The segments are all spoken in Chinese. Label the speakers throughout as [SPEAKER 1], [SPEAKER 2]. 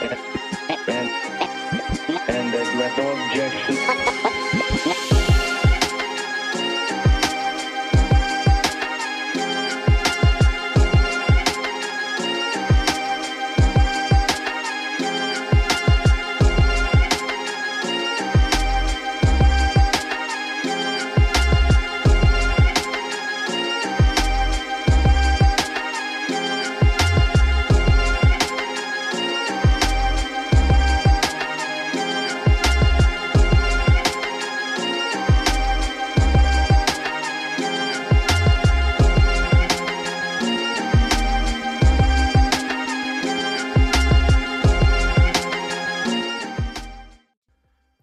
[SPEAKER 1] and, and that without objection.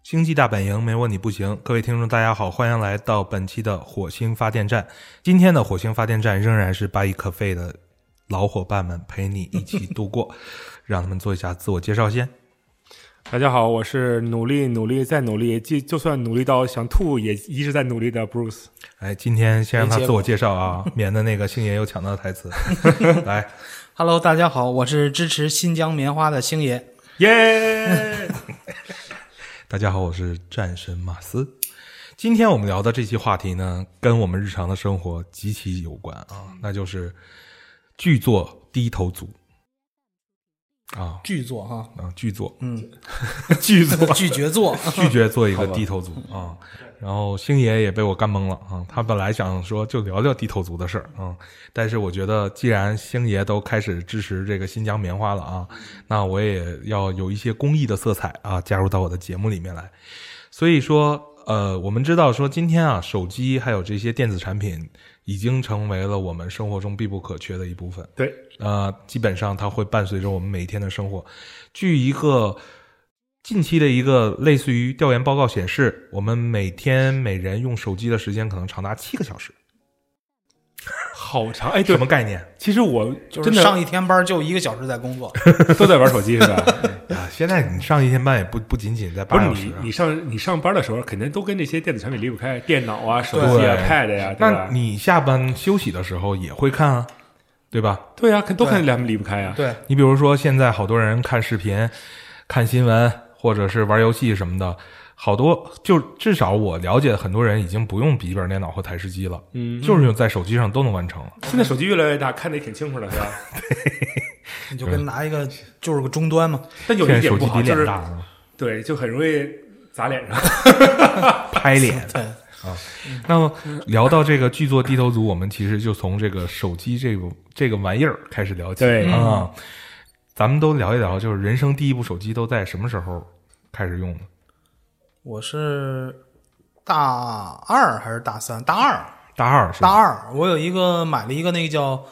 [SPEAKER 2] 星际大本营没问你不行，各位听众大家好，欢迎来到本期的火星发电站。今天的火星发电站仍然是巴以可费的老伙伴们陪你一起度过，让他们做一下自我介绍先。
[SPEAKER 3] 大家好，我是努力努力再努力，就就算努力到想吐也一直在努力的 Bruce。
[SPEAKER 2] 哎，今天先让他自我介绍啊，免得那个星爷又抢到台词。来，
[SPEAKER 4] Hello，大家好，我是支持新疆棉花的星爷。
[SPEAKER 3] 耶、
[SPEAKER 2] 大家好，我是战神马斯。今天我们聊的这期话题呢，跟我们日常的生活极其有关啊，那就是剧作低头族啊
[SPEAKER 4] 巨作哈，
[SPEAKER 2] 啊，剧作
[SPEAKER 4] 嗯，
[SPEAKER 2] 剧作
[SPEAKER 4] 拒绝作，
[SPEAKER 2] 拒绝做一个低头族啊。然后星爷也被我干懵了啊，他本来想说就聊聊低头族的事儿啊，但是我觉得既然星爷都开始支持这个新疆棉花了啊，那我也要有一些公益的色彩啊，加入到我的节目里面来。所以说，呃，我们知道说今天啊，手机还有这些电子产品已经成为了我们生活中必不可缺的一部分。
[SPEAKER 3] 对，
[SPEAKER 2] 呃，基本上它会伴随着我们每一天的生活。据一个近期的一个类似于调研报告显示，我们每天每人用手机的时间可能长达七个小时，
[SPEAKER 3] 好长哎，对
[SPEAKER 2] 什么，概念
[SPEAKER 3] 其实我
[SPEAKER 4] 就
[SPEAKER 3] 真
[SPEAKER 4] 是
[SPEAKER 3] 的
[SPEAKER 4] 上一天班就一个小时在工作，
[SPEAKER 3] 都在玩手机是 吧？
[SPEAKER 2] 啊？现在你上一天班也不不仅仅在
[SPEAKER 3] 不
[SPEAKER 2] 八
[SPEAKER 3] 是
[SPEAKER 2] 小时
[SPEAKER 3] 你
[SPEAKER 2] 啊、，
[SPEAKER 3] 你上你上班的时候肯定都跟这些电子产品离不开，电脑啊、手机
[SPEAKER 2] 对
[SPEAKER 3] 啊、Pad 呀、对
[SPEAKER 2] 那
[SPEAKER 3] 吧？
[SPEAKER 2] 你下班休息的时候也会看啊，对吧？
[SPEAKER 3] 对啊，肯都肯定离不开啊。
[SPEAKER 4] 对，
[SPEAKER 2] 你比如说，现在好多人看视频、看新闻，或者是玩游戏什么的，好多就至少我了解，很多人已经不用笔记本电脑或台式机了，
[SPEAKER 3] 嗯，
[SPEAKER 2] 就是用在手机上都能完成了。
[SPEAKER 3] 现在手机越来越大，看的也挺清楚了，是吧？
[SPEAKER 4] 你就跟拿一个就是个终端嘛，
[SPEAKER 3] 但有
[SPEAKER 2] 现在
[SPEAKER 3] 一
[SPEAKER 2] 手
[SPEAKER 3] 点
[SPEAKER 2] 机比
[SPEAKER 3] 不好，就
[SPEAKER 2] 脸
[SPEAKER 3] 是
[SPEAKER 2] 大，了，
[SPEAKER 3] 对，就很容易砸脸上。
[SPEAKER 2] 拍脸。
[SPEAKER 4] 对，
[SPEAKER 2] 那么聊到这个剧作低头族，我们其实就从这个手机这个这个玩意儿开始聊起。
[SPEAKER 3] 对嗯
[SPEAKER 2] 啊，咱们都聊一聊，就是人生第一部手机都在什么时候开始用的？
[SPEAKER 4] 我是大二还是大三？大二，
[SPEAKER 2] 大二是吧
[SPEAKER 4] 大？二，我有一个买了一个那个叫，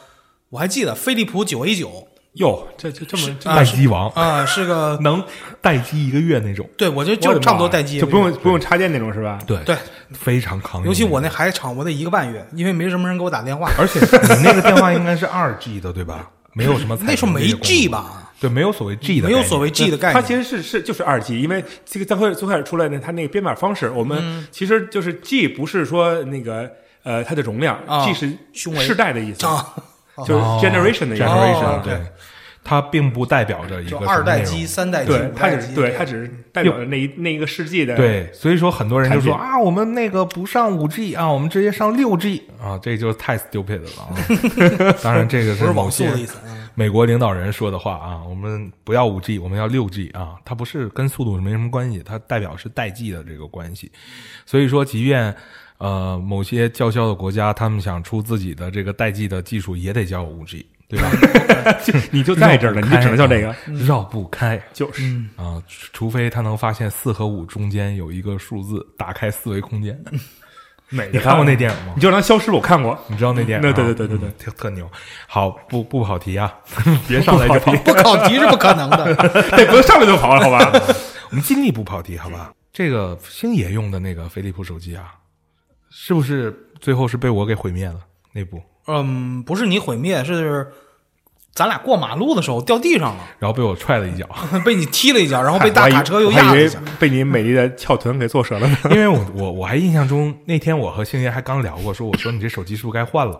[SPEAKER 4] 我还记得飞利浦九 A 九
[SPEAKER 3] 哟， 这这这么这么
[SPEAKER 2] 待机王
[SPEAKER 4] 啊，是个，
[SPEAKER 2] 能待机一个月那种。
[SPEAKER 4] 对我就
[SPEAKER 3] 我
[SPEAKER 4] 就
[SPEAKER 3] 的妈
[SPEAKER 4] 差不多待 机，
[SPEAKER 3] 就不用不用插电那种是吧？
[SPEAKER 2] 对
[SPEAKER 4] 对，
[SPEAKER 2] 非常扛用。
[SPEAKER 4] 尤其我那还长我那一个半月，因为没什么人给我打电话，
[SPEAKER 2] 而且你那个电话应该是二 G 的，对 吧？没有什么，
[SPEAKER 4] 那时候没 G？吧，
[SPEAKER 2] 对，没有所谓 G 的概
[SPEAKER 4] 没
[SPEAKER 2] 念，
[SPEAKER 4] 有所谓 G 的概
[SPEAKER 3] 它
[SPEAKER 4] 念，
[SPEAKER 3] 其实是是就是二 G，因为这个最开最开始出来呢，它那个编码方式，我
[SPEAKER 4] 嗯
[SPEAKER 3] 们其实就是 G 不是说那个呃它的容量、
[SPEAKER 4] 啊
[SPEAKER 3] g 是
[SPEAKER 4] 胸围
[SPEAKER 3] 世代的意思，
[SPEAKER 4] 啊，
[SPEAKER 3] 就是 generation 的意思。
[SPEAKER 2] 哦 generation，
[SPEAKER 4] 哦
[SPEAKER 2] 对，它并不代表着一
[SPEAKER 4] 就
[SPEAKER 2] 个
[SPEAKER 4] 二代机、
[SPEAKER 2] 什
[SPEAKER 4] 三代机、
[SPEAKER 3] 对
[SPEAKER 4] 五，
[SPEAKER 3] 它
[SPEAKER 4] 代
[SPEAKER 3] 只是
[SPEAKER 4] 机，
[SPEAKER 3] 对它只是代表了那一那一个世
[SPEAKER 4] 哎
[SPEAKER 3] 纪的
[SPEAKER 2] 么内容。对，所以说很多人就说
[SPEAKER 3] 产
[SPEAKER 2] 啊，我们那个不上五 G 啊，我们直接上六 G 啊，这就太 stupid 了 啊！当然，这个
[SPEAKER 4] 不是
[SPEAKER 2] 某
[SPEAKER 4] 网速
[SPEAKER 2] 些
[SPEAKER 4] 的意思。嗯
[SPEAKER 2] 美国领导人说的话啊，我们不要五 G，我们要六 G 啊，它不是跟速度没什么关系，它代表是代际的这个关系。所以说，即便呃某些叫嚣的国家，他们想出自己的这个代际的技术，也得叫五 G，对 吧？
[SPEAKER 3] 你就在这儿了，你就只能叫这个
[SPEAKER 2] 啊，，
[SPEAKER 4] 嗯
[SPEAKER 2] 绕不开
[SPEAKER 3] 就是、
[SPEAKER 2] 啊，除除非他能发现四和五中间有一个数字，打开四维空 间。
[SPEAKER 3] 美
[SPEAKER 2] 你看过那电影吗
[SPEAKER 3] 你？就当消失，我看过。
[SPEAKER 2] 你知道那电影、啊？
[SPEAKER 3] 那 对对对对对
[SPEAKER 2] 嗯特特牛。好，不不跑题啊， 别上来就跑。
[SPEAKER 4] 不考题是不可能的。
[SPEAKER 3] 对，不能上来就跑了，好 吧？
[SPEAKER 2] 我们尽力不跑题，好
[SPEAKER 3] 嗯
[SPEAKER 2] 吧？这个星爷用的那个飞利浦手机啊，是不是最后是被我给毁灭了？那部，
[SPEAKER 4] 嗯，不是你毁灭，是咱俩过马路的时候掉地上了，
[SPEAKER 2] 然后被我踹了一脚，
[SPEAKER 4] 被你踢了一脚，然后被大卡车又
[SPEAKER 3] 哎我还以
[SPEAKER 4] 压了一
[SPEAKER 3] 为
[SPEAKER 4] 下。
[SPEAKER 3] 被你美丽的翘臀给坐 折了呢。
[SPEAKER 2] 因为我我我还印象中那天我和星爷还刚聊过，说我说你这手机是不是该换了？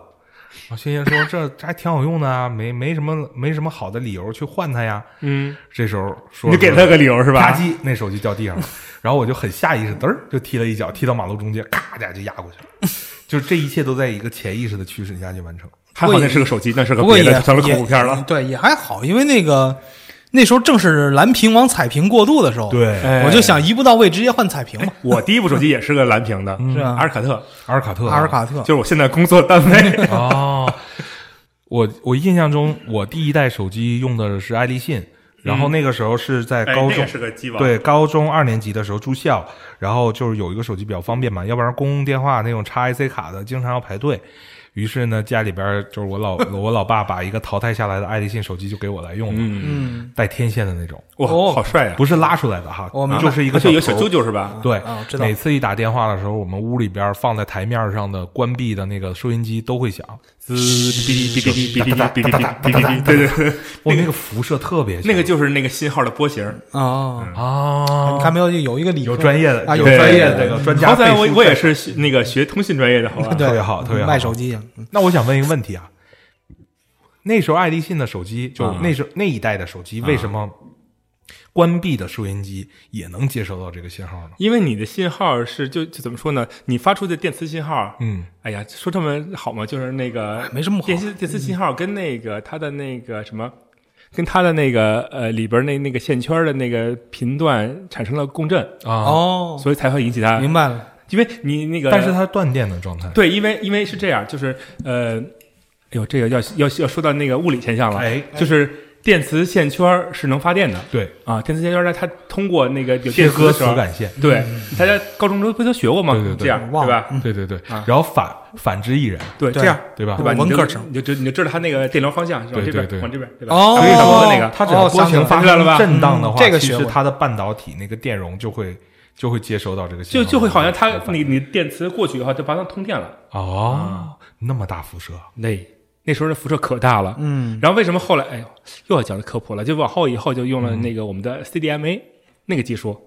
[SPEAKER 2] 然后星爷说：“这这还挺好用的啊，没没什么没什么好的理由去换它呀。”
[SPEAKER 3] 嗯，
[SPEAKER 2] 这时候说
[SPEAKER 3] 你给他个理由是吧？
[SPEAKER 2] 吧唧，那手机掉地上了，然后我就很下意识嘚儿就踢了一脚，踢到马路中间，咔一下就压过去了。就是这一切都在一个潜意识的驱使下去完成。
[SPEAKER 3] 还好那是个手机，那是个
[SPEAKER 4] 不过
[SPEAKER 3] 别
[SPEAKER 4] 也
[SPEAKER 3] 的，成了
[SPEAKER 4] 也
[SPEAKER 3] 恐怖片了。
[SPEAKER 4] 对，也还好，因为那个那时候正是蓝屏往彩屏过渡的时候，，
[SPEAKER 2] 对，
[SPEAKER 3] 哎
[SPEAKER 4] 我就想一步到位，直接换彩屏嘛。
[SPEAKER 3] 我第一部手机也是个蓝屏的，
[SPEAKER 4] 是啊
[SPEAKER 3] 阿尔卡特，
[SPEAKER 2] 阿尔卡特啊，
[SPEAKER 4] 阿尔卡特
[SPEAKER 3] 哎就是我现在工作单位。
[SPEAKER 2] 哦，我我印象中，我第一代手机用的是爱立信，然
[SPEAKER 3] 嗯
[SPEAKER 2] 后那个时候是在
[SPEAKER 3] 哎
[SPEAKER 2] 高
[SPEAKER 3] 那
[SPEAKER 2] 中、
[SPEAKER 3] 也是个鸡王，
[SPEAKER 2] 对高中二年级的时候住校，然后就是有一个手机比较方便嘛，要不然公用电话那种插 IC 卡的经常要排队。于是呢，家里边儿就是我老 我老爸把一个淘汰下来的爱立信手机就给我来用了，
[SPEAKER 4] 嗯，
[SPEAKER 2] 带天线的那种，
[SPEAKER 3] 哇，
[SPEAKER 4] 哦
[SPEAKER 3] 好帅呀！啊哦
[SPEAKER 2] 不是拉出来的哈，
[SPEAKER 4] 我明白
[SPEAKER 2] 就是一个
[SPEAKER 3] 而且有
[SPEAKER 2] 头
[SPEAKER 3] 小啾啾是吧？
[SPEAKER 2] 对、
[SPEAKER 4] 啊我知道
[SPEAKER 2] 每次一打电话的时候，我们屋里边放在台面上的关闭的那个收音机都会响，
[SPEAKER 3] 滋哔哩哔哩哔哩哔哩哔哩哔哩哔哩，对对对，
[SPEAKER 2] 我哦那个辐射特别强
[SPEAKER 3] 那个就是那个信号的波形。
[SPEAKER 4] 哦，
[SPEAKER 2] 啊，
[SPEAKER 3] 嗯
[SPEAKER 4] 你看没有，有一个理
[SPEAKER 2] 有
[SPEAKER 4] 科
[SPEAKER 2] 专业的
[SPEAKER 4] 啊，有
[SPEAKER 2] 有专
[SPEAKER 4] 专
[SPEAKER 2] 业
[SPEAKER 4] 业
[SPEAKER 2] 的
[SPEAKER 4] 的
[SPEAKER 2] 这个专家
[SPEAKER 3] 好
[SPEAKER 2] 背
[SPEAKER 3] 歹
[SPEAKER 2] 书
[SPEAKER 3] 我
[SPEAKER 2] 在
[SPEAKER 3] 我也是学那个学通信专业的，好吧？嗯
[SPEAKER 4] 对
[SPEAKER 2] 特别好特别好
[SPEAKER 4] 卖手机，啊
[SPEAKER 2] 那我想问一个问题啊，那时候爱立信的手机，就
[SPEAKER 3] 啊
[SPEAKER 2] 那时候那一代的手机，为什么关闭的收音机也能接收到这个信号呢？
[SPEAKER 3] 因为你的信号是就就怎么说呢？你发出的电磁信号，
[SPEAKER 2] 嗯，
[SPEAKER 3] 哎呀，说这么好吗？就是那个
[SPEAKER 4] 没什么好
[SPEAKER 3] 电磁电磁信号跟那个它的那个什么，跟它的那个呃里边那那个线圈的那个频段产生了共振，
[SPEAKER 2] 啊，
[SPEAKER 4] 哦，
[SPEAKER 3] 所以才会引起它。
[SPEAKER 4] 明白了，
[SPEAKER 3] 因为你那个，
[SPEAKER 2] 但是它断电的状态，
[SPEAKER 3] 对，因为因为是这样，就是呃，哎呦，这个要要要说到那个物理现象了，
[SPEAKER 2] 哎
[SPEAKER 3] 就是电磁线圈是能发电的
[SPEAKER 2] 对，
[SPEAKER 3] 啊，电磁线圈呢，它通过那个有
[SPEAKER 2] 切
[SPEAKER 3] 电荷
[SPEAKER 2] 割
[SPEAKER 3] 的时
[SPEAKER 2] 磁
[SPEAKER 3] 候，
[SPEAKER 2] 感线，
[SPEAKER 3] 对，大家高中时候不都学过吗？
[SPEAKER 2] 对对对
[SPEAKER 3] 这样
[SPEAKER 4] 忘
[SPEAKER 3] 对
[SPEAKER 4] 了
[SPEAKER 3] 吧？
[SPEAKER 2] 对对对
[SPEAKER 3] 啊，
[SPEAKER 2] 然后反反之亦然，
[SPEAKER 3] 对，
[SPEAKER 4] 对
[SPEAKER 3] 这样
[SPEAKER 2] 对吧
[SPEAKER 3] 对？吧？
[SPEAKER 4] 文
[SPEAKER 3] 你就
[SPEAKER 4] 科生
[SPEAKER 3] 你就知你就知道它那个电流方向是往这
[SPEAKER 2] 对对
[SPEAKER 3] 边
[SPEAKER 2] 对
[SPEAKER 3] 往这边对吧？
[SPEAKER 4] 哦
[SPEAKER 3] 小黑小哥那个，
[SPEAKER 2] 它只要
[SPEAKER 4] 哦
[SPEAKER 2] 波
[SPEAKER 4] 想起来
[SPEAKER 2] 形
[SPEAKER 4] 了
[SPEAKER 2] 发
[SPEAKER 3] 明白了吧
[SPEAKER 2] 生震荡的话，
[SPEAKER 4] 嗯这个
[SPEAKER 2] 其
[SPEAKER 4] 学
[SPEAKER 2] 实
[SPEAKER 4] 问
[SPEAKER 2] 它的半导体那个电容就会就会接收到这个信
[SPEAKER 3] 就
[SPEAKER 2] 号，
[SPEAKER 3] 就会好像它
[SPEAKER 2] 反
[SPEAKER 3] 你你电磁过去以后，就把它通电了。
[SPEAKER 2] 哦，那么大辐射，啊
[SPEAKER 3] 那那时候的辐射可大了，
[SPEAKER 4] 嗯，
[SPEAKER 3] 然后为什么后来哎呦又要讲科普了？就往后以后就用了那个我们的 CDMA 那个技术，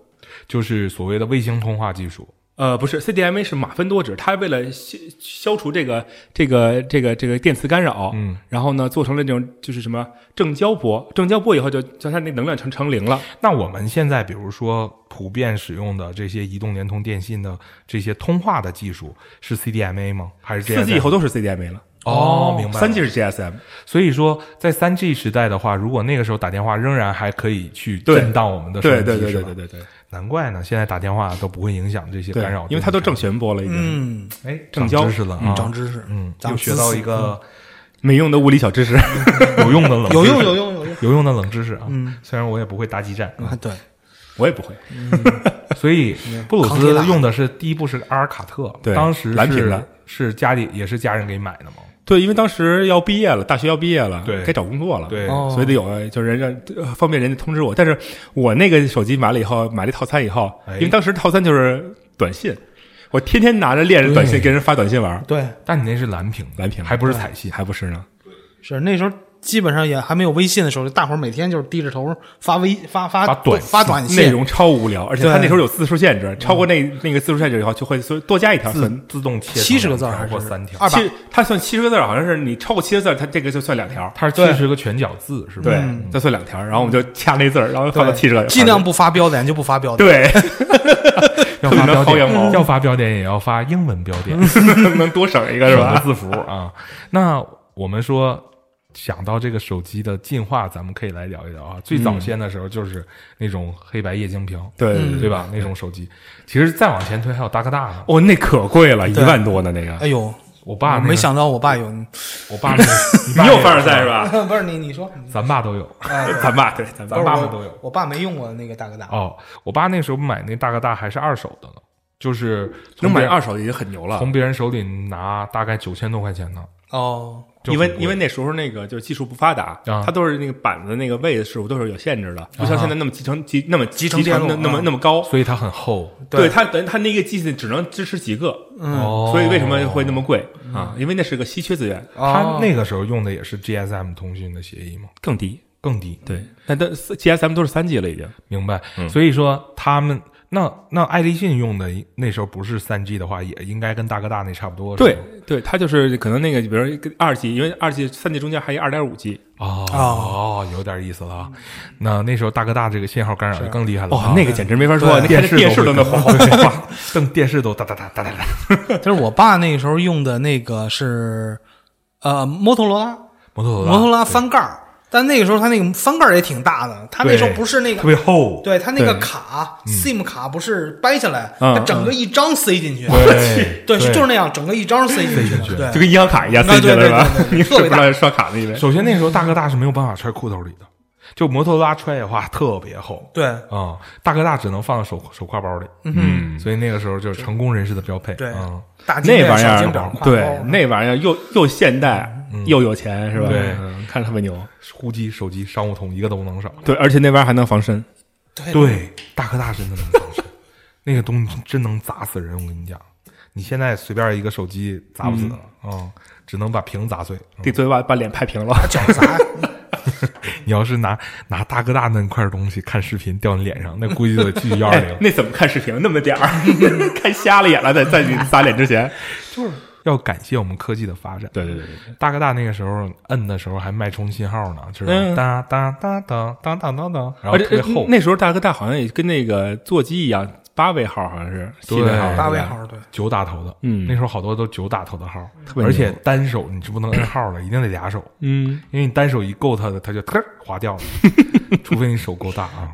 [SPEAKER 2] 就是所谓的卫星通话技术。
[SPEAKER 3] 呃，不是 CDMA 是马芬多酯，它为了消消除这个这个这个这个电磁干扰，
[SPEAKER 2] 嗯，
[SPEAKER 3] 然后呢做成了这种就是什么正交波，正交波以后就就它那能量成成零了，
[SPEAKER 2] 那我们现在比如说普遍使用的这些移动、联通、电信的这些通话的技术是 CDMA 吗？还是 GSM
[SPEAKER 3] 四 G 以后都是 CDMA 了。
[SPEAKER 2] 哦，明白了。
[SPEAKER 3] 三 G 是 GSM，
[SPEAKER 2] 所以说在三 G 时代的话，如果那个时候打电话，仍然还可以去
[SPEAKER 3] 对
[SPEAKER 2] 震荡我们的收音
[SPEAKER 3] 对
[SPEAKER 2] 机，
[SPEAKER 3] 对对
[SPEAKER 2] 是
[SPEAKER 3] 对
[SPEAKER 2] 吧
[SPEAKER 3] 对对对
[SPEAKER 2] 难怪呢，现在打电话都不会影响这些
[SPEAKER 3] 对，
[SPEAKER 2] 干扰，
[SPEAKER 3] 因为它都正弦波了，已经
[SPEAKER 4] 嗯，
[SPEAKER 2] 哎
[SPEAKER 3] 正
[SPEAKER 2] 长
[SPEAKER 3] 交
[SPEAKER 2] 知识了啊，
[SPEAKER 4] 长知识，
[SPEAKER 2] 嗯，
[SPEAKER 4] 长
[SPEAKER 2] 又学到一个
[SPEAKER 3] 没用的物理小知识。
[SPEAKER 2] 有用的冷知识
[SPEAKER 4] 嗯有用有用有用，
[SPEAKER 2] 有用的冷知识啊。
[SPEAKER 4] 嗯
[SPEAKER 2] 虽然我也不会打基站，
[SPEAKER 4] 啊对，
[SPEAKER 3] 我也不会，
[SPEAKER 2] 所以布鲁
[SPEAKER 4] 嗯扛铁打
[SPEAKER 2] 斯用的是第一部是阿尔卡特，
[SPEAKER 3] 对
[SPEAKER 2] 当时
[SPEAKER 3] 蓝屏
[SPEAKER 2] 是
[SPEAKER 3] 的
[SPEAKER 2] 是家里也是家人给买的嘛，
[SPEAKER 3] 对，因为当时要毕业了，大学要毕业了，
[SPEAKER 2] 对
[SPEAKER 3] 该找工作了，
[SPEAKER 2] 对
[SPEAKER 4] 哦
[SPEAKER 3] 所以得有呃就是人家呃方便人家通知我。但是我那个手机买了以后，买了套餐以后，
[SPEAKER 2] 哎
[SPEAKER 3] 因为当时套餐就是短信，我天天拿着练着短信给人发短信玩儿，
[SPEAKER 4] 对，
[SPEAKER 2] 但你那是蓝屏的，
[SPEAKER 3] 蓝屏的
[SPEAKER 2] 还不是彩信，
[SPEAKER 3] 还不是呢？
[SPEAKER 4] 是那时候基本上也还没有微信的时候，大伙儿每天就是低着头发微发发
[SPEAKER 2] 发短信
[SPEAKER 4] 发短信
[SPEAKER 3] 内容超无聊，而且他
[SPEAKER 4] 对
[SPEAKER 3] 那时候有字数限
[SPEAKER 2] 嗯
[SPEAKER 3] 制，超过那那个字数限制以后，就会说多加一条
[SPEAKER 2] 自
[SPEAKER 3] 算。
[SPEAKER 2] 自动切成
[SPEAKER 4] 70个字儿
[SPEAKER 2] 两条
[SPEAKER 4] 还是
[SPEAKER 2] 或三条
[SPEAKER 4] 二，
[SPEAKER 3] 七，他算七十个字儿，好像是你超过七十字儿，他这个就算两条。
[SPEAKER 2] 它是七十个全角字是吧？
[SPEAKER 3] 对
[SPEAKER 2] 嗯，
[SPEAKER 3] 再算两条，然后我们就掐那字儿，然后放到
[SPEAKER 4] 对
[SPEAKER 3] 七十个，
[SPEAKER 4] 尽量不发标点就不发标点，
[SPEAKER 3] 对，
[SPEAKER 2] 要
[SPEAKER 3] 特别
[SPEAKER 2] 发标
[SPEAKER 3] 能薅羊毛
[SPEAKER 2] 点要发标点也要发英文标点，
[SPEAKER 3] 能多省一个是
[SPEAKER 2] 省个
[SPEAKER 3] 吧？
[SPEAKER 2] 字符啊。 那我们说。想到这个手机的进化，咱们可以来聊一聊啊。最早先的时候就是那种黑白液晶屏，
[SPEAKER 3] 嗯对
[SPEAKER 4] 嗯
[SPEAKER 2] 对吧？那种手机，其实再往前推还有大哥大呢。
[SPEAKER 3] 哦，那可贵了，一万多呢那
[SPEAKER 4] 哎
[SPEAKER 3] 个。
[SPEAKER 4] 呦，
[SPEAKER 2] 我爸
[SPEAKER 4] 我
[SPEAKER 2] 那个
[SPEAKER 4] 没想到我爸有，
[SPEAKER 2] 我爸 那个，你
[SPEAKER 3] 你有
[SPEAKER 2] 有
[SPEAKER 3] 凡尔赛是？吧？
[SPEAKER 4] 不是你你说，
[SPEAKER 2] 咱爸都有。
[SPEAKER 4] 哎对
[SPEAKER 3] 咱爸对，咱
[SPEAKER 4] 不
[SPEAKER 3] 爸
[SPEAKER 2] 咱
[SPEAKER 4] 是
[SPEAKER 2] 爸
[SPEAKER 4] 我
[SPEAKER 2] 们都有
[SPEAKER 4] 我爸没用过那个大哥大，
[SPEAKER 2] 哦，我爸那时候买那大哥大还是二手的呢，就是从
[SPEAKER 3] 能买
[SPEAKER 2] 别人
[SPEAKER 3] 二手已经很牛了
[SPEAKER 2] 从。别人手里拿大概九千多块钱呢。
[SPEAKER 4] 哦，
[SPEAKER 2] 就
[SPEAKER 3] 因
[SPEAKER 2] 很
[SPEAKER 3] 为
[SPEAKER 2] 贵
[SPEAKER 3] 因为那时候那个就是技术不发达，
[SPEAKER 2] 啊
[SPEAKER 3] 它都是那个板子那个位数都是有限制的，不像现在那么集成啊集那么集
[SPEAKER 4] 成电路
[SPEAKER 3] 的那么
[SPEAKER 4] 啊
[SPEAKER 3] 那么高。
[SPEAKER 2] 所以它很厚，
[SPEAKER 3] 对它等于它那个机器只能支持几个，
[SPEAKER 2] 哦
[SPEAKER 3] 所以为什么会那么贵啊？因为那是个稀缺资源，
[SPEAKER 2] 他
[SPEAKER 4] 哦
[SPEAKER 2] 那个时候用的也是 GSM 通讯的协议嘛，
[SPEAKER 3] 更低。
[SPEAKER 2] 更低。
[SPEAKER 3] 对，但都 GSM 都是三 G 了已经。
[SPEAKER 2] 明白。所以说他们那那爱立信用的那时候不是三 G 的话，也应该跟大哥大那差不多。是
[SPEAKER 3] 对
[SPEAKER 2] 吗，
[SPEAKER 3] 对，它就是可能那个，比如说跟二 G，因为二 G、三 G 中间还有二点五 G，
[SPEAKER 2] 哦哦，有点意思了啊。那那时候大哥大这个信号干扰就更厉害了啊，
[SPEAKER 3] 哦哇，那个简直没法说，
[SPEAKER 2] 对
[SPEAKER 3] 你看
[SPEAKER 2] 电
[SPEAKER 3] 这
[SPEAKER 2] 视
[SPEAKER 3] 电视都能晃
[SPEAKER 2] 晃，对瞪电视都哒哒哒哒哒哒。
[SPEAKER 4] 但是我爸那时候用的那个是呃摩托罗拉，
[SPEAKER 2] 摩托罗拉，
[SPEAKER 4] 摩托罗拉翻盖儿，但那个时候它那个翻盖儿也挺大的，它那时候不是那
[SPEAKER 2] 特
[SPEAKER 4] 个。
[SPEAKER 2] 别嗯厚，
[SPEAKER 4] 对它那个
[SPEAKER 3] 对
[SPEAKER 4] 卡 SIM 卡不是掰下来，
[SPEAKER 3] 嗯
[SPEAKER 4] 它整个一张塞进去，
[SPEAKER 2] 对
[SPEAKER 4] 对，是就是那样，整个一张塞进去
[SPEAKER 2] 塞进去
[SPEAKER 4] 的，
[SPEAKER 3] 就
[SPEAKER 4] 对，
[SPEAKER 3] 跟银行卡 一样塞进去了，
[SPEAKER 4] 对
[SPEAKER 3] 是吧
[SPEAKER 4] 对对对？对
[SPEAKER 3] 你是
[SPEAKER 4] 特
[SPEAKER 3] 不
[SPEAKER 4] 别
[SPEAKER 3] 知
[SPEAKER 4] 大
[SPEAKER 3] 道刷卡那边，
[SPEAKER 2] 首先那时候大哥大是没有办法揣裤兜里的，就摩托罗拉揣的话特别厚。
[SPEAKER 4] 对
[SPEAKER 2] 啊、大哥大只能放到手手挎包里，
[SPEAKER 3] 嗯
[SPEAKER 2] 所以那个时候就是成功人士的标配。
[SPEAKER 4] 对
[SPEAKER 2] 嗯，
[SPEAKER 4] 大金
[SPEAKER 3] 那
[SPEAKER 4] 链、
[SPEAKER 3] 玩意
[SPEAKER 4] 小金表
[SPEAKER 3] 儿，，对，那玩意儿又又现代又有钱，是吧？
[SPEAKER 2] 对
[SPEAKER 3] 嗯，看着特别牛。
[SPEAKER 2] 呼机、手机、商务通一个都不能少。
[SPEAKER 3] 对，而且那玩意儿还能防身，
[SPEAKER 4] 对对
[SPEAKER 2] 对，大哥大真的能防身， 那个东西真能砸死人。我跟你讲，你现在随便一个手机砸不死的啊、嗯只能把屏砸碎。嗯
[SPEAKER 3] 得最把把脸拍平 了。
[SPEAKER 4] 脚砸，
[SPEAKER 2] 你要是拿拿大哥大那块东西看视频掉你脸上，那估计就得继续幺二
[SPEAKER 3] 哎
[SPEAKER 2] 零，，
[SPEAKER 3] 那怎么看视频？那么点儿， 看瞎了眼了，在在你撒脸之前。
[SPEAKER 2] 就是要感谢我们科技的发展。
[SPEAKER 3] 对对对对，
[SPEAKER 2] 大哥大那个时候摁的时候还脉冲信号呢，就是
[SPEAKER 3] 嗯
[SPEAKER 2] 哒哒哒哒哒哒哒哒，然后
[SPEAKER 3] 而且
[SPEAKER 2] 特别厚
[SPEAKER 3] 呃。那时候大哥大好像也跟那个座机一样，八位号好像是，
[SPEAKER 2] 对
[SPEAKER 3] 七位号，
[SPEAKER 4] 八位，号，对，
[SPEAKER 2] 九打头的，
[SPEAKER 3] 嗯
[SPEAKER 2] 那时候好多都九打头的号，
[SPEAKER 3] 别牛
[SPEAKER 2] 嗯而且
[SPEAKER 4] 嗯
[SPEAKER 2] 单手你是不能摁号了，一定得俩手，
[SPEAKER 3] 嗯，
[SPEAKER 2] 因为你单手一够它的，它就特划掉了， 除非你手够大啊。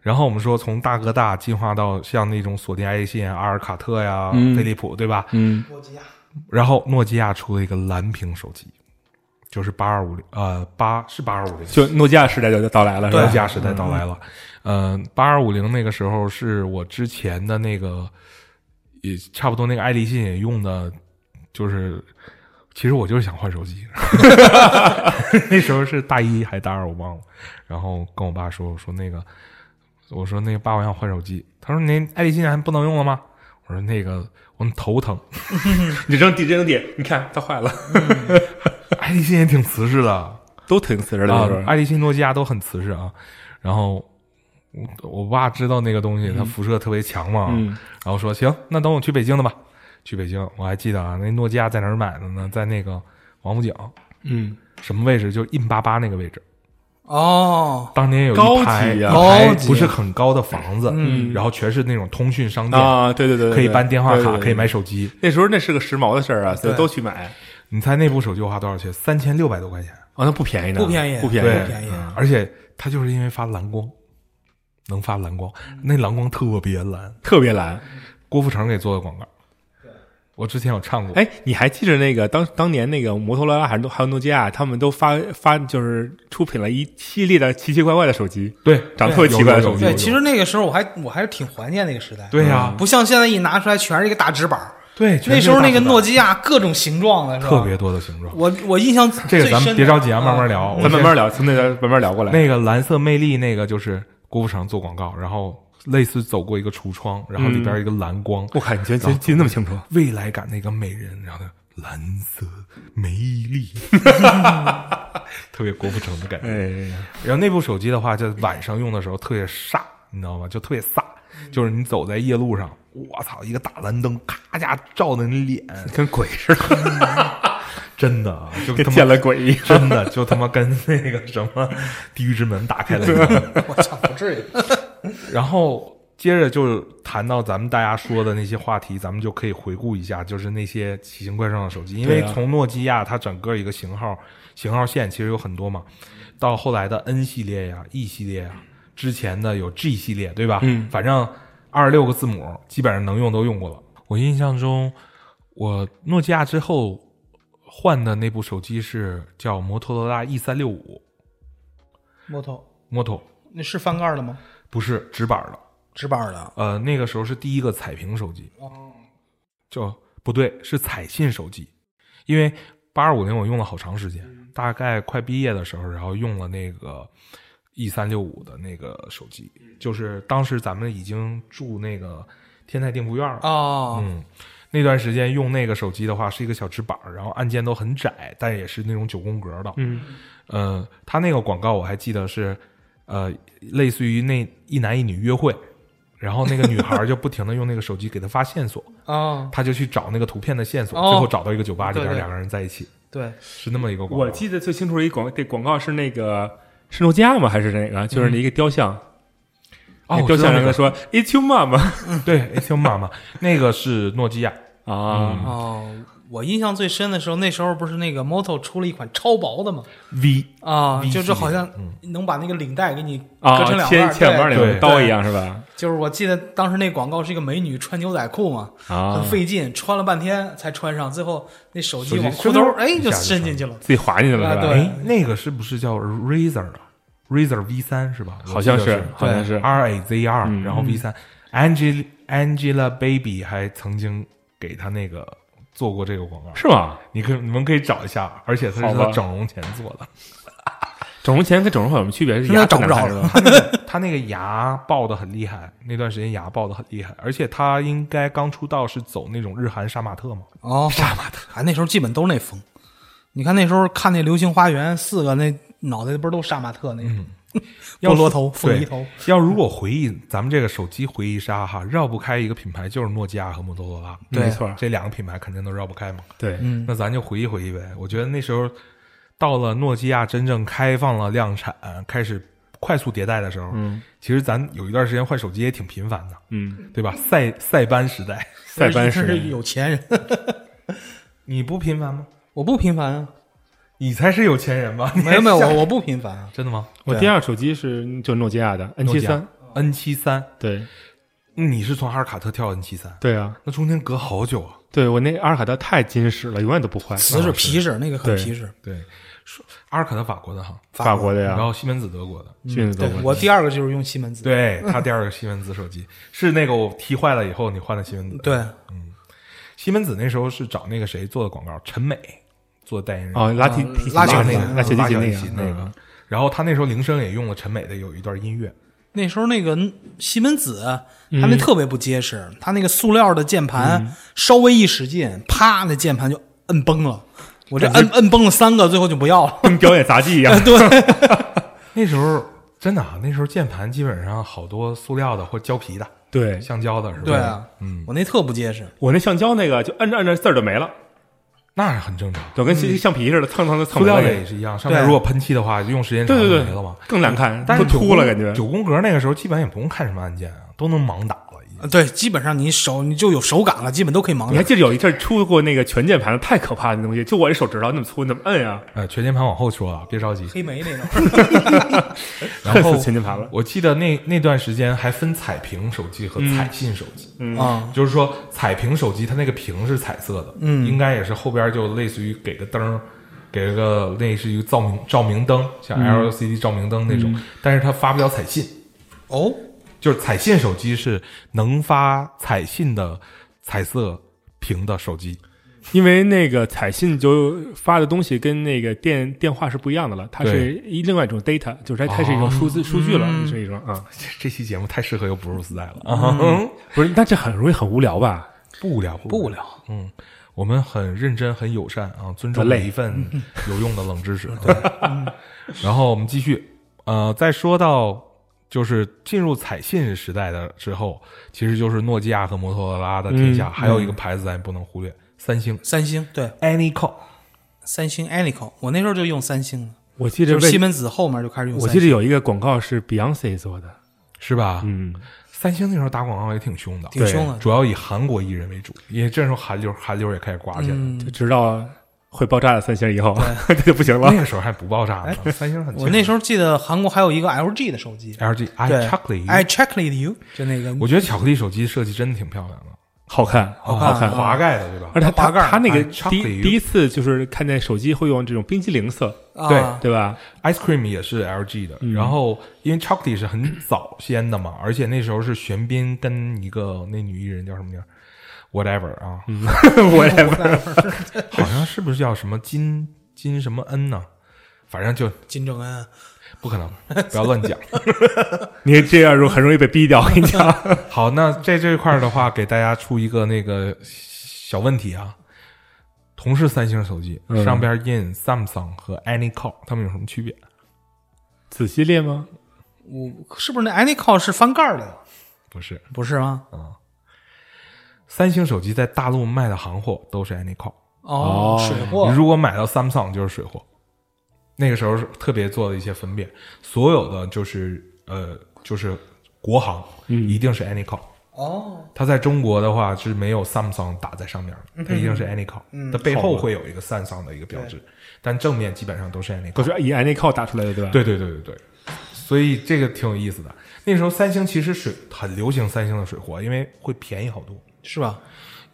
[SPEAKER 2] 然后我们说，从大哥大进化到像那种索尼爱立信、啊阿尔卡特呀、
[SPEAKER 3] 嗯
[SPEAKER 2] 飞利浦，对吧？
[SPEAKER 3] 嗯，
[SPEAKER 4] 诺基亚，
[SPEAKER 2] 然后诺基亚出了一个蓝屏手机，就是八二五零，呃，八是八二五零，
[SPEAKER 3] 就诺基亚时代就到来了，是
[SPEAKER 2] 诺基
[SPEAKER 3] 吧？
[SPEAKER 2] 亚时代到来了。嗯，八二五零那个时候是我之前的那个，也差不多那个爱立信也用的，就是其实我就是想换手 机。那时候是大一还大二我忘了，然后跟我爸说，我说那个，我说那个爸我想换手机，他说您爱立信还不能用了吗？我说那个我头疼，
[SPEAKER 3] 你扔地扔地，你看它坏了，
[SPEAKER 2] 爱立信也挺瓷实的。
[SPEAKER 3] 都挺瓷实的，
[SPEAKER 2] 啊
[SPEAKER 3] 那时，候
[SPEAKER 2] 爱立信、诺基亚都很瓷实啊。然后我我爸知道那个东西，它辐射特别强嘛，
[SPEAKER 3] 嗯
[SPEAKER 2] 然后说行，那等我去北京的吧。去北京，我还记得啊，那诺基亚在哪儿买的呢？在那个王府井
[SPEAKER 3] 嗯，
[SPEAKER 2] 什么位置？就印八八那个位置。
[SPEAKER 4] 哦，
[SPEAKER 2] 当年有
[SPEAKER 3] 高
[SPEAKER 2] 一排
[SPEAKER 3] 级
[SPEAKER 2] 一
[SPEAKER 3] 啊嗯
[SPEAKER 2] 排
[SPEAKER 4] 高级
[SPEAKER 2] 不是很高的房子，然后全是那种通讯商店，
[SPEAKER 3] 啊，对对对，对
[SPEAKER 2] 可以办电话
[SPEAKER 3] 对对
[SPEAKER 2] 卡，
[SPEAKER 3] 对
[SPEAKER 2] 可以买手机。
[SPEAKER 3] 那时候那是个时髦的事儿啊，所以都去买。
[SPEAKER 2] 你猜那部手机花多少钱？三千六百多块钱。
[SPEAKER 3] 哦，那不便宜呢，
[SPEAKER 4] 不便宜
[SPEAKER 3] 不便
[SPEAKER 2] 对，
[SPEAKER 4] 不便宜
[SPEAKER 2] 嗯而且它就是因为发蓝光，能发蓝光，
[SPEAKER 4] 嗯
[SPEAKER 2] 那蓝光特别蓝。
[SPEAKER 3] 特别蓝。
[SPEAKER 2] 郭富城给做的广告，我之前有唱过。，
[SPEAKER 3] 哎，你还记着那个当当年那个摩托罗拉还是诺还有诺基亚，他们都发发就是出品了一系列的奇奇怪怪的手机，
[SPEAKER 2] 对，
[SPEAKER 3] 长得特别奇怪的手
[SPEAKER 2] 有有
[SPEAKER 3] 机
[SPEAKER 2] 有
[SPEAKER 4] 对，
[SPEAKER 2] 有
[SPEAKER 4] 其实那个时候我还我还是挺怀念那个时代，
[SPEAKER 2] 对呀
[SPEAKER 4] 不像现在一拿出来全是一个大纸板儿，
[SPEAKER 2] 对，
[SPEAKER 4] 那时候那个诺
[SPEAKER 2] 基
[SPEAKER 4] 基亚各种形状的，是吧
[SPEAKER 2] 特别多的形状。
[SPEAKER 4] 我我印象
[SPEAKER 2] 这个咱
[SPEAKER 4] 最
[SPEAKER 2] 们
[SPEAKER 4] 深
[SPEAKER 2] 别着急
[SPEAKER 4] 的
[SPEAKER 2] 啊，慢慢。聊。我
[SPEAKER 3] 咱慢
[SPEAKER 2] 先
[SPEAKER 3] 慢聊，从那边慢慢聊过来。
[SPEAKER 2] 那个蓝色魅力，那个就是郭富城做广告，然后类似走过一个橱窗，然后里
[SPEAKER 3] 嗯
[SPEAKER 2] 边一个蓝光，
[SPEAKER 3] 我靠，你居然记记得那么清楚？
[SPEAKER 2] 未来感那个美人，然后呢蓝色魅 力，特别郭富城的感觉。
[SPEAKER 3] 哎，
[SPEAKER 2] 然后那部手机的话，就晚上用的时候特别飒，你知道吗？就特别飒，就是你走在夜路上，我操，一个大蓝灯咔一下照的你脸，
[SPEAKER 3] 跟鬼似的，
[SPEAKER 2] 真的啊，就
[SPEAKER 3] 跟
[SPEAKER 2] 他
[SPEAKER 3] 见
[SPEAKER 2] 妈
[SPEAKER 3] 了鬼一样。
[SPEAKER 2] 真的就他妈跟那个什么地狱之门打开了一样。
[SPEAKER 4] 啊我操，不至于。
[SPEAKER 2] 然后接着就谈到咱们大家说的那些话题，咱们就可以回顾一下，就是那些奇形怪状的手机，因为
[SPEAKER 3] 对啊
[SPEAKER 2] 从诺基亚它整个一个型号型号线其实有很多嘛，到后来的 N 系列呀、E 系列呀，之前的有 G 系列，对吧？
[SPEAKER 3] 嗯
[SPEAKER 2] 反正二十六个字母基本上能用都用过了。我印象中，我诺基亚之后换的那部手机是叫摩托罗拉 E 三六五
[SPEAKER 4] 摩托，
[SPEAKER 2] 摩托，
[SPEAKER 4] 那是翻盖儿的吗？
[SPEAKER 2] 不是直板儿的。
[SPEAKER 4] 纸板儿的。
[SPEAKER 2] 呃，那个时候是第一个彩屏手机，就不对，是彩信手机，因为八二五零我用了好长时间，大概快毕业的时候，然后用了那个 E 三六五的那个手机，就是当时咱们已经住那个天泰定福院了，
[SPEAKER 4] 哦，
[SPEAKER 2] 嗯，那段时间用那个手机的话是一个小直板儿，然后按键都很窄，但也是那种九宫格的，
[SPEAKER 3] 嗯，
[SPEAKER 2] 呃，呃他那个广告我还记得是，呃，类似于那一男一女约会，然后那个女孩就不停的用那个手机给他发线 索，
[SPEAKER 4] 啊，
[SPEAKER 2] 他就去找那个图片的线索，
[SPEAKER 4] 哦
[SPEAKER 2] 最后找到一个酒吧里
[SPEAKER 4] 对
[SPEAKER 2] 边
[SPEAKER 4] 对
[SPEAKER 2] 两个人在一起，
[SPEAKER 4] 对，
[SPEAKER 2] 是那么一个广告。
[SPEAKER 3] 我记得最清楚的一广这广告是那个是诺基亚吗？还是哪个？就是一个雕像，
[SPEAKER 2] 哦，
[SPEAKER 3] 那啊
[SPEAKER 2] 我
[SPEAKER 3] 雕
[SPEAKER 2] 知道
[SPEAKER 3] 像
[SPEAKER 2] 那个
[SPEAKER 3] 上面说 “It's your mom”
[SPEAKER 2] 对哎，It's your mama，那个是诺基亚，
[SPEAKER 3] 啊，
[SPEAKER 4] 哦，我印象最深的时候，那时候不是那个 Moto 出了一款超薄的嘛，
[SPEAKER 2] V
[SPEAKER 4] 啊
[SPEAKER 2] V，
[SPEAKER 4] 就是好像
[SPEAKER 2] 嗯
[SPEAKER 4] 能把那个领带给你割
[SPEAKER 3] 啊，
[SPEAKER 4] 成两半
[SPEAKER 3] 切
[SPEAKER 4] 儿，
[SPEAKER 3] 切两半儿
[SPEAKER 4] 对
[SPEAKER 3] 里面
[SPEAKER 2] 对
[SPEAKER 3] 刀一样是吧？
[SPEAKER 4] 就是我记得当时那广告是一个美女穿牛仔裤嘛，
[SPEAKER 3] 啊
[SPEAKER 4] 很，费劲，穿了半天才穿上，最后那手
[SPEAKER 2] 手
[SPEAKER 4] 机
[SPEAKER 2] 机
[SPEAKER 4] 往裤
[SPEAKER 2] 嗖
[SPEAKER 4] 兜
[SPEAKER 2] 嗖
[SPEAKER 4] 儿哎
[SPEAKER 2] 一
[SPEAKER 4] 就
[SPEAKER 2] 下就
[SPEAKER 4] 伸进去了。
[SPEAKER 3] 自己滑进去了是吧？
[SPEAKER 4] 啊对
[SPEAKER 2] 哎，那个是不是叫 Razer 啊？Razer V 三是吧？
[SPEAKER 3] 好像
[SPEAKER 2] 我记得
[SPEAKER 3] 是，好像是
[SPEAKER 2] R A Z R，、
[SPEAKER 3] 嗯
[SPEAKER 2] 然后 V 三、Angel Angelababy 还曾经给他那个做过这个广告，
[SPEAKER 3] 是吗？
[SPEAKER 2] 你可以你们可以找一下，而且他
[SPEAKER 3] 好
[SPEAKER 2] 是
[SPEAKER 3] 吧
[SPEAKER 2] 他整容前做的，
[SPEAKER 3] 整容前跟整容后有什么区别？是
[SPEAKER 4] 现在
[SPEAKER 3] 牙
[SPEAKER 4] 找不着
[SPEAKER 3] 难看是
[SPEAKER 4] 了
[SPEAKER 3] 吧？
[SPEAKER 2] 他那个他那个牙爆的很厉害，那段时间牙爆的很厉害，而且他应该刚出道是走那种日韩杀马特嘛，
[SPEAKER 4] 哦，杀马特，啊，那时候基本都是那风。你看那时候看那《流星花园》，四个那脑袋不是都杀马特那 种，菠萝 头、
[SPEAKER 2] 对
[SPEAKER 4] 凤梨头，
[SPEAKER 2] 要如果回忆咱们这个手机回忆杀哈，绕不开一个品牌就是诺基亚和摩托罗拉，
[SPEAKER 4] 嗯对嗯
[SPEAKER 3] 没错，
[SPEAKER 2] 这两个品牌肯定都绕不开嘛。
[SPEAKER 3] 对，
[SPEAKER 2] 那咱就回忆回忆呗。我觉得那时候到了诺基亚真正开放了量产，开始快速迭代的时候，嗯，其实咱有一段时间换手机也挺频繁的，
[SPEAKER 3] 嗯，
[SPEAKER 2] 对吧？塞塞班时代，
[SPEAKER 3] 塞班
[SPEAKER 4] 真是
[SPEAKER 3] 是
[SPEAKER 4] 有钱人。
[SPEAKER 2] 你不频繁吗？
[SPEAKER 4] 我不频繁啊，
[SPEAKER 2] 你才是有钱人吧？你
[SPEAKER 4] 没有没有，我我不频繁啊。
[SPEAKER 2] 真的吗
[SPEAKER 3] 我第二手机是就诺基亚的 N 七三，
[SPEAKER 2] ？N 七三，
[SPEAKER 3] 对
[SPEAKER 2] 你是从阿尔卡特跳 N 七三，
[SPEAKER 3] 对啊，
[SPEAKER 2] 那中间隔好久啊。
[SPEAKER 3] 对我那阿尔卡特太金石了，永远都不坏，
[SPEAKER 4] 瓷质、皮质那个很
[SPEAKER 3] 对
[SPEAKER 4] 皮质，
[SPEAKER 2] 对，说阿尔卡特法国的哈，
[SPEAKER 3] 法国的
[SPEAKER 2] 然
[SPEAKER 3] 呀，
[SPEAKER 2] 后西门子德国的，
[SPEAKER 3] 迅速
[SPEAKER 4] 对我第二个就是用西门子，
[SPEAKER 2] 对他第二个西门子手机是那个我踢坏了以后你换的西门子，
[SPEAKER 4] 对，
[SPEAKER 2] 西门子那时候是找那个谁做的广告，陈美做代言人，
[SPEAKER 3] 啊，拉提
[SPEAKER 4] 嗯
[SPEAKER 3] 提
[SPEAKER 4] 拉
[SPEAKER 3] 琴
[SPEAKER 4] 小
[SPEAKER 3] 那个
[SPEAKER 4] 提琴
[SPEAKER 3] 拉小提
[SPEAKER 2] 拉小
[SPEAKER 3] 琴那
[SPEAKER 2] 提
[SPEAKER 3] 个
[SPEAKER 2] 琴那
[SPEAKER 3] 嗯
[SPEAKER 2] 个。然后他那时候铃声也用了陈美的有一段音乐，
[SPEAKER 4] 那时候那个西门子，它那特别不结实，它那个塑料的键盘稍微一使劲，啪，那键盘就摁崩了。我这摁摁崩了三个，最后就不要了。。
[SPEAKER 3] 跟表演杂技一样
[SPEAKER 4] 对，
[SPEAKER 2] 那时候真的啊，那时候键盘基本上好多塑料的或胶皮的、
[SPEAKER 3] 对
[SPEAKER 2] 橡胶的，是吧？
[SPEAKER 4] 对啊，
[SPEAKER 2] 嗯，
[SPEAKER 4] 我那特不结实。
[SPEAKER 3] 我那橡胶那个就摁着摁着字儿就没了，
[SPEAKER 2] 那是很正常。
[SPEAKER 3] 就跟橡皮似的，蹭蹭蹭蹭
[SPEAKER 2] 塑料
[SPEAKER 3] 的
[SPEAKER 2] 的
[SPEAKER 3] 那
[SPEAKER 2] 也
[SPEAKER 3] 个。
[SPEAKER 2] 是一样，上面
[SPEAKER 4] 对
[SPEAKER 2] 如果喷漆的话，用时间长就
[SPEAKER 3] 对对
[SPEAKER 2] 没了嘛
[SPEAKER 3] 对。，更难看，
[SPEAKER 2] 但
[SPEAKER 3] 都
[SPEAKER 2] 是九
[SPEAKER 3] 秃了
[SPEAKER 2] 宫
[SPEAKER 3] 感觉。
[SPEAKER 2] 九宫格那个时候基本上也不用看什么按键啊，都能盲打了已经。
[SPEAKER 4] 呃对，基本上你手你就有手感了，基本都可以盲
[SPEAKER 3] 你还
[SPEAKER 4] 打。
[SPEAKER 3] 记得有一阵儿出过那个全键盘，太可怕的东西，就我这手指头那么粗，你怎么摁啊呀？
[SPEAKER 2] 呃，全键盘往后说啊，别着急。
[SPEAKER 4] 黑莓那种，
[SPEAKER 2] 然后
[SPEAKER 3] 恨死 全键盘了
[SPEAKER 2] 我记得那那段时间还分彩屏手机和
[SPEAKER 3] 嗯
[SPEAKER 2] 彩信手机，
[SPEAKER 4] 啊，
[SPEAKER 2] 就是说彩屏手机它那个屏是彩色的，嗯，应该也是后边就类似于给个灯儿，给了个类似于照明照明灯，
[SPEAKER 3] 嗯
[SPEAKER 2] 像 LCD 照明灯那种，但是它发不了彩信，
[SPEAKER 4] 哦，
[SPEAKER 2] 就是彩信手机是能发彩信的彩色屏的手机，
[SPEAKER 3] 因为那个彩信就发的东西跟那个电电话是不一样的了，它是一另外一种 data，就是它它是一种
[SPEAKER 4] 哦
[SPEAKER 3] 数字数据
[SPEAKER 4] 嗯
[SPEAKER 3] 了，就是一种啊，
[SPEAKER 2] 这 这期节目太适合有布鲁斯在了啊、嗯
[SPEAKER 3] 不是，但这很容易很无聊吧？
[SPEAKER 2] 不无聊，
[SPEAKER 4] 不无
[SPEAKER 2] 聊。
[SPEAKER 4] 聊。
[SPEAKER 2] 嗯，我们很认真、很友善啊，尊重
[SPEAKER 3] 很累
[SPEAKER 2] 每一份有用的冷知识。对，然后我们继续，呃，再说到就是进入彩信时代的之后，其实就是诺基亚和摩托罗拉的天下，
[SPEAKER 3] 嗯
[SPEAKER 2] 还有一个牌子咱也不能忽略，三星
[SPEAKER 4] 三星对，
[SPEAKER 2] Anycall。
[SPEAKER 4] 三星 Anyco，我那时候就用三星了，
[SPEAKER 3] 我记得
[SPEAKER 4] 就是西
[SPEAKER 3] 为
[SPEAKER 4] 门子后面就开始用
[SPEAKER 3] 我
[SPEAKER 4] 三
[SPEAKER 3] 记
[SPEAKER 4] 星。
[SPEAKER 3] 得有一个广告是 Beyonce 做的，
[SPEAKER 2] 是吧？
[SPEAKER 3] 嗯，
[SPEAKER 2] 三星那时候打广告也挺凶的，
[SPEAKER 4] 挺
[SPEAKER 3] 对
[SPEAKER 4] 凶的，
[SPEAKER 2] 主要以韩国艺人为主，因为这时候韩流韩流也开始刮起来了。
[SPEAKER 4] 嗯
[SPEAKER 3] 就直到会爆炸的三星以后， 这就不行了
[SPEAKER 2] 那。个时候还不爆炸呢，三星很
[SPEAKER 4] 我那时候记得韩国还有一个 LG 的手机
[SPEAKER 2] LG i
[SPEAKER 4] 对
[SPEAKER 2] Chocolate，
[SPEAKER 4] ，I chocolate you，就那 个
[SPEAKER 2] 我觉得巧克力手机设计真的挺漂亮的，
[SPEAKER 3] 好看，
[SPEAKER 4] 好
[SPEAKER 3] 好
[SPEAKER 4] 看
[SPEAKER 3] 看
[SPEAKER 4] 嗯，
[SPEAKER 2] 滑盖的对吧？
[SPEAKER 3] 啊而且
[SPEAKER 4] 滑
[SPEAKER 3] 他
[SPEAKER 4] 盖儿
[SPEAKER 3] 他那个
[SPEAKER 2] 哎
[SPEAKER 3] 第
[SPEAKER 2] ，chocolate
[SPEAKER 3] 一第一次就是看见手机会用这种冰激凌色，
[SPEAKER 2] 对
[SPEAKER 4] 啊，
[SPEAKER 3] 对吧？
[SPEAKER 2] Ice Cream 也是 LG 的，
[SPEAKER 3] 嗯
[SPEAKER 2] 然后因为 Chocolate 是很早先的嘛，而且那时候是玄彬跟一个那女艺人叫什么名儿，whatever 啊，
[SPEAKER 3] 嗯我也
[SPEAKER 2] 好像是不是叫什么金金什么恩呢？反正就
[SPEAKER 4] 金正恩，
[SPEAKER 2] 不可能，不要乱讲。
[SPEAKER 3] 你这样容很容易被逼掉，我跟 你讲。
[SPEAKER 2] 好，那在这一块儿的话，给大家出一个那个小问题啊，同是三星手机，
[SPEAKER 3] 嗯
[SPEAKER 2] 上边印 Samsung 和 Anycall，它们有什么区别？
[SPEAKER 3] 子系列吗？
[SPEAKER 4] 我是不是那 Anycall 是翻盖儿的呀？
[SPEAKER 2] 不是
[SPEAKER 4] 不是吗？
[SPEAKER 2] 三星手机在大陆卖的行货都是 Anycall。
[SPEAKER 4] 哦
[SPEAKER 3] 哦
[SPEAKER 4] 水货
[SPEAKER 2] 你如果买到 Samsung 就是水货，那个时候是特别做了一些分辨，所有的就是呃就是国行，一定是 Anycall。
[SPEAKER 4] 哦，
[SPEAKER 2] 它在中国的话是没有 Samsung 打在上面的，它一定是 Anycall，、它背后会有一个 Samsung 的一个标志，但正面基本上都是 Anycall。
[SPEAKER 3] 都是以 N A 靠打出来的，对吧？，
[SPEAKER 2] 对对对对对，所以这个挺有意思的。那时候三星其实水很流行三星的水货，因为会便宜好多。
[SPEAKER 4] 是吧？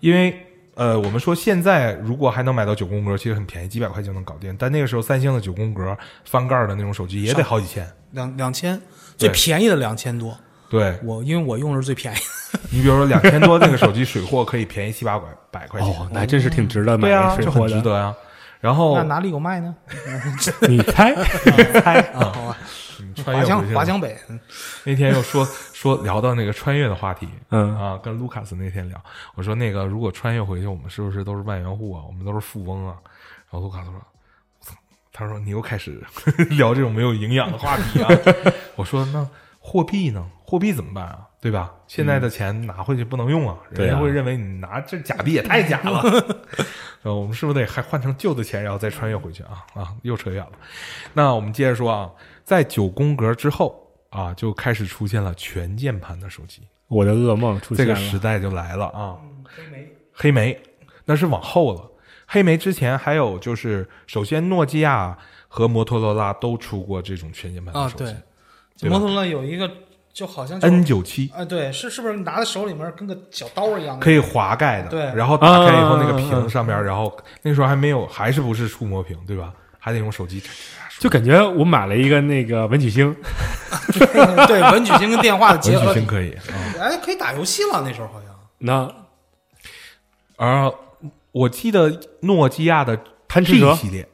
[SPEAKER 2] 因为呃，我们说现在如果还能买到九宫格，其实很便宜，几百块就能搞定。但那个时候，三星的九宫格翻盖的那种手机也得好几千。
[SPEAKER 4] 两两千，最便宜的两千多。
[SPEAKER 2] 对
[SPEAKER 4] 我因为我用的是最便宜的，
[SPEAKER 2] 你比如说两千多那个手机，水货可以便宜七八百百块钱，
[SPEAKER 3] 哦，那还真是挺值得买
[SPEAKER 2] 对啊，
[SPEAKER 3] 水
[SPEAKER 2] 就
[SPEAKER 3] 货
[SPEAKER 2] 很值
[SPEAKER 3] 的。
[SPEAKER 2] 得啊。然后
[SPEAKER 4] 那哪里有卖呢？
[SPEAKER 3] 你 猜？
[SPEAKER 4] 猜啊，好吧，
[SPEAKER 2] 嗯穿越
[SPEAKER 4] 华
[SPEAKER 2] 回
[SPEAKER 4] 强
[SPEAKER 2] 去
[SPEAKER 4] 华
[SPEAKER 2] 了
[SPEAKER 4] 强北，嗯
[SPEAKER 2] 那天又说说聊到那个穿越的话题，
[SPEAKER 3] 嗯
[SPEAKER 2] 啊，跟卢卡斯那天聊，我说那个如果穿越回去，我们是不是都是万元户啊？我们都是富翁啊？然后卢卡斯说，他说你又开始 聊这种没有营养的话题 啊。我说那货币呢？货币怎么办啊？对吧？现在的钱拿回去不能用啊，
[SPEAKER 3] 对
[SPEAKER 2] 人
[SPEAKER 3] 啊
[SPEAKER 2] 家会认为你拿这假币也太假 了。呃，我们是不是得还换成旧的钱，然后再穿越回去啊？啊，又扯远了。那我们接着说啊，在九宫格之后啊，就开始出现了全键盘的手机，
[SPEAKER 3] 我的噩梦出
[SPEAKER 2] 这
[SPEAKER 3] 现
[SPEAKER 2] 个
[SPEAKER 3] 了。
[SPEAKER 2] 时代就来了啊。黑莓，那是往后了。黑莓之前还有就是，首先诺基亚和摩托罗拉都出过这种全键盘
[SPEAKER 4] 啊
[SPEAKER 2] 的手机
[SPEAKER 4] 对，
[SPEAKER 2] 对吧
[SPEAKER 4] 摩托罗拉有一个就好像就
[SPEAKER 2] ，N 九七
[SPEAKER 4] 啊对，是是不是拿在手里面跟个小刀一样的？
[SPEAKER 2] 可以滑盖的，
[SPEAKER 4] 对
[SPEAKER 2] 然后打开以后
[SPEAKER 3] 啊
[SPEAKER 2] 那个
[SPEAKER 3] 啊啊啊
[SPEAKER 2] 屏上面，然后那时候还没有，还是不是触摸屏对吧？还得用手机。
[SPEAKER 3] 就感觉我买了一个那个文曲星，
[SPEAKER 4] 对，文曲星跟电话的结
[SPEAKER 2] 文曲
[SPEAKER 4] 合，
[SPEAKER 2] 星可以啊。
[SPEAKER 4] 哎，可以打游戏了，那时候好像
[SPEAKER 3] 那
[SPEAKER 2] 而我记得诺基亚的
[SPEAKER 3] 贪吃
[SPEAKER 2] G
[SPEAKER 3] 蛇，
[SPEAKER 2] 系列，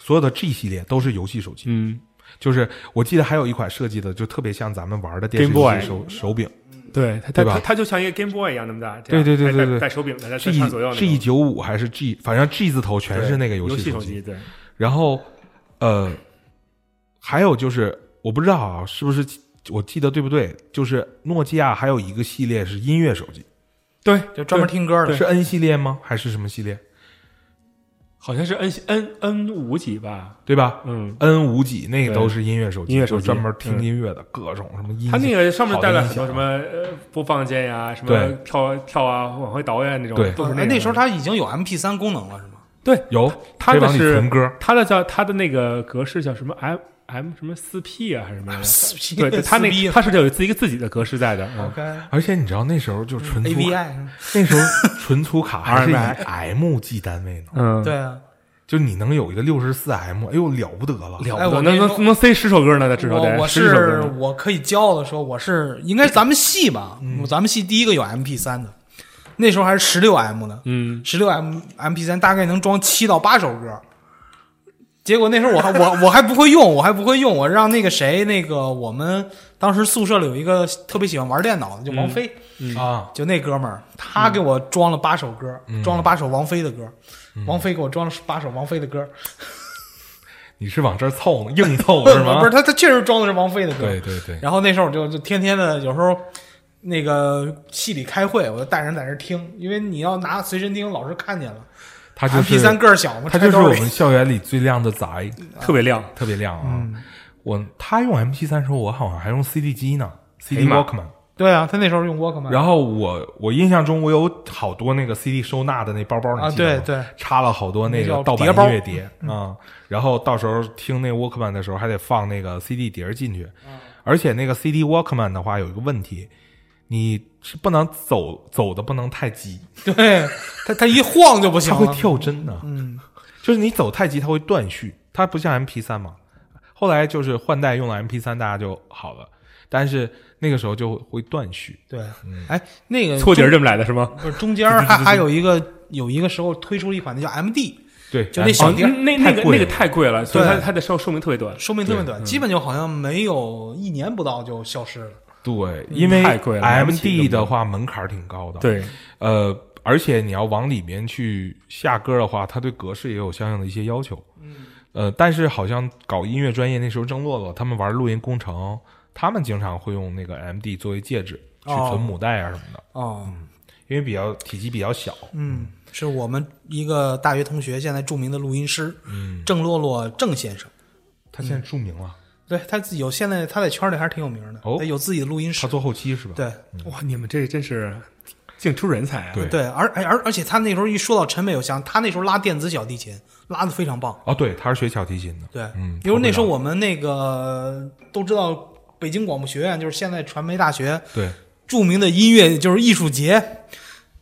[SPEAKER 2] 所有的 G 系列都是游戏手机，
[SPEAKER 3] 嗯，
[SPEAKER 2] 就是我记得还有一款设计的就特别像咱们玩的电视
[SPEAKER 3] Game Boy
[SPEAKER 2] 游戏手手柄，
[SPEAKER 3] 对，它
[SPEAKER 2] 对
[SPEAKER 3] 它
[SPEAKER 2] 吧
[SPEAKER 3] 它它就像一个 Game Boy 一样那么大，这样
[SPEAKER 2] 对对对对
[SPEAKER 3] 戴
[SPEAKER 2] 对
[SPEAKER 3] 戴手柄的，在
[SPEAKER 2] G
[SPEAKER 3] 上左右那种
[SPEAKER 2] G 九五还是 G，反正 G 字头全是那个
[SPEAKER 3] 游
[SPEAKER 2] 戏
[SPEAKER 3] 手
[SPEAKER 2] 机。
[SPEAKER 3] 对，
[SPEAKER 2] 然后，呃，还有就是我不知道啊，是不是我记得对不对？就是诺基亚还有一个系列是音乐手机，
[SPEAKER 3] 对，
[SPEAKER 4] 就专门
[SPEAKER 3] 对，
[SPEAKER 4] 听歌的，
[SPEAKER 2] 是 N 系列吗？还是什么系列？
[SPEAKER 3] 好像是 N N N 五几吧，
[SPEAKER 2] 对吧？
[SPEAKER 3] 嗯，
[SPEAKER 2] N 五几那个
[SPEAKER 3] 对
[SPEAKER 2] 都是音乐手机，
[SPEAKER 3] 音乐手机
[SPEAKER 2] 就专门听音乐的、各种什么音响。
[SPEAKER 3] 它那个上面带了很多
[SPEAKER 2] 好的
[SPEAKER 3] 什
[SPEAKER 2] 音响
[SPEAKER 3] 么呃播放键呀，什么
[SPEAKER 2] 对
[SPEAKER 3] 跳跳啊，往回倒呀那种，
[SPEAKER 2] 对
[SPEAKER 3] 都是那
[SPEAKER 4] 哎那时候它已经有 MP 三功能了，是吗？
[SPEAKER 3] 对
[SPEAKER 2] 有，
[SPEAKER 3] 它
[SPEAKER 2] 可以
[SPEAKER 3] 的
[SPEAKER 2] 往里
[SPEAKER 3] 是
[SPEAKER 2] 存歌，
[SPEAKER 3] 它的叫它的那个格式叫什么 M M 什么四 P 啊还是什么来着？
[SPEAKER 4] 四 P
[SPEAKER 3] 对，对它那
[SPEAKER 4] 四 P 啊
[SPEAKER 3] 它是有自己一个自己的格式在的，嗯
[SPEAKER 4] OK
[SPEAKER 2] 而且你知道那时候就纯
[SPEAKER 4] 嗯
[SPEAKER 2] 粗卡，
[SPEAKER 4] AVI
[SPEAKER 2] 那时候纯粗卡还是以
[SPEAKER 3] RMI
[SPEAKER 2] M 计单位呢，
[SPEAKER 3] 嗯，
[SPEAKER 4] 对啊，
[SPEAKER 2] 就你能有一个六十四 M，哎呦了不得了，
[SPEAKER 3] 了
[SPEAKER 4] 哎
[SPEAKER 3] 不得，
[SPEAKER 4] 我跟
[SPEAKER 3] 能
[SPEAKER 4] 你说
[SPEAKER 3] 能能塞十首歌呢，那至少
[SPEAKER 4] 我
[SPEAKER 3] 得
[SPEAKER 4] 我
[SPEAKER 3] 十几首歌
[SPEAKER 4] 是
[SPEAKER 3] 呢。
[SPEAKER 4] 我可以骄傲的说，我是应该是咱们系吧，咱们系第一个有 MP 三的，那时候还是十六 M 的，
[SPEAKER 3] 嗯，
[SPEAKER 4] 十六 M MP 三大概能装七到八首歌。结果那时候我还我我还不会用，我还不会用，我让那个谁那个我们当时宿舍里有一个特别喜欢玩电脑的，就王菲，
[SPEAKER 2] 啊！
[SPEAKER 4] 就那哥们儿，他给我装了八首歌，装了八首王菲的歌，王菲给我装了八首王菲的歌，
[SPEAKER 2] 你是往这儿凑呢，硬凑是吗
[SPEAKER 4] 不是，？他他确实装的是王菲的歌，
[SPEAKER 2] 对对对，
[SPEAKER 4] 然后那时候我就就天天的，有时候那个系里开会，我就带人在那儿听，因为你要拿随身听，老师看见了。
[SPEAKER 2] 他就
[SPEAKER 4] P
[SPEAKER 2] 是
[SPEAKER 4] 三个儿小嘛，
[SPEAKER 2] 他就
[SPEAKER 4] 揣
[SPEAKER 2] 是
[SPEAKER 4] 兜
[SPEAKER 2] 我
[SPEAKER 4] 里
[SPEAKER 2] 们校园里最靓的仔，
[SPEAKER 4] 啊
[SPEAKER 3] 特别亮，
[SPEAKER 2] 特别亮啊！我他用 M P 三时候，我好像还用 C D 机呢，CD
[SPEAKER 3] 哎呀妈
[SPEAKER 2] Walkman。
[SPEAKER 4] 对啊，他那时候用 Walkman，
[SPEAKER 2] 然后我我印象中我有好多那个 CD 收纳的那包包，
[SPEAKER 4] 啊
[SPEAKER 2] 你记得吗
[SPEAKER 4] 对对
[SPEAKER 2] 插了好多那
[SPEAKER 4] 那叫
[SPEAKER 2] 个盗版
[SPEAKER 4] 碟包嗯
[SPEAKER 2] 音乐碟啊、然后到时候听那 Walkman 的时候还得放那个 CD 碟儿进去，
[SPEAKER 4] 嗯
[SPEAKER 2] 而且那个 CD Walkman 的话有一个问题，你是不能走走的不能太急，
[SPEAKER 4] 对他他一晃就不行
[SPEAKER 2] 它会
[SPEAKER 4] 了，
[SPEAKER 2] 跳帧呢，
[SPEAKER 4] 嗯，
[SPEAKER 2] 就是你走太急它会断续，它不像 MP 三嘛。后来就是换代用了 MP 三，大家就好了，但是那个时候就会断续。
[SPEAKER 4] 对，
[SPEAKER 2] 嗯
[SPEAKER 4] 哎，那个
[SPEAKER 3] 错节
[SPEAKER 4] 中
[SPEAKER 3] 儿这么来的是吗？
[SPEAKER 4] 不是中间儿还还有一个有一个时候推出了一款那叫 MD，
[SPEAKER 2] 对，
[SPEAKER 4] 就那小
[SPEAKER 3] 哦
[SPEAKER 4] 碟儿
[SPEAKER 3] 那
[SPEAKER 2] 太
[SPEAKER 3] 那个
[SPEAKER 2] 贵
[SPEAKER 3] 那
[SPEAKER 2] 了
[SPEAKER 3] 个太贵了，所以
[SPEAKER 4] 对
[SPEAKER 3] 它它的寿寿命特别短。
[SPEAKER 4] 寿命特别短，
[SPEAKER 2] 嗯
[SPEAKER 4] 基本就好像没有一年不到就消失了。
[SPEAKER 2] 对，因为
[SPEAKER 3] 太贵了买不起
[SPEAKER 2] MD
[SPEAKER 3] 这
[SPEAKER 2] 的
[SPEAKER 3] 种
[SPEAKER 2] 话门槛儿挺高的。，
[SPEAKER 3] 对，
[SPEAKER 2] 呃，而且你要往里面去下歌的话，它对格式也有相应的一些要求。嗯，呃，但是好像搞音乐专业那时候郑洛洛他们玩录音工程，他们经常会用那个 MD 作为介质，去
[SPEAKER 3] 哦
[SPEAKER 2] 存母带啊什么的，
[SPEAKER 4] 哦，
[SPEAKER 2] 因为比较体积比较小。
[SPEAKER 4] 嗯，是我们一个大学同学，现在著名的录音师，
[SPEAKER 2] 嗯，
[SPEAKER 4] 郑洛洛郑先生。
[SPEAKER 2] 他现在著名
[SPEAKER 3] 嗯
[SPEAKER 2] 了，
[SPEAKER 4] 对他自己有现在他在圈里还是挺有名的，
[SPEAKER 2] 哦
[SPEAKER 4] 他有自己的录音室
[SPEAKER 2] 他。做后期是吧？
[SPEAKER 4] 对
[SPEAKER 3] 哇，你们这真是净出人才啊！
[SPEAKER 2] 对
[SPEAKER 4] 嗯对，而哎而而且他那时候一说到陈美友香，他那时候拉电子小提琴拉的非常棒。
[SPEAKER 2] 哦，对，他是学小提琴的。
[SPEAKER 4] 对，
[SPEAKER 2] 嗯
[SPEAKER 4] 因为那时候
[SPEAKER 2] 他会拉
[SPEAKER 4] 我们那个都知道北京广播学院就是现在传媒大学
[SPEAKER 2] 对，
[SPEAKER 4] 著名的音乐就是艺术节，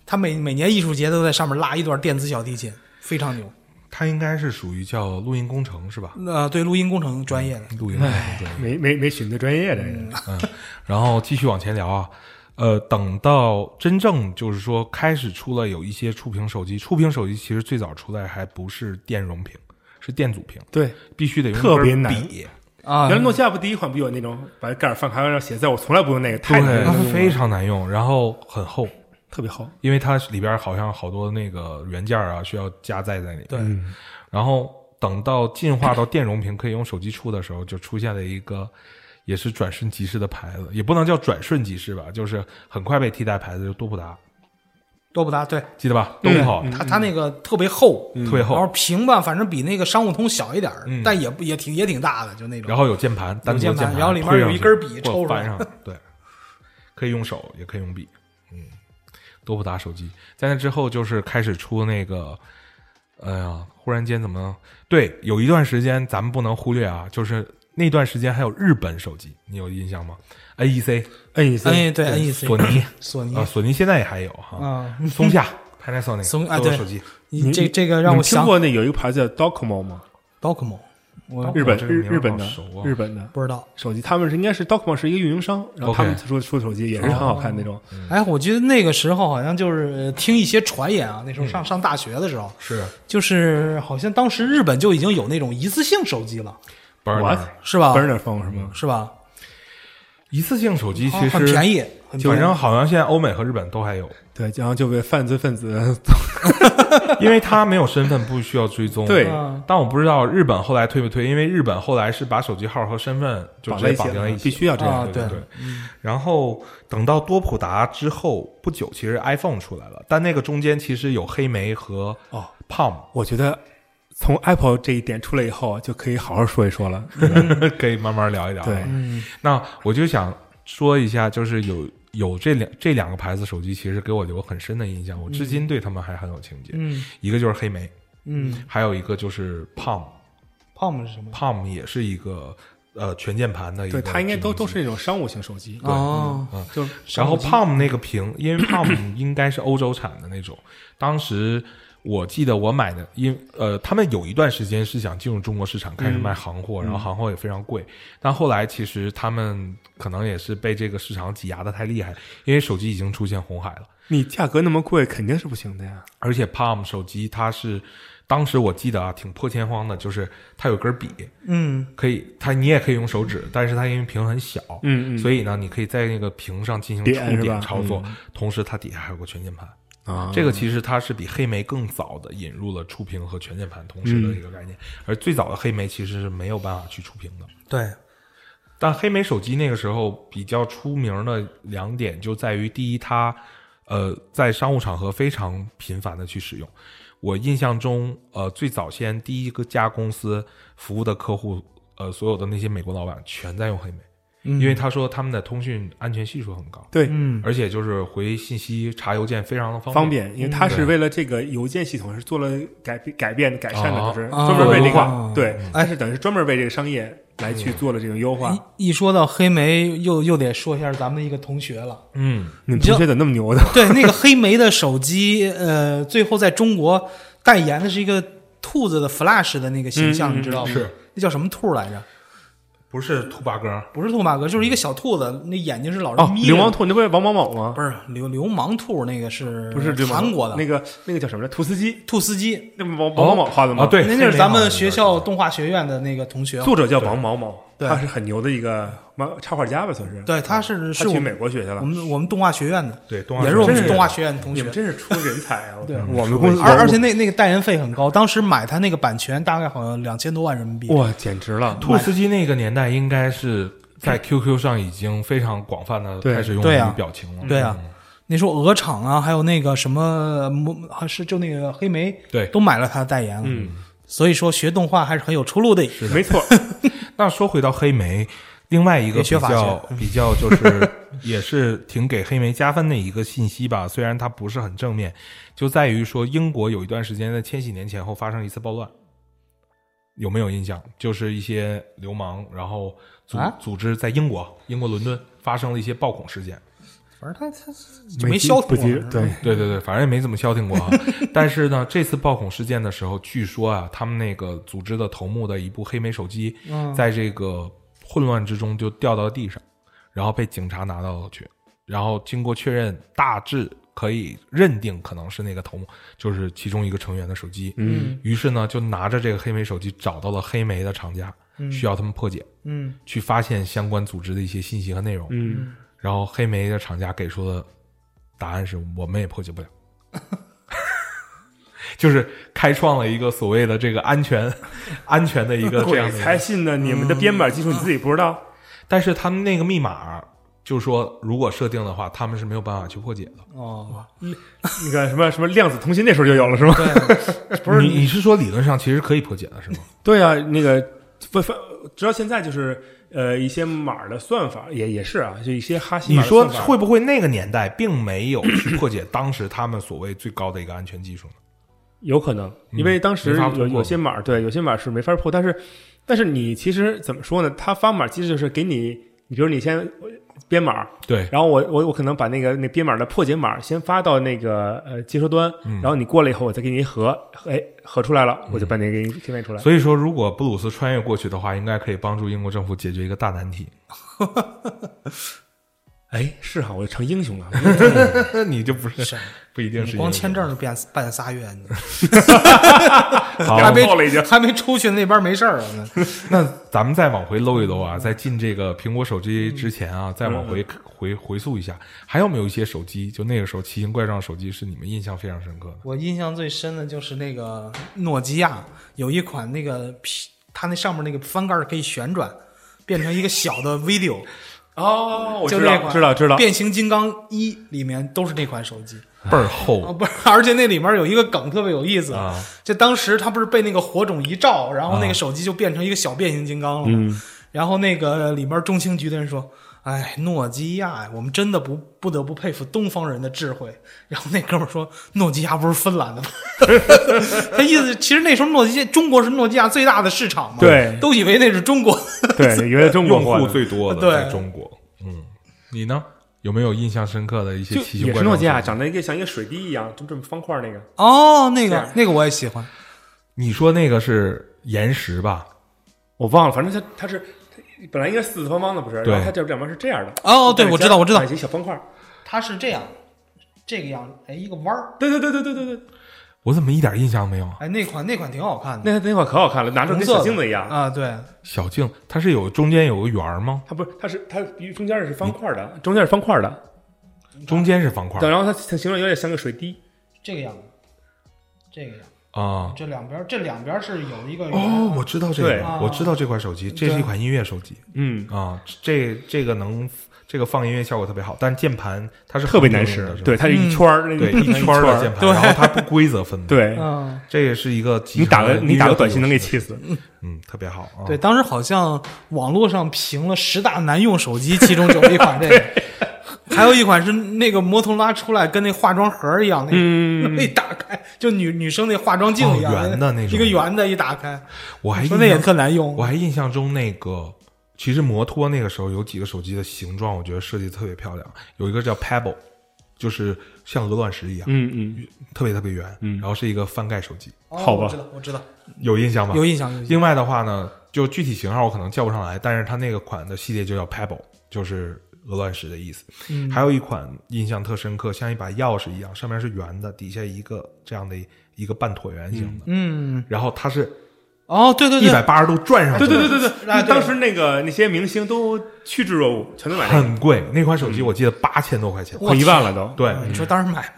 [SPEAKER 4] 他每每年艺术节都在上面拉一段电子小提琴，非常牛。
[SPEAKER 2] 他应该是属于叫录音工程是吧？
[SPEAKER 4] 呃，对，录音工程专业的，
[SPEAKER 3] 哎
[SPEAKER 2] 录音工程对。
[SPEAKER 3] 没没没选择专业的
[SPEAKER 4] 嗯
[SPEAKER 3] 人，
[SPEAKER 2] 然后继续往前聊啊，呃，等到真正就是说开始出了有一些触屏手机，触屏手机其实最早出来还不是电容屏，是电阻屏，
[SPEAKER 3] 对。
[SPEAKER 2] 必须得用
[SPEAKER 3] 特别
[SPEAKER 2] 根
[SPEAKER 3] 难
[SPEAKER 2] 笔，
[SPEAKER 4] 啊
[SPEAKER 3] 原来诺基亚不第一款不有那种把盖儿翻开让写字，我从来不用那个，太难用了
[SPEAKER 2] 对，非常难用，然后很厚，
[SPEAKER 3] 特别厚。
[SPEAKER 2] 因为它里边好像好多那个元件啊需要加载在里面。
[SPEAKER 4] 对，
[SPEAKER 2] 然后等到进化到电容屏可以用手机触的时候，就出现了一个也是转瞬即逝的牌子，也不能叫转瞬即逝吧，就是很快被替代牌子，就多普达，
[SPEAKER 4] 多普达，对嗯
[SPEAKER 2] 记得吧？多普嗯好，嗯
[SPEAKER 4] 他他那个特别厚，
[SPEAKER 2] 特别
[SPEAKER 4] 然后
[SPEAKER 2] 厚，
[SPEAKER 4] 屏吧，反正比那个商务通小一点儿，
[SPEAKER 2] 嗯
[SPEAKER 4] 但也不也挺也挺大的，就那种。
[SPEAKER 2] 然后有键盘，单独的
[SPEAKER 4] 键盘
[SPEAKER 2] 盘，
[SPEAKER 4] 然后里面
[SPEAKER 2] 推上
[SPEAKER 4] 有一
[SPEAKER 2] 去
[SPEAKER 4] 根笔
[SPEAKER 2] 或
[SPEAKER 4] 抽出
[SPEAKER 2] 翻
[SPEAKER 4] 来
[SPEAKER 2] 上，对，可以用手，也可以用笔，嗯，多普达手机。在那之后就是开始出那个，哎呀，忽然间怎么？对，有一段时间咱们不能忽略啊，就是那段时间还有日本手机，你有印象吗？NEC
[SPEAKER 3] 摁一次，
[SPEAKER 4] 哎，对，NEC
[SPEAKER 2] 索尼
[SPEAKER 4] 索尼
[SPEAKER 2] 啊，索尼现在也还有哈，
[SPEAKER 4] 啊，
[SPEAKER 2] 松下 Panasonic
[SPEAKER 4] 松啊
[SPEAKER 2] 都有
[SPEAKER 4] 对
[SPEAKER 2] 手机，
[SPEAKER 4] 你这这个让
[SPEAKER 3] 你
[SPEAKER 4] 我
[SPEAKER 3] 们听
[SPEAKER 4] 想
[SPEAKER 3] 过那有一个牌子叫 Docomo 吗？
[SPEAKER 4] Docomo，我
[SPEAKER 3] 日本
[SPEAKER 2] 哦这个
[SPEAKER 3] 日
[SPEAKER 2] 名儿
[SPEAKER 3] 日本的
[SPEAKER 2] 好熟啊
[SPEAKER 3] 日本的
[SPEAKER 4] 不知道。
[SPEAKER 3] 手机，他们是应该是 Docomo 是一个运营商，然后他们
[SPEAKER 2] OK
[SPEAKER 3] 出出手机也是很好看那种。
[SPEAKER 4] 哎，我记得那个时候好像就是呃听一些传言啊，那时候上上大学的时候，
[SPEAKER 2] 是
[SPEAKER 4] 就是好像当时日本就已经有那种一次性手机了，
[SPEAKER 2] 哦 Burner
[SPEAKER 3] What？
[SPEAKER 4] 是吧？
[SPEAKER 3] burner phone 是吗？
[SPEAKER 4] 是吧？
[SPEAKER 2] 一次性手机其
[SPEAKER 4] 啊
[SPEAKER 2] 实
[SPEAKER 4] 很便宜，很
[SPEAKER 2] 反
[SPEAKER 4] 便宜。
[SPEAKER 2] 正好像现在欧美和日本都还有，
[SPEAKER 3] 对，然后就被犯罪分子
[SPEAKER 2] 因为他没有身份，不需要追踪。
[SPEAKER 3] 对
[SPEAKER 4] 嗯
[SPEAKER 2] 但我不知道日本后来推不推，因为日本后来是把手机号和身份就
[SPEAKER 3] 绑
[SPEAKER 2] 直
[SPEAKER 3] 在
[SPEAKER 2] 接
[SPEAKER 3] 一起
[SPEAKER 2] 绑定在
[SPEAKER 3] 了
[SPEAKER 2] 一，起，
[SPEAKER 3] 必须要这样
[SPEAKER 4] 啊。
[SPEAKER 2] 对嗯
[SPEAKER 4] 对
[SPEAKER 2] 对。然后等到多普达之后不久，其实 iPhone 出来了，但那个中间其实有黑莓和
[SPEAKER 3] 哦，
[SPEAKER 2] Palm，
[SPEAKER 3] 我觉得从 Apple 这一点出来以后，啊就可以好好说一说了。
[SPEAKER 2] 嗯 可以慢慢聊一聊。
[SPEAKER 3] 对，，
[SPEAKER 4] 嗯，
[SPEAKER 2] 那我就想说一下，就是有有这两这两个牌子手机，其实给我留很深的印象，我至
[SPEAKER 3] 嗯
[SPEAKER 2] 今对他们还很有情结。
[SPEAKER 4] 嗯
[SPEAKER 2] 一个就是黑莓，
[SPEAKER 4] 嗯
[SPEAKER 2] 还有一个就是 Palm。
[SPEAKER 4] ，Palm 是什么？
[SPEAKER 2] Palm 也是一个呃全键盘的一个
[SPEAKER 3] 对，
[SPEAKER 2] 智能机，
[SPEAKER 3] 它应该都都是那种商务型手机，
[SPEAKER 4] 哦，
[SPEAKER 3] 就
[SPEAKER 2] 然后 Palm 那个屏，因为 Palm 应该是欧洲产的那种，当时我记得我买的，因呃，他们有一段时间是想进入中国市场，开始卖行货，然后行货也非常贵，但后来其实他们可能也是被这个市场挤压的太厉害，因为手机已经出现红海了，
[SPEAKER 3] 你价格那么贵，肯定是不行的呀。
[SPEAKER 2] 而且 Palm 手机它是。当时我记得啊，挺破天荒的，就是它有根笔，
[SPEAKER 4] 嗯
[SPEAKER 2] 可以，它你也可以用手指，但是它因为屏很小，
[SPEAKER 3] 嗯嗯，
[SPEAKER 2] 所以呢，你可以在那个屏上进行
[SPEAKER 3] 点
[SPEAKER 2] 触
[SPEAKER 3] 是
[SPEAKER 2] 点
[SPEAKER 3] 吧嗯
[SPEAKER 2] 操作，同时它底下还有个全键盘。
[SPEAKER 3] 啊，
[SPEAKER 2] 这个其实它是比黑莓更早的引入了触屏和全键盘同时
[SPEAKER 3] 嗯
[SPEAKER 2] 的一个概念，而最早的黑莓其实是没有办法去触屏的。
[SPEAKER 4] 对，
[SPEAKER 2] 但黑莓手机那个时候比较出名的两点就在于，第一，它呃在商务场合非常频繁的去使用。我印象中，呃，最早先第一个家公司服务的客户，呃，所有的那些美国老板全在用黑莓，因为他说他们的通讯安全系数很高，
[SPEAKER 3] 对，
[SPEAKER 4] 嗯
[SPEAKER 2] 而且就是回信息、查邮件非常的方
[SPEAKER 3] 方便，因为它是为了这个邮件系统是做了改改变改善的，
[SPEAKER 2] 哦
[SPEAKER 3] 就是
[SPEAKER 4] 哦
[SPEAKER 3] 专门为这
[SPEAKER 4] 哦
[SPEAKER 3] 个对，
[SPEAKER 4] 哎
[SPEAKER 3] 它是等于是专门为这个商业来去做了这种优化。
[SPEAKER 4] 一一说到黑莓，又又得说一下咱们的一个同学了。
[SPEAKER 2] 嗯，
[SPEAKER 3] 你们同学怎么那么牛的？
[SPEAKER 4] 对，那个黑莓的手机，呃，最后在中国代言的是一个兔子的 Flash 的那个形象，
[SPEAKER 3] 嗯嗯
[SPEAKER 4] 你知道吗？
[SPEAKER 2] 是，
[SPEAKER 4] 那叫什么兔来着？
[SPEAKER 2] 不是兔八哥，
[SPEAKER 4] 不是兔马哥，就是一个小兔子，那眼睛是老
[SPEAKER 3] 哦
[SPEAKER 4] 是，眯着
[SPEAKER 3] 流
[SPEAKER 4] 的。
[SPEAKER 3] 氓兔，那不是王某某吗
[SPEAKER 4] 不？是流流氓兔，那个是
[SPEAKER 3] 不是流氓兔
[SPEAKER 4] 韩国的
[SPEAKER 3] 那个那个叫什么来？图斯基，
[SPEAKER 4] 兔司机，
[SPEAKER 3] 那不王王某某画的吗？
[SPEAKER 2] 啊对
[SPEAKER 4] 那
[SPEAKER 2] 黑
[SPEAKER 4] 那
[SPEAKER 2] 莓
[SPEAKER 4] 是咱
[SPEAKER 2] 好
[SPEAKER 4] 们
[SPEAKER 2] 像是
[SPEAKER 4] 学校动画学院的那个同学。
[SPEAKER 3] 作者叫王某某，
[SPEAKER 4] 对
[SPEAKER 3] 他是很牛的一个漫插画家吧，算是。
[SPEAKER 4] 对，他是
[SPEAKER 3] 他
[SPEAKER 4] 是
[SPEAKER 3] 去
[SPEAKER 4] 我
[SPEAKER 3] 美
[SPEAKER 4] 们
[SPEAKER 3] 国学去了
[SPEAKER 4] 我。们我们动画学院的，
[SPEAKER 2] 对动画
[SPEAKER 4] 也
[SPEAKER 2] 学
[SPEAKER 4] 是我
[SPEAKER 2] 院
[SPEAKER 4] 们
[SPEAKER 2] 的
[SPEAKER 4] 动画学院的同
[SPEAKER 3] 你
[SPEAKER 4] 学
[SPEAKER 3] 们。真是出人才啊！我
[SPEAKER 4] 对
[SPEAKER 3] 天
[SPEAKER 2] 我们
[SPEAKER 3] 公司
[SPEAKER 4] 而而且那那个代言费很高，当时买他那个版权大概好像两千多万人民币。
[SPEAKER 3] 哇，简直了！
[SPEAKER 2] 兔司机那个年代应该是在 QQ 上已经非常广泛的
[SPEAKER 3] 对
[SPEAKER 2] 开始用
[SPEAKER 4] 对啊
[SPEAKER 2] 于表情
[SPEAKER 3] 嗯
[SPEAKER 2] 了。嗯
[SPEAKER 4] 对啊，那时候鹅厂啊，还有那个什么，嗯还是就那个黑莓，
[SPEAKER 2] 对
[SPEAKER 4] 都买了他的代言了。
[SPEAKER 3] 嗯，
[SPEAKER 4] 所以说学动画还是很有出路的。
[SPEAKER 3] 没错，
[SPEAKER 2] 那说回到黑莓，另外一个
[SPEAKER 4] 别
[SPEAKER 2] 比
[SPEAKER 4] 学法
[SPEAKER 2] 较比较就是也是挺给黑莓加分的一个信息吧，虽然它不是很正面，就在于说英国有一段时间在千禧年前后发生了一次暴乱，有没有印象？就是一些流氓，然后组、
[SPEAKER 4] 啊
[SPEAKER 2] 组织在英国英国伦敦发生了一些暴恐事件。
[SPEAKER 4] 反正他他 就没消
[SPEAKER 3] 不
[SPEAKER 4] 停
[SPEAKER 3] 急
[SPEAKER 4] 过，，
[SPEAKER 3] 对，
[SPEAKER 2] 对对对，反正也没怎么消停过啊。但是呢，这次暴恐事件的时候，据说啊，他们那个组织的头目的一部黑莓手机，在这个混乱之中就掉到地上，然后被警察拿到了去，然后经过确认，大致可以认定可能是那个头目，就是其中一个成员的手机。
[SPEAKER 3] 嗯，
[SPEAKER 2] 于是呢，就拿着这个黑莓手机找到了黑莓的厂家，需要他们破解，
[SPEAKER 4] 嗯，
[SPEAKER 2] 去发现相关组织的一些信息和内容。
[SPEAKER 3] 嗯，
[SPEAKER 2] 然后黑莓的厂家给出的答案是我们也破解不了， 就是开创了一个所谓的这个安全 安全的一个这样
[SPEAKER 3] 鬼
[SPEAKER 2] 的一
[SPEAKER 3] 才
[SPEAKER 2] 个，
[SPEAKER 3] 信呢！你们的编码技术你自己不 知道？
[SPEAKER 2] 但是他们那个密码就说如果设定的话，他们是没有办法去破解
[SPEAKER 3] 啊
[SPEAKER 2] 的。
[SPEAKER 4] 哦，
[SPEAKER 3] 那个什么什么量子通信那时候就有了是吗？
[SPEAKER 2] 不是你你是说理论上其实可以破解的 是吗？
[SPEAKER 3] 对啊，那个不不，直到现在就是呃一些码的算法也也是啊，就一些哈希
[SPEAKER 2] 你
[SPEAKER 3] 码的
[SPEAKER 2] 说
[SPEAKER 3] 算法
[SPEAKER 2] 会不会那个年代并没有去破解当时他们所谓最高的一个安全技术呢？
[SPEAKER 3] 有可能，因为当时
[SPEAKER 2] 没法
[SPEAKER 3] 有
[SPEAKER 2] 破
[SPEAKER 3] 有些码对有些码是没法破，但是但是你其实怎么说呢？它发码其实就是给你，你比如你先编码，
[SPEAKER 2] 对，
[SPEAKER 3] 然后我我我可能把那个那编码的破解码先发到那个呃接收端，然后你过了以后，我再给你一合，哎合出来了，我就把那个给你贴面出来。
[SPEAKER 2] 所以说如果布鲁斯穿越过去的话，应该可以帮助英国政府解决一个大难题。
[SPEAKER 3] 哎，是哈，我成英雄了。
[SPEAKER 2] 你就不是
[SPEAKER 4] 是
[SPEAKER 2] 不一定是
[SPEAKER 4] 你光签证就变办仨月，你
[SPEAKER 2] 好，
[SPEAKER 4] 还没
[SPEAKER 3] 爆了已经
[SPEAKER 4] 还没出去那边没事儿呢。
[SPEAKER 2] 那咱们再往回搂一搂啊，在进这个苹果手机之前啊，再往回回回溯一下，还有没有一些手机，就那个时候奇形怪状手机是你们印象非常深刻的？
[SPEAKER 4] 我印象最深的就是那个诺基亚有一款那个皮，它那上面那个翻盖儿可以旋转，变成一个小的 video，
[SPEAKER 3] 哦，我
[SPEAKER 4] 就
[SPEAKER 3] 知
[SPEAKER 4] 那
[SPEAKER 3] 道
[SPEAKER 4] 款
[SPEAKER 3] 知道知道，
[SPEAKER 4] 变形金刚一里面都是那款手机
[SPEAKER 2] 倍儿
[SPEAKER 4] 啊，
[SPEAKER 2] 厚
[SPEAKER 4] 不是，而且那里面有一个梗特别有意思
[SPEAKER 2] 啊，
[SPEAKER 4] 就当时它不是被那个火种一照，然后那
[SPEAKER 2] 啊
[SPEAKER 4] 个手机就变成一个小变形金刚了吗，
[SPEAKER 3] 嗯
[SPEAKER 4] 然后那个里面中情局的人说。哎，诺基亚，我们真的不不得不佩服东方人的智慧。然后那哥们儿说，诺基亚不是芬兰的吗？ 他意思其实那时候诺基亚中国是诺基亚最大的市场嘛，
[SPEAKER 3] 对
[SPEAKER 4] 都以为那是中国。
[SPEAKER 3] 对，原来中国
[SPEAKER 2] 用
[SPEAKER 3] 货
[SPEAKER 2] 户
[SPEAKER 3] 呢
[SPEAKER 2] 最多
[SPEAKER 4] 对
[SPEAKER 2] 的在中国。嗯，你呢？有没有印象深刻的一些
[SPEAKER 3] 就
[SPEAKER 2] 奇形
[SPEAKER 3] 也
[SPEAKER 2] 怪
[SPEAKER 3] 是
[SPEAKER 2] 状
[SPEAKER 3] 诺
[SPEAKER 2] 手
[SPEAKER 3] 基
[SPEAKER 2] 机？
[SPEAKER 3] 亚，长得一个像一个水滴一样，这么这么方块那个。
[SPEAKER 4] 哦，那
[SPEAKER 3] 这
[SPEAKER 4] 个
[SPEAKER 3] 样
[SPEAKER 4] 那个我也喜欢，
[SPEAKER 2] 你说那个是延时吧？
[SPEAKER 3] 我忘了，反正它它是它本来应该四四方方的，不是？
[SPEAKER 2] 对
[SPEAKER 3] 然后它这两边是这样的。
[SPEAKER 4] 哦对
[SPEAKER 3] 再
[SPEAKER 4] 我知道
[SPEAKER 3] 加
[SPEAKER 4] 我知道
[SPEAKER 3] 再一些小方块。
[SPEAKER 4] 它是这样，这个样，哎，一个弯儿，
[SPEAKER 3] 对对对对对对对，
[SPEAKER 2] 我怎么一点印象没有啊？
[SPEAKER 4] 哎，那款那款挺好看的，
[SPEAKER 3] 那那款可好看了，拿出来
[SPEAKER 4] 红
[SPEAKER 3] 跟
[SPEAKER 4] 色
[SPEAKER 3] 小镜子一样。
[SPEAKER 4] 啊，对，
[SPEAKER 2] 小镜，它是有中间有个圆儿吗？
[SPEAKER 3] 它不是，它是它中间是方块的，中间是方块的，
[SPEAKER 2] 中间是方块
[SPEAKER 3] 对，
[SPEAKER 2] 儿
[SPEAKER 3] 然后它它形状有点像个水滴。
[SPEAKER 4] 这个样子，这个样，
[SPEAKER 2] 啊。
[SPEAKER 4] 这两边儿这两边儿是有一个圆
[SPEAKER 2] 哦，我知道这
[SPEAKER 3] 对
[SPEAKER 2] 个
[SPEAKER 4] 啊，
[SPEAKER 2] 我知道这款手机，这是一款音乐手机。
[SPEAKER 3] 嗯，
[SPEAKER 2] 啊，这这个能这个放音乐效果特别好，但键盘它是
[SPEAKER 3] 特别难
[SPEAKER 2] 横着
[SPEAKER 3] 使
[SPEAKER 2] 用的，是吧
[SPEAKER 3] 对，它是一圈儿，那
[SPEAKER 2] 嗯对
[SPEAKER 3] 个
[SPEAKER 2] 一圈儿的键，盘，
[SPEAKER 4] 对
[SPEAKER 2] 然后它不规则分的，，
[SPEAKER 3] 对，
[SPEAKER 4] 嗯，
[SPEAKER 2] 这也是一个集
[SPEAKER 3] 你打
[SPEAKER 2] 成
[SPEAKER 3] 个
[SPEAKER 2] 的
[SPEAKER 3] 你打个短信能给
[SPEAKER 2] 音乐
[SPEAKER 3] 气死。
[SPEAKER 2] 游戏，嗯，特别好啊。
[SPEAKER 4] 对，，当时好像网络上评了十大难用手机，其中有一款这个，还有一款是那个摩托罗拉出来跟那化妆盒儿一样，那个
[SPEAKER 3] 嗯，
[SPEAKER 4] 一打开就女女生那化妆镜一样，
[SPEAKER 2] 哦圆的那种
[SPEAKER 4] 一个圆的，一打开，
[SPEAKER 2] 我还
[SPEAKER 4] 说那
[SPEAKER 2] 印
[SPEAKER 4] 也
[SPEAKER 2] 象
[SPEAKER 4] 特难用
[SPEAKER 2] 我。还印象中那个，其实摩托那个时候有几个手机的形状，我觉得设计得特别漂亮，有一个叫 Pebble，就是像鹅卵石一样，
[SPEAKER 3] 嗯
[SPEAKER 2] 特别特别圆，
[SPEAKER 3] 嗯
[SPEAKER 2] 然后是一个翻盖手机，
[SPEAKER 4] 哦
[SPEAKER 3] 好吧
[SPEAKER 4] 我知道，我知道，
[SPEAKER 2] 有印象吗？
[SPEAKER 4] 有印象，有印象。
[SPEAKER 2] 另外的话呢，就具体型号我可能叫不上来，但是它那个款的系列就叫 Pebble，就是鹅卵石的意思。
[SPEAKER 4] 嗯
[SPEAKER 2] 还有一款印象特深刻，像一把钥匙一样，上面是圆的，底下一个这样的一个半椭圆形的，
[SPEAKER 4] 嗯，
[SPEAKER 2] 然后它是
[SPEAKER 4] 哦，对对
[SPEAKER 2] 一
[SPEAKER 4] 对，
[SPEAKER 2] 百八十度转上去
[SPEAKER 3] 对
[SPEAKER 2] 的，
[SPEAKER 3] 对对对
[SPEAKER 4] 啊
[SPEAKER 3] 对，
[SPEAKER 4] 对
[SPEAKER 3] 当时那个那些明星都趋之若鹜，全都买那个，
[SPEAKER 2] 很贵。那款手机我记得八千多块钱。
[SPEAKER 3] 快一万了嗯都。
[SPEAKER 2] 对，
[SPEAKER 4] 你说当时买，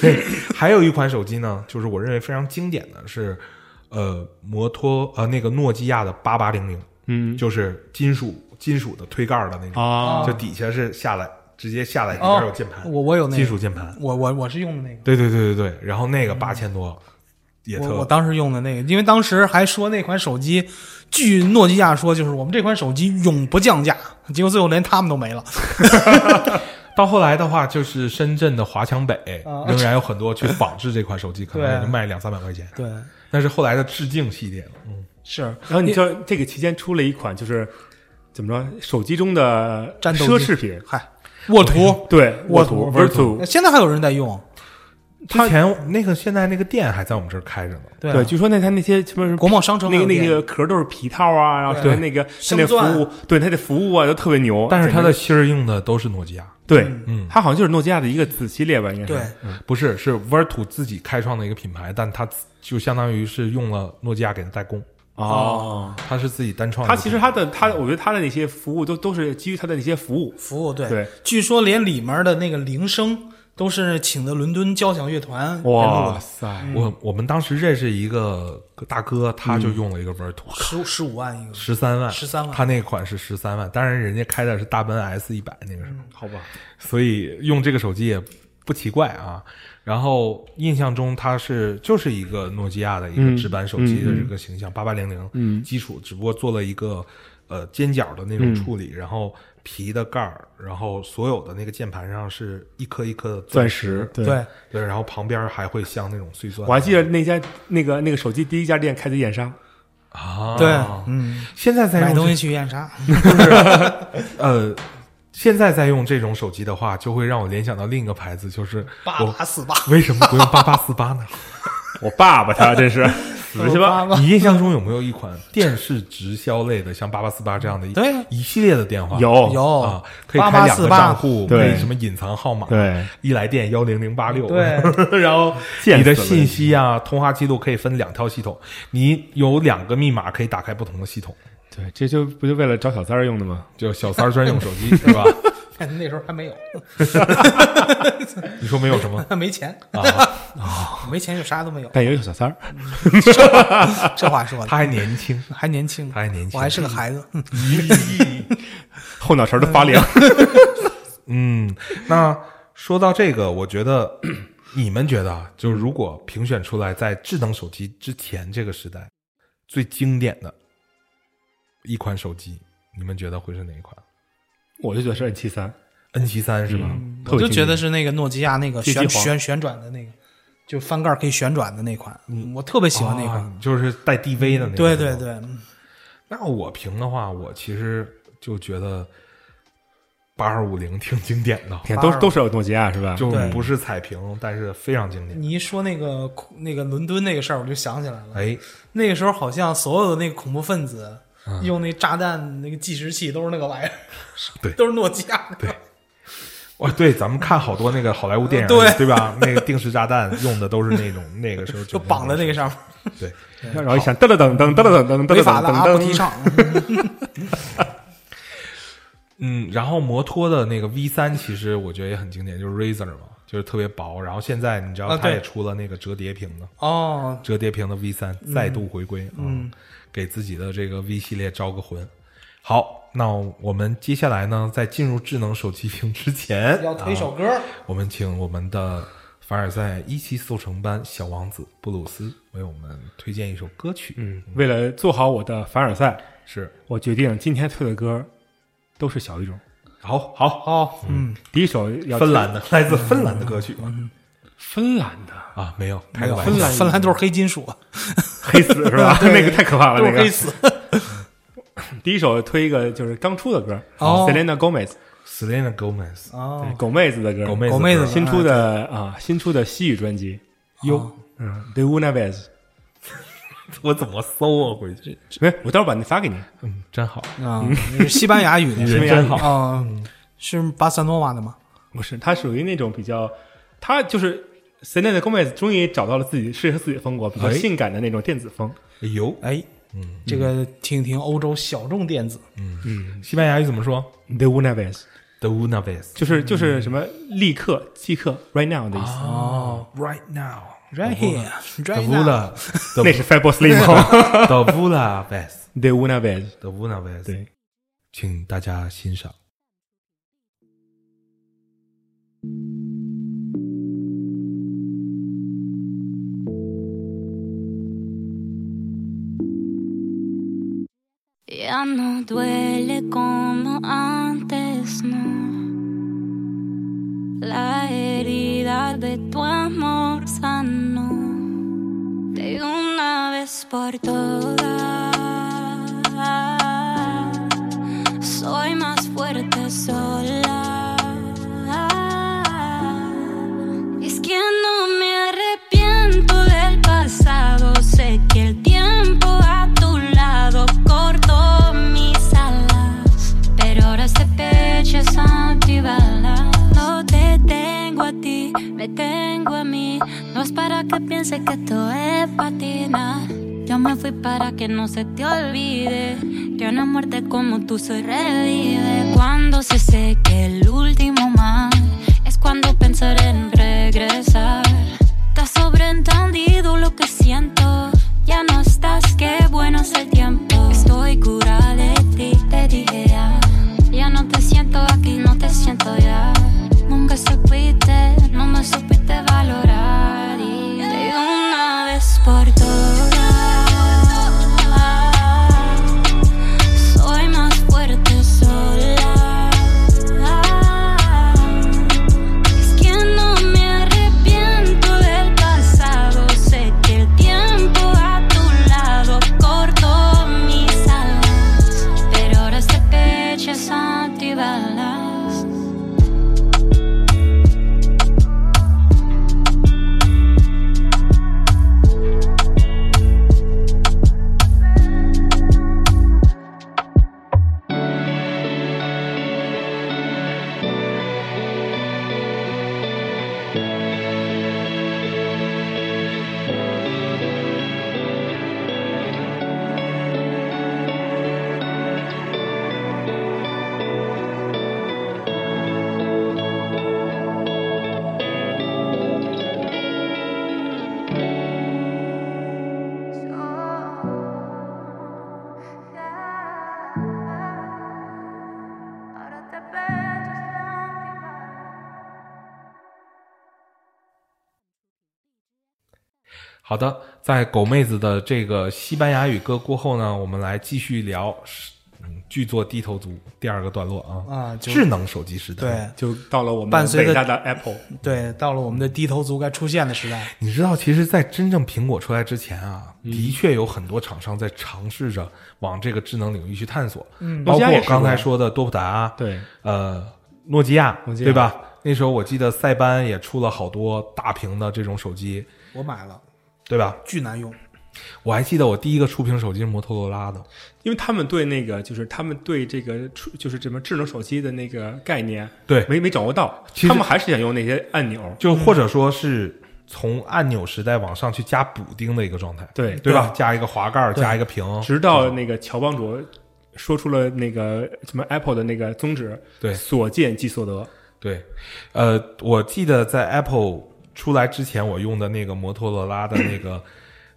[SPEAKER 2] 对，还有一款手机呢，就是我认为非常经典的是，呃，摩托呃那个诺基亚的八八零零，
[SPEAKER 3] 嗯，
[SPEAKER 2] 就是金属金属的推盖儿的那种，
[SPEAKER 3] 啊
[SPEAKER 2] 哦就底下是下来直接下来里
[SPEAKER 4] 哦
[SPEAKER 2] 边有键盘，
[SPEAKER 4] 我我有那个
[SPEAKER 2] 金属键盘。
[SPEAKER 4] 我我我是用的那个，
[SPEAKER 2] 对对对对对，然后那个八千多，也
[SPEAKER 4] 嗯我
[SPEAKER 2] 特
[SPEAKER 4] 我当时用的那个，因为当时还说那款手机，据诺基亚说就是我们这款手机永不降价，结果最后连他们都没了。
[SPEAKER 2] 到后来的话，就是深圳的华强北
[SPEAKER 4] 啊
[SPEAKER 2] 仍然有很多去仿制这款手机，可能
[SPEAKER 4] 对啊
[SPEAKER 2] 也就卖两三百块钱。
[SPEAKER 4] 对，
[SPEAKER 2] 那是后来的致敬系列了，嗯，
[SPEAKER 4] 是
[SPEAKER 3] 然后你知道这个期间出了一款就是怎么说，手机中的
[SPEAKER 4] 战斗机
[SPEAKER 3] 奢侈品，
[SPEAKER 4] 嗨，沃图，
[SPEAKER 3] 对，
[SPEAKER 4] 沃
[SPEAKER 3] 图
[SPEAKER 4] 图呃
[SPEAKER 3] Virtu，
[SPEAKER 4] 现在还有人在用，
[SPEAKER 2] 之前那个现在那个店还在我们这儿开着呢。
[SPEAKER 4] 对啊
[SPEAKER 3] 对，据说那他那些什么
[SPEAKER 4] 国贸商城
[SPEAKER 3] 那个那
[SPEAKER 4] 还有
[SPEAKER 3] 个壳都是皮套啊，然后什么
[SPEAKER 2] 对
[SPEAKER 3] 那个他那服
[SPEAKER 4] 镶
[SPEAKER 3] 务，对他的服务啊都特别牛，
[SPEAKER 2] 但是它
[SPEAKER 3] 整
[SPEAKER 2] 的芯儿用的都是诺基亚，
[SPEAKER 3] 个对
[SPEAKER 4] 嗯，
[SPEAKER 2] 嗯，
[SPEAKER 3] 它好像就是诺基亚的一个子系列吧，应该是
[SPEAKER 4] 对，
[SPEAKER 2] 不是，是 Vertu 自己开创的一个品牌，但它自就相当于是用了诺基亚给它代工，
[SPEAKER 3] 哦。
[SPEAKER 2] 它是自己单创的
[SPEAKER 3] 它
[SPEAKER 2] 一个
[SPEAKER 3] 其
[SPEAKER 2] 品牌。
[SPEAKER 3] 实它的它，我觉得它的那些服务都都是基于它的那些服务，
[SPEAKER 4] 服务对
[SPEAKER 3] 对
[SPEAKER 4] 据说连里面的那个铃声都是请的伦敦交响乐团给录
[SPEAKER 3] 哇
[SPEAKER 4] 的，
[SPEAKER 3] 塞！
[SPEAKER 2] 我我们当时认识一个大哥，他就用了一个 Vertu，
[SPEAKER 4] 十十五万一个，
[SPEAKER 2] 嗯十三万，
[SPEAKER 4] 13万
[SPEAKER 2] 他那款是十三万，当然人家开的是大奔 S 一百那个时候，
[SPEAKER 3] 好吧，
[SPEAKER 2] 所以用这个手机也不奇怪啊。然后印象中它是就是一个诺基亚的一
[SPEAKER 3] 嗯
[SPEAKER 2] 个直板手机的
[SPEAKER 3] 嗯
[SPEAKER 2] 这个形象，八八零零，
[SPEAKER 3] 嗯
[SPEAKER 2] 基础只不过做了一个呃尖角的那种处理，然后皮的盖儿，然后所有的那个键盘上是一颗一颗的
[SPEAKER 3] 钻石，对
[SPEAKER 4] 对，
[SPEAKER 2] 对，然后旁边还会镶那种碎钻，
[SPEAKER 3] 我还记得那家那个那个手机第一家店开在燕莎，
[SPEAKER 2] 啊，
[SPEAKER 4] 对，嗯，
[SPEAKER 2] 现在在
[SPEAKER 4] 买
[SPEAKER 2] 用
[SPEAKER 4] 东
[SPEAKER 2] 这
[SPEAKER 4] 西去验杀，
[SPEAKER 2] 呃，现在在用这种手机的话，就会让我联想到另一个牌子，就是
[SPEAKER 4] 八
[SPEAKER 2] 我
[SPEAKER 4] 八四八，
[SPEAKER 2] 为什么不用八八四八呢？
[SPEAKER 3] 我爸爸他 真是死去吧，
[SPEAKER 4] 八八
[SPEAKER 2] 你印象中有没有一款电视直销类的，像八八四八这样的一
[SPEAKER 4] 对啊
[SPEAKER 2] 一系列的电话？
[SPEAKER 3] 有
[SPEAKER 4] 有
[SPEAKER 2] 啊，可以开两个
[SPEAKER 4] 8848
[SPEAKER 2] 账户，可以
[SPEAKER 3] 对
[SPEAKER 2] 什么隐藏号码，
[SPEAKER 3] 对，
[SPEAKER 2] 一来电幺零零八六，
[SPEAKER 4] 对，
[SPEAKER 2] 然后
[SPEAKER 3] 见
[SPEAKER 2] 你的
[SPEAKER 3] 死了
[SPEAKER 2] 信息啊、通话记录可以分两套系统，你有两个密码可以打开不同的系统，
[SPEAKER 3] 对，这就不就为了找小三儿用的吗？
[SPEAKER 2] 就小三儿专用手 机是吧？
[SPEAKER 4] 那时候还没有，
[SPEAKER 2] 你说没有什么？
[SPEAKER 4] 没钱，
[SPEAKER 2] 啊，
[SPEAKER 4] 没钱就啥都没有，
[SPEAKER 3] 但也有小三儿，
[SPEAKER 4] 这话说
[SPEAKER 2] 他
[SPEAKER 4] 的。
[SPEAKER 2] 还年轻，
[SPEAKER 4] 还年轻，
[SPEAKER 2] 他还年轻
[SPEAKER 4] 我还是个孩子。嗯
[SPEAKER 3] 后脑勺都发 凉。
[SPEAKER 2] 嗯，那说到这个，我觉得 你们觉得，啊，就是如果评选出来在智能手机之前这个时代最经典的一款手机，你们觉得会是哪一款
[SPEAKER 3] 我就觉得是 N 七三，
[SPEAKER 2] ？N 七三是吧？
[SPEAKER 3] 特
[SPEAKER 4] 我
[SPEAKER 3] 别
[SPEAKER 4] 就觉得
[SPEAKER 3] 经
[SPEAKER 4] 是那个诺基亚那个
[SPEAKER 3] 街机
[SPEAKER 4] 旋
[SPEAKER 3] 皇
[SPEAKER 4] 旋旋转的那个，就翻盖可以旋转的那款，我特别喜欢那款。
[SPEAKER 2] 嗯啊就是带 DV 的那个。
[SPEAKER 4] 嗯对
[SPEAKER 2] 是吗
[SPEAKER 4] 对。对，嗯
[SPEAKER 2] 那我评的话，我其实就觉得八二五零挺经典的，
[SPEAKER 3] 典，你看都是都是有诺基亚是吧？
[SPEAKER 2] 就
[SPEAKER 4] 对
[SPEAKER 2] 不是彩屏，但是非常经典。
[SPEAKER 4] 你一说那个那个伦敦那个事儿，我就想起来了。
[SPEAKER 2] 哎，
[SPEAKER 4] 那个时候好像所有的那个恐怖分子
[SPEAKER 2] 嗯
[SPEAKER 4] 用那炸弹那个计时器都是那个玩意儿，
[SPEAKER 2] 对
[SPEAKER 4] 都是诺基亚的。
[SPEAKER 2] 对哇，对，咱们看好多那个好莱坞电影，
[SPEAKER 4] 对
[SPEAKER 2] 对吧？那个定时炸弹用的都是那种那个时候
[SPEAKER 4] 就绑在那个上面，
[SPEAKER 2] 对，
[SPEAKER 3] 然后一想，噔噔噔噔噔噔噔噔噔
[SPEAKER 4] 违法的啊，不
[SPEAKER 3] 噔
[SPEAKER 4] 提
[SPEAKER 3] 噔，
[SPEAKER 4] 倡。
[SPEAKER 2] 嗯，然后摩托的那个 V 三，其实我觉得也很经典，就是 Razer 嘛，就是特别薄。然后现在你知道，
[SPEAKER 4] 啊
[SPEAKER 2] 它
[SPEAKER 4] 对
[SPEAKER 2] 也出了那个折叠屏的，
[SPEAKER 4] 哦，
[SPEAKER 2] 折叠屏的 V 三再度回归，嗯，给自己的这个 V 系列招个魂。好，那我们接下来呢，在进入智能手机屏之前，
[SPEAKER 4] 要推一首
[SPEAKER 2] 啊
[SPEAKER 4] 歌，
[SPEAKER 2] 我们请我们的凡尔赛一期速成班小王子布鲁斯为我们推荐一首歌曲。
[SPEAKER 3] 嗯，为了做好我的凡尔赛，
[SPEAKER 2] 是，
[SPEAKER 3] 我决定今天推的歌都是小语种。
[SPEAKER 2] 好好好，
[SPEAKER 4] 嗯，
[SPEAKER 3] 第一首要
[SPEAKER 2] 芬兰的，来自芬兰的歌曲吗？
[SPEAKER 3] 芬兰的
[SPEAKER 2] 啊，没有，开个玩笑
[SPEAKER 4] 芬。兰芬兰都是黑金属，
[SPEAKER 3] 黑死是 吧？那个太可怕了，那
[SPEAKER 4] 都是黑
[SPEAKER 3] 个。
[SPEAKER 4] 死。
[SPEAKER 3] 第一首推一个就是刚出的歌
[SPEAKER 4] 哦
[SPEAKER 3] ，Selena Gomez，
[SPEAKER 2] Selena Gomez，
[SPEAKER 4] 哦，
[SPEAKER 3] 狗妹子的歌，
[SPEAKER 2] 狗妹
[SPEAKER 4] 狗妹子
[SPEAKER 2] 子
[SPEAKER 3] 新出的啊，新出的西语专辑，
[SPEAKER 2] 哟，
[SPEAKER 3] 嗯，The Una Vez，
[SPEAKER 2] 我怎么搜啊？回去，
[SPEAKER 3] 没，我到时候把那发给你，
[SPEAKER 2] 嗯，真好，
[SPEAKER 4] 啊，是西班牙语的
[SPEAKER 3] 西班
[SPEAKER 4] 是
[SPEAKER 3] 牙
[SPEAKER 2] 真
[SPEAKER 3] 语
[SPEAKER 2] 好，
[SPEAKER 4] 啊，是巴塞诺瓦的吗？
[SPEAKER 3] 不是，它属于那种比较，它就是 Selena Gomez 终于找到了自己适合自己的风格，比较
[SPEAKER 2] 哎
[SPEAKER 3] 性感的那种电子风。
[SPEAKER 2] 哎呦，
[SPEAKER 4] 哎，
[SPEAKER 2] 嗯
[SPEAKER 4] 这个听一听欧洲小众电子，
[SPEAKER 3] 嗯
[SPEAKER 2] 西班牙语怎么说
[SPEAKER 3] ，The Una Vez
[SPEAKER 2] ？The una vez，
[SPEAKER 3] 就是就是什么立刻、即刻、right now 的意思，
[SPEAKER 2] 哦，right now，right
[SPEAKER 4] Right here,
[SPEAKER 2] the
[SPEAKER 4] right now.
[SPEAKER 2] una，
[SPEAKER 3] 那
[SPEAKER 2] the
[SPEAKER 3] 是 Fat Boy Slim
[SPEAKER 2] 的 una vez，
[SPEAKER 3] The Una Vez。
[SPEAKER 2] the una vez，
[SPEAKER 3] 对，
[SPEAKER 2] 请大家欣赏。
[SPEAKER 5] Ya no duele como antes, no. La herida de tu amor sano de una vez por todas. Soy más fuerte sola. Es que no me arrepiento del pasado. Sé que el tiempo a tu lado cortó mis alas. Pero ahora este pecho es antibala. No te tengo a ti, me tengo a mí. No es para que pienses que esto es patina. Yo me fui para que no se te olvide que una muerte como tú se revive. Cuando se seque el último mar es cuando pensaré en regresar. Te has sobreentendido lo que siento. Ya no estás, qué bueno es el tiempo. Estoy curada de ti, te dije ya. Ya no te siento aquí, no te siento ya. Nunca supiste, no me supiste valorar. Y de una vez por todas. Soy más fuerte sola. Es que no me arrepiento del pasado. Sé que el tiempo a tu lado cortó mis alas. Pero ahora este pecho es antibalas.
[SPEAKER 2] 好的，在狗妹子的这个西班牙语歌过后呢，我们来继续聊嗯剧作低头族第二个段落啊
[SPEAKER 4] 啊就
[SPEAKER 2] 智能手机时代。
[SPEAKER 4] 对
[SPEAKER 3] 就到了我们
[SPEAKER 4] 伴随着
[SPEAKER 3] 伟大的 Apple，
[SPEAKER 4] 对，到了我们的低头族该出现的时代。
[SPEAKER 2] 你知道，其实，在真正苹果出来之前啊，的确有很多厂商在尝试着往这个智能领域去探索，嗯包
[SPEAKER 3] 诺基
[SPEAKER 2] 括
[SPEAKER 3] 亚也
[SPEAKER 2] 我
[SPEAKER 3] 是
[SPEAKER 2] 刚才
[SPEAKER 3] 吧
[SPEAKER 2] 说的多普达，
[SPEAKER 3] 对，
[SPEAKER 2] 呃，诺基亚，
[SPEAKER 3] 诺基亚
[SPEAKER 2] 对吧？那时候我记得塞班也出了好多大屏的这种手机，
[SPEAKER 4] 我买了，
[SPEAKER 2] 对吧？
[SPEAKER 4] 巨难用。
[SPEAKER 2] 我还记得我第一个触屏手机是摩托罗拉的，
[SPEAKER 3] 因为他们对那个就是他们对这个出就是什么智能手机的那个概念，
[SPEAKER 2] 对
[SPEAKER 3] 没没掌握到，
[SPEAKER 2] 其实
[SPEAKER 3] 他们还是想用那些按钮，
[SPEAKER 2] 就或者说是从按钮时代往上去加补丁的一个状态，
[SPEAKER 3] 对
[SPEAKER 2] 对吧？加一个滑盖儿，
[SPEAKER 4] 对
[SPEAKER 2] 加一个屏，
[SPEAKER 3] 直到那个乔帮主说出了那个什么 Apple 的那个宗旨，
[SPEAKER 2] 对
[SPEAKER 3] 所见即所得，
[SPEAKER 2] 对，呃，我记得在 Apple 出来之前，我用的那个摩托罗拉的那 个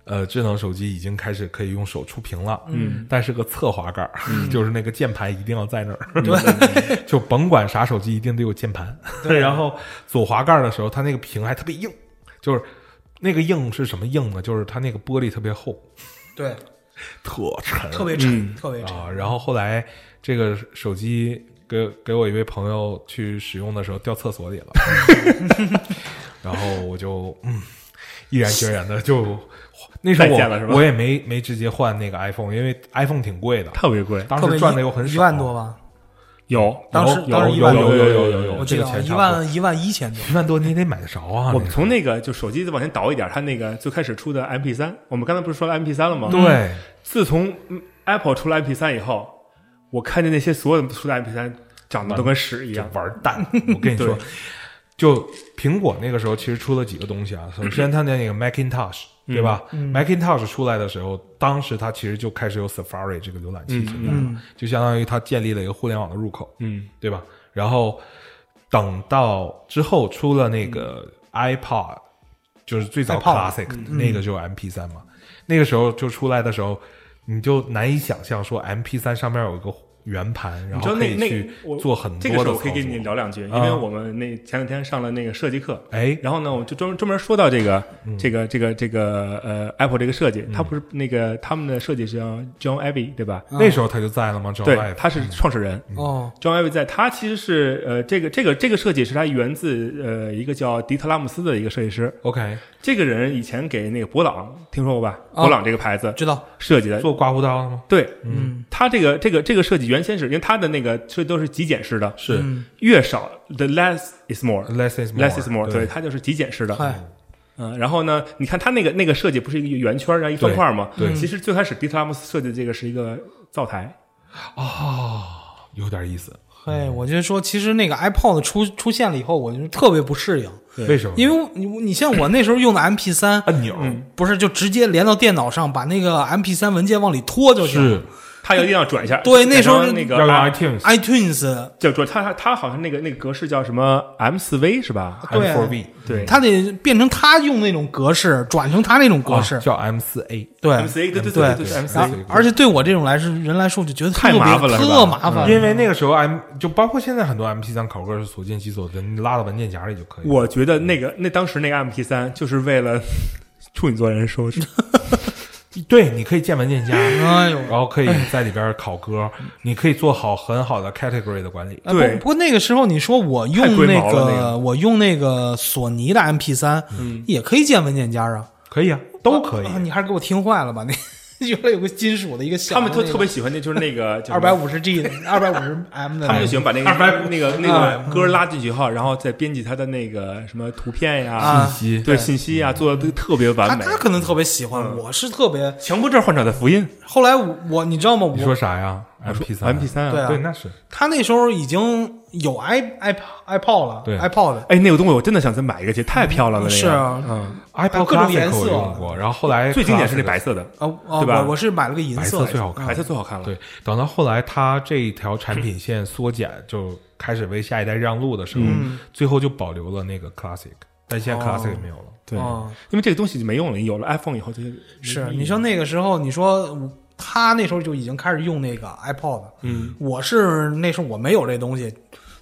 [SPEAKER 2] 呃智能手机已经开始可以用手触屏了，嗯，但是个侧滑盖儿， 就是那个键盘一定要在那儿，对， 就甭管啥手机一定得有键盘，对， 然后左滑盖儿的时候，它那个屏还特别硬，就是那个硬是什么硬呢？就是它那个玻璃特别厚，
[SPEAKER 4] 对，
[SPEAKER 2] 特沉，
[SPEAKER 4] 特别沉，特别沉。
[SPEAKER 2] 啊，然后后来这个手机给给我一位朋友去使用的时候掉厕所里了， 然后我就嗯毅然决然的就那时候
[SPEAKER 3] 再见了是吧
[SPEAKER 2] 我我也没没直接换那个 iPhone，因为 iPhone 挺贵的，
[SPEAKER 3] 特别贵，
[SPEAKER 2] 啊当
[SPEAKER 4] 特别
[SPEAKER 2] 时赚的又很
[SPEAKER 4] 一
[SPEAKER 2] 少，
[SPEAKER 4] 一万多吧，
[SPEAKER 3] 有
[SPEAKER 4] 当时
[SPEAKER 2] 有
[SPEAKER 4] 当时
[SPEAKER 2] 有
[SPEAKER 4] 一万
[SPEAKER 2] 有
[SPEAKER 3] 多
[SPEAKER 2] 有有有有，
[SPEAKER 4] 我
[SPEAKER 2] 哦这
[SPEAKER 4] 记
[SPEAKER 2] 个
[SPEAKER 4] 得
[SPEAKER 2] 钱
[SPEAKER 4] 一
[SPEAKER 2] 差不多
[SPEAKER 4] 万一万一千多。
[SPEAKER 2] 一万多，你也得买得着啊，
[SPEAKER 3] 我
[SPEAKER 2] 那
[SPEAKER 3] 们
[SPEAKER 2] 个
[SPEAKER 3] 从那个就手机再往前倒一点，它那个最开始出的 MP 三，我们刚才不是说了 MP 三了吗？，
[SPEAKER 2] 对。
[SPEAKER 3] 自从嗯 Apple 出了 MP 三以后，我看见那些所有出的 MP 三长得都跟屎一
[SPEAKER 2] 就
[SPEAKER 3] 样。
[SPEAKER 2] 玩蛋。我跟你说
[SPEAKER 3] 对，
[SPEAKER 2] 就苹果那个时候其实出了几个东西啊，首先它那个 Macintosh。对吧、m
[SPEAKER 3] 嗯
[SPEAKER 2] a c i n t o s h 出来的时候，当时它其实就开始有 Safari 这个浏览器存在了，就相当于它建立了一个互联网的入口，
[SPEAKER 3] 嗯，
[SPEAKER 2] 对吧？然后等到之后出了那个
[SPEAKER 3] 嗯
[SPEAKER 2] iPod，、就是最早
[SPEAKER 4] iPod
[SPEAKER 2] Classic、那个就是 MP 三嘛、那个时候就出来的时候，你就难以想象说 MP 三上面有一个圆盘，然
[SPEAKER 3] 你知
[SPEAKER 2] 后
[SPEAKER 3] 道
[SPEAKER 2] 可
[SPEAKER 3] 那
[SPEAKER 2] 以
[SPEAKER 3] 那
[SPEAKER 2] 去
[SPEAKER 3] 我
[SPEAKER 2] 做很
[SPEAKER 3] 这个
[SPEAKER 2] 多
[SPEAKER 3] 时
[SPEAKER 2] 的
[SPEAKER 3] 候我可以
[SPEAKER 2] 操
[SPEAKER 3] 跟你
[SPEAKER 2] 作
[SPEAKER 3] 聊两句，因
[SPEAKER 2] 啊
[SPEAKER 3] 为我们那前两天上了那个设计课，
[SPEAKER 2] 哎，
[SPEAKER 3] 然后呢，我就专门专门说到这个这个这个这个呃 Apple 这个设计，它不是那个他们的设计师叫 John Ivy 对吧？
[SPEAKER 2] 那时候他就在了吗？
[SPEAKER 3] 对
[SPEAKER 2] John，Ive
[SPEAKER 3] 他是创始人，
[SPEAKER 4] 哦，
[SPEAKER 3] John Ivy 在他其实是呃，这个这个这个设计是他源自呃一个叫迪特拉姆斯的一个设计师。
[SPEAKER 2] OK，
[SPEAKER 3] 这个人以前给那个博朗听说过吧？
[SPEAKER 4] 啊
[SPEAKER 3] 博朗这个牌子
[SPEAKER 4] 知道，
[SPEAKER 3] 设计的，
[SPEAKER 2] 做刮胡刀了吗？
[SPEAKER 3] 对
[SPEAKER 4] 嗯，
[SPEAKER 3] 他这个这个这个设计原先是因为他的那个设计都是极简式的，
[SPEAKER 2] 是
[SPEAKER 4] 嗯
[SPEAKER 3] 越少 the less is more，less
[SPEAKER 2] less is more，
[SPEAKER 3] is more，对，他就是极简式的。
[SPEAKER 4] 嗨，
[SPEAKER 3] 嗯，然后呢，你看它那个那个设计不是一个圆圈儿，然后一方块儿吗？
[SPEAKER 2] 对对
[SPEAKER 3] 其实最开始迪特拉姆斯设计的这个是一个灶台，
[SPEAKER 2] 哦，有点意思，
[SPEAKER 4] 嘿，我就说，其实那个 iPod 出出现了以后，我就特别不适应，
[SPEAKER 2] 为什么？
[SPEAKER 4] 因为你你像我那时候用的 MP 三，
[SPEAKER 2] 按钮
[SPEAKER 3] 嗯
[SPEAKER 4] 不是就直接连到电脑上，把那个 MP 三文件往里拖就行。
[SPEAKER 2] 是
[SPEAKER 3] 它一定要转一下。
[SPEAKER 4] 对那时候
[SPEAKER 3] 然后
[SPEAKER 4] 就
[SPEAKER 3] 那个
[SPEAKER 2] 要用
[SPEAKER 3] 啊
[SPEAKER 2] iTunes
[SPEAKER 4] iTunes
[SPEAKER 3] 叫主它它它好像那个那个格式叫什么 M 四 V 是吧？
[SPEAKER 2] 啊
[SPEAKER 4] 对
[SPEAKER 2] M4V，
[SPEAKER 3] 对
[SPEAKER 4] 它得变成他用那种格式，转成他那种
[SPEAKER 3] 哦
[SPEAKER 4] 格式。
[SPEAKER 2] 啊叫 M 四 A，
[SPEAKER 4] 对
[SPEAKER 3] M 四 A 对对
[SPEAKER 4] 对
[SPEAKER 3] 对
[SPEAKER 2] 对
[SPEAKER 3] M 四
[SPEAKER 4] 然
[SPEAKER 3] A
[SPEAKER 4] 后
[SPEAKER 2] 对
[SPEAKER 4] 而且对我这种来说人来说，就觉得
[SPEAKER 3] 太
[SPEAKER 4] 特别
[SPEAKER 3] 麻烦了是吧
[SPEAKER 4] 特麻烦。
[SPEAKER 2] 因为那个时候 M 就包括现在很多 MP 三考歌是所见即所得，你拉到文件夹里就可以了。
[SPEAKER 3] 我觉得那个那当时那个 M P 三就是为了处女座人收拾，
[SPEAKER 2] 对，你可以建文件夹，
[SPEAKER 4] 哎呦，
[SPEAKER 2] 然后可以在里边考歌，你可以做好很好的 category 的管理。
[SPEAKER 4] 哎
[SPEAKER 3] 对
[SPEAKER 4] 不不过那个时候你说我
[SPEAKER 3] 太
[SPEAKER 4] 用
[SPEAKER 3] 龟
[SPEAKER 4] 那
[SPEAKER 3] 毛了
[SPEAKER 4] 个、
[SPEAKER 3] 那个嗯
[SPEAKER 4] 我用那个索尼的 MP 三、也可以建文件夹啊，
[SPEAKER 2] 可以啊，都可以。
[SPEAKER 4] 啊你还是给我听坏了吧？那原来有个 金属的一个小
[SPEAKER 3] 他
[SPEAKER 4] 的
[SPEAKER 3] 们
[SPEAKER 4] 那个，
[SPEAKER 3] 特特别喜欢那就是那个叫什么
[SPEAKER 4] 二百，五十 G 的二百五十 M 的
[SPEAKER 3] 他们
[SPEAKER 4] 那
[SPEAKER 3] 就
[SPEAKER 4] 个。
[SPEAKER 3] 喜欢把那个那个那个歌拉进去以后，然后再编辑它的那个什么图片呀
[SPEAKER 4] 啊、
[SPEAKER 2] 信息
[SPEAKER 3] 对信息呀，做的特别
[SPEAKER 4] 他
[SPEAKER 3] 完美。嗯
[SPEAKER 4] 他可能特别喜欢，我是特别。
[SPEAKER 3] 强迫症患者的福音，
[SPEAKER 4] 后来我我你知道吗？我
[SPEAKER 2] 你说啥呀？MP 三
[SPEAKER 3] MP 三
[SPEAKER 4] 对啊
[SPEAKER 2] 对，那是
[SPEAKER 4] 他那时候已经有 i i iPod 了，
[SPEAKER 2] 对
[SPEAKER 4] iPod
[SPEAKER 3] 哎，那个东西我真的想再买一个去，太漂亮了。那个
[SPEAKER 4] 是啊
[SPEAKER 3] 嗯，
[SPEAKER 2] iPod
[SPEAKER 4] 各种颜
[SPEAKER 2] Classic 我
[SPEAKER 4] 色
[SPEAKER 2] 用过，然后后来
[SPEAKER 3] 最经典是那白
[SPEAKER 2] Classic
[SPEAKER 3] 色的，
[SPEAKER 4] 啊啊，
[SPEAKER 3] 对吧
[SPEAKER 4] 我我是买了个银
[SPEAKER 2] 白
[SPEAKER 4] 来
[SPEAKER 2] 色
[SPEAKER 4] 着
[SPEAKER 2] 最好看
[SPEAKER 3] 白，色最好看了。
[SPEAKER 2] 对，等到后来它这一条产品线缩减，就开始为下一代让路的时候，最后就保留了那个 Classic，但现在 Classic 没有了。
[SPEAKER 3] 对
[SPEAKER 4] 哦
[SPEAKER 3] 因为这个东西就没用了，有了 iPhone 以后嗯就是
[SPEAKER 4] 是，你说那个时候，你说他那时候就已经开始用那个 iPod，
[SPEAKER 3] 嗯，
[SPEAKER 4] 我是那时候我没有这东西，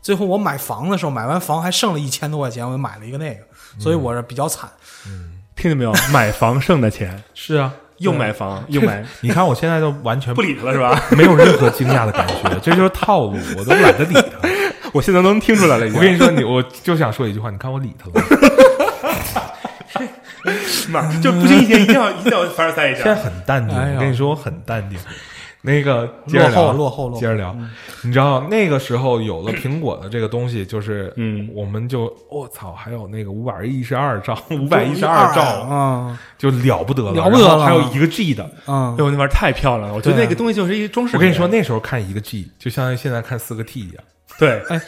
[SPEAKER 4] 最后我买房的时候，买完房还剩了一千多块钱，我就买了一个那个，
[SPEAKER 2] 嗯
[SPEAKER 4] 所以我是比较惨。
[SPEAKER 3] 听见没有？买房剩的 钱，
[SPEAKER 2] 是啊，
[SPEAKER 3] 又买房又买，
[SPEAKER 2] 你看我现在都完全
[SPEAKER 3] 不理他了是吧？
[SPEAKER 2] 没有任何惊讶的感觉，这就是套路，我都懒得理 他。
[SPEAKER 3] 我现在都能听出来了，已经
[SPEAKER 2] 我跟你说，你我就想说一句话，你看我理他 了。
[SPEAKER 3] 妈 就不经意间一定要一定要凡尔赛一
[SPEAKER 2] 现在
[SPEAKER 3] 下。
[SPEAKER 2] 很淡定，
[SPEAKER 4] 哎呀
[SPEAKER 2] 我跟你说，我很淡定。那个接着
[SPEAKER 4] 落
[SPEAKER 2] 聊，
[SPEAKER 4] 后落后落后
[SPEAKER 2] 接着聊。你知道那个时候有了苹果的这个东西，就是
[SPEAKER 3] 嗯
[SPEAKER 2] 我们就我哦操，还有那个五百一十二兆，五
[SPEAKER 4] 五
[SPEAKER 2] 百一十二兆
[SPEAKER 4] 啊，
[SPEAKER 2] 就了不得了，
[SPEAKER 4] 了不得了
[SPEAKER 2] 然后还有一个 G 的。
[SPEAKER 4] 嗯
[SPEAKER 3] 哎，，我那玩意儿太漂亮了，我觉得
[SPEAKER 4] 对啊
[SPEAKER 3] 那个东西就是一装饰。
[SPEAKER 2] 我跟你说，，那时候看一个 G 就相当于现在看四个 T 一样。
[SPEAKER 3] 对
[SPEAKER 4] 哎，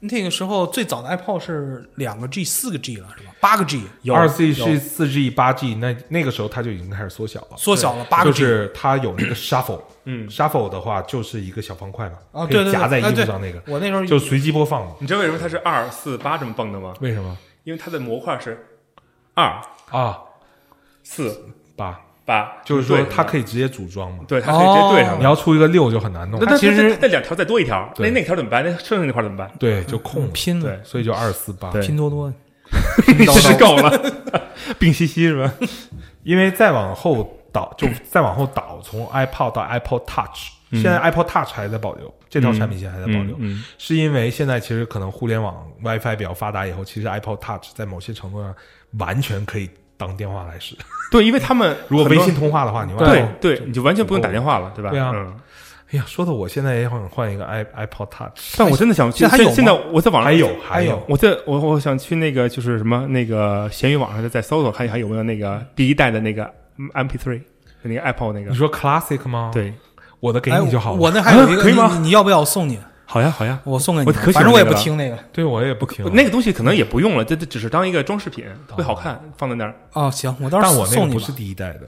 [SPEAKER 4] 那个时候最早的 iPod 是两个 G、四个 G 了，是吧？八个 G
[SPEAKER 3] 有
[SPEAKER 2] 二 G 是
[SPEAKER 3] 有
[SPEAKER 2] 四 G 八 G，那那个时候它就已经开始缩小了，
[SPEAKER 4] 缩小了八个
[SPEAKER 2] 就
[SPEAKER 4] G。
[SPEAKER 2] 是它有那个 shuffle，
[SPEAKER 3] 嗯
[SPEAKER 2] ，shuffle 的话就是一个小方块嘛，
[SPEAKER 4] 啊，
[SPEAKER 2] 可以
[SPEAKER 4] 对对对，
[SPEAKER 2] 夹在衣
[SPEAKER 4] 哎
[SPEAKER 2] 服
[SPEAKER 4] 对
[SPEAKER 2] 上那个，
[SPEAKER 4] 我那时候
[SPEAKER 2] 就随机播放嘛。
[SPEAKER 3] 你知道为什么它是二四八这么蹦的吗？
[SPEAKER 2] 为什么
[SPEAKER 3] 因为它的模块是二
[SPEAKER 2] 啊？
[SPEAKER 3] 四
[SPEAKER 2] 八，
[SPEAKER 3] 八，
[SPEAKER 2] 就是说它可
[SPEAKER 3] 以
[SPEAKER 2] 以直接组装嘛。
[SPEAKER 3] 对，它可以直接对上
[SPEAKER 4] 哦
[SPEAKER 2] 你。要出一个六就很难弄
[SPEAKER 3] 那，那
[SPEAKER 4] 其实
[SPEAKER 3] 那两条再多一条，那
[SPEAKER 2] 对
[SPEAKER 3] 那条怎么办？那剩下那块儿怎么办？
[SPEAKER 2] 对，就空了，
[SPEAKER 4] 嗯拼了
[SPEAKER 3] 对
[SPEAKER 2] 所以就二四八。
[SPEAKER 3] 对
[SPEAKER 4] 拼多多，
[SPEAKER 3] 是够了， 病兮兮是吧？
[SPEAKER 2] 因为再往后倒，就再往后倒，从 iPod 到 iPod Touch，现
[SPEAKER 4] 嗯
[SPEAKER 2] 在 iPod Touch 还在保留，这条产品线还在保留
[SPEAKER 3] 嗯嗯嗯，
[SPEAKER 2] 是因为现在其实可能互联网 WiFi 比较发达以后，其实 iPod Touch 在某些程度上完全可以当电话来使。
[SPEAKER 3] 对，因为他们
[SPEAKER 2] 如果
[SPEAKER 3] 很
[SPEAKER 2] 微
[SPEAKER 3] 多
[SPEAKER 2] 信通话的话，你忘
[SPEAKER 3] 对
[SPEAKER 2] 了。
[SPEAKER 3] 对，你就完全不用打电话了，对吧？
[SPEAKER 2] 对啊
[SPEAKER 3] 嗯
[SPEAKER 2] 哎呀，说的我现在也想换一个 i iPod Touch，哎
[SPEAKER 3] 但我真的想，
[SPEAKER 4] 现在还有吗
[SPEAKER 3] 现在我在网上
[SPEAKER 2] 还有啊还
[SPEAKER 4] 有
[SPEAKER 2] 有，
[SPEAKER 3] 我在我我想去那个就是什么那个闲鱼网上再搜搜，看还有没有那个第一代的那个 MP3 那个 Apple 那
[SPEAKER 2] 你
[SPEAKER 3] 个。
[SPEAKER 2] 说 Classic 吗？，
[SPEAKER 3] 对，
[SPEAKER 2] 我的给
[SPEAKER 4] 哎，
[SPEAKER 2] 你就好了。
[SPEAKER 4] 我那还有一
[SPEAKER 3] 啊
[SPEAKER 4] 个，
[SPEAKER 3] 可以吗
[SPEAKER 4] 你你要不要我送你？
[SPEAKER 3] 好呀好呀，
[SPEAKER 4] 我送给你
[SPEAKER 3] 我
[SPEAKER 4] 吧，
[SPEAKER 3] 可喜欢
[SPEAKER 4] 反正我也
[SPEAKER 3] 这
[SPEAKER 4] 不
[SPEAKER 3] 个了
[SPEAKER 4] 听那个。
[SPEAKER 2] 对我也不听
[SPEAKER 3] 那个东西可能也不用了，这这只是当一个装饰品，特别好看，放在那儿。
[SPEAKER 4] 哦，行，我到时
[SPEAKER 2] 但
[SPEAKER 4] 候
[SPEAKER 2] 我那
[SPEAKER 4] 送
[SPEAKER 2] 个
[SPEAKER 4] 你
[SPEAKER 2] 不
[SPEAKER 4] 吧
[SPEAKER 2] 是。第一代的，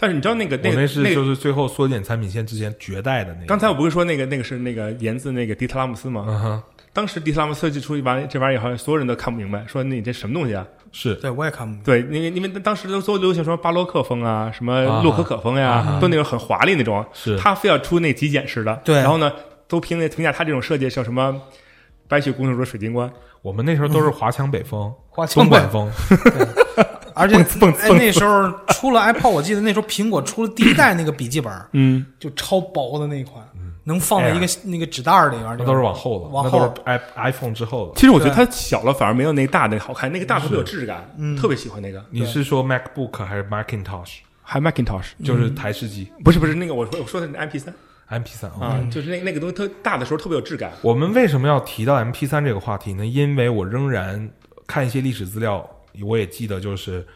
[SPEAKER 3] 但是你知道那个那
[SPEAKER 2] 我
[SPEAKER 3] 个
[SPEAKER 2] 那是
[SPEAKER 3] 那
[SPEAKER 2] 就
[SPEAKER 3] 个，
[SPEAKER 2] 是最后缩减产品线之前绝代的那个。
[SPEAKER 3] 刚才我不是说那个那个是那个源自那个迪特拉姆斯吗？
[SPEAKER 2] 嗯哼，
[SPEAKER 3] 当时迪特拉姆斯设计出一玩这玩意儿以后，所有人都看不明白，说你这什么东西啊？
[SPEAKER 2] 是
[SPEAKER 4] 对，我也看不。
[SPEAKER 3] 对，因为因为当时都都流行什么巴洛克风啊，什么洛可可风呀、
[SPEAKER 2] 啊
[SPEAKER 3] 都那种很华丽那种。
[SPEAKER 2] 是
[SPEAKER 3] 他非要出那极简式的。
[SPEAKER 4] 对
[SPEAKER 3] 然后呢，都评那评价他这种设计叫什么“白雪公主的水晶棺
[SPEAKER 2] 我们那时候都是华强北风、
[SPEAKER 4] 华强
[SPEAKER 2] 东
[SPEAKER 4] 北
[SPEAKER 2] 莞风，
[SPEAKER 4] 而且
[SPEAKER 3] 蹦
[SPEAKER 4] 哎那时候出了 iPod，我记得那时候苹果出了第一代那个笔记本，”。
[SPEAKER 3] 嗯，哎
[SPEAKER 4] 就超薄的那一款，能放在一个那个纸袋儿里边儿，
[SPEAKER 2] 那都是往后了，
[SPEAKER 4] 往
[SPEAKER 2] 那
[SPEAKER 4] 后
[SPEAKER 2] 都是 i iPhone 之后了。
[SPEAKER 3] 其实我觉得它小了反而没有那个大的好看，那个大特别有质感，特别喜欢那个。
[SPEAKER 2] 你是说 MacBook 还是 Macintosh？
[SPEAKER 3] 还 Macintosh，
[SPEAKER 2] 就是台式机
[SPEAKER 3] 嗯不是不是那个我说我说的是 MP 三
[SPEAKER 2] MP3 啊。
[SPEAKER 3] 啊，就是那那个东西特大的时候特别有质感。
[SPEAKER 2] 我们为什么要提到 MP3 这个话题呢？因为我仍然看一些历史资料，我也记得就是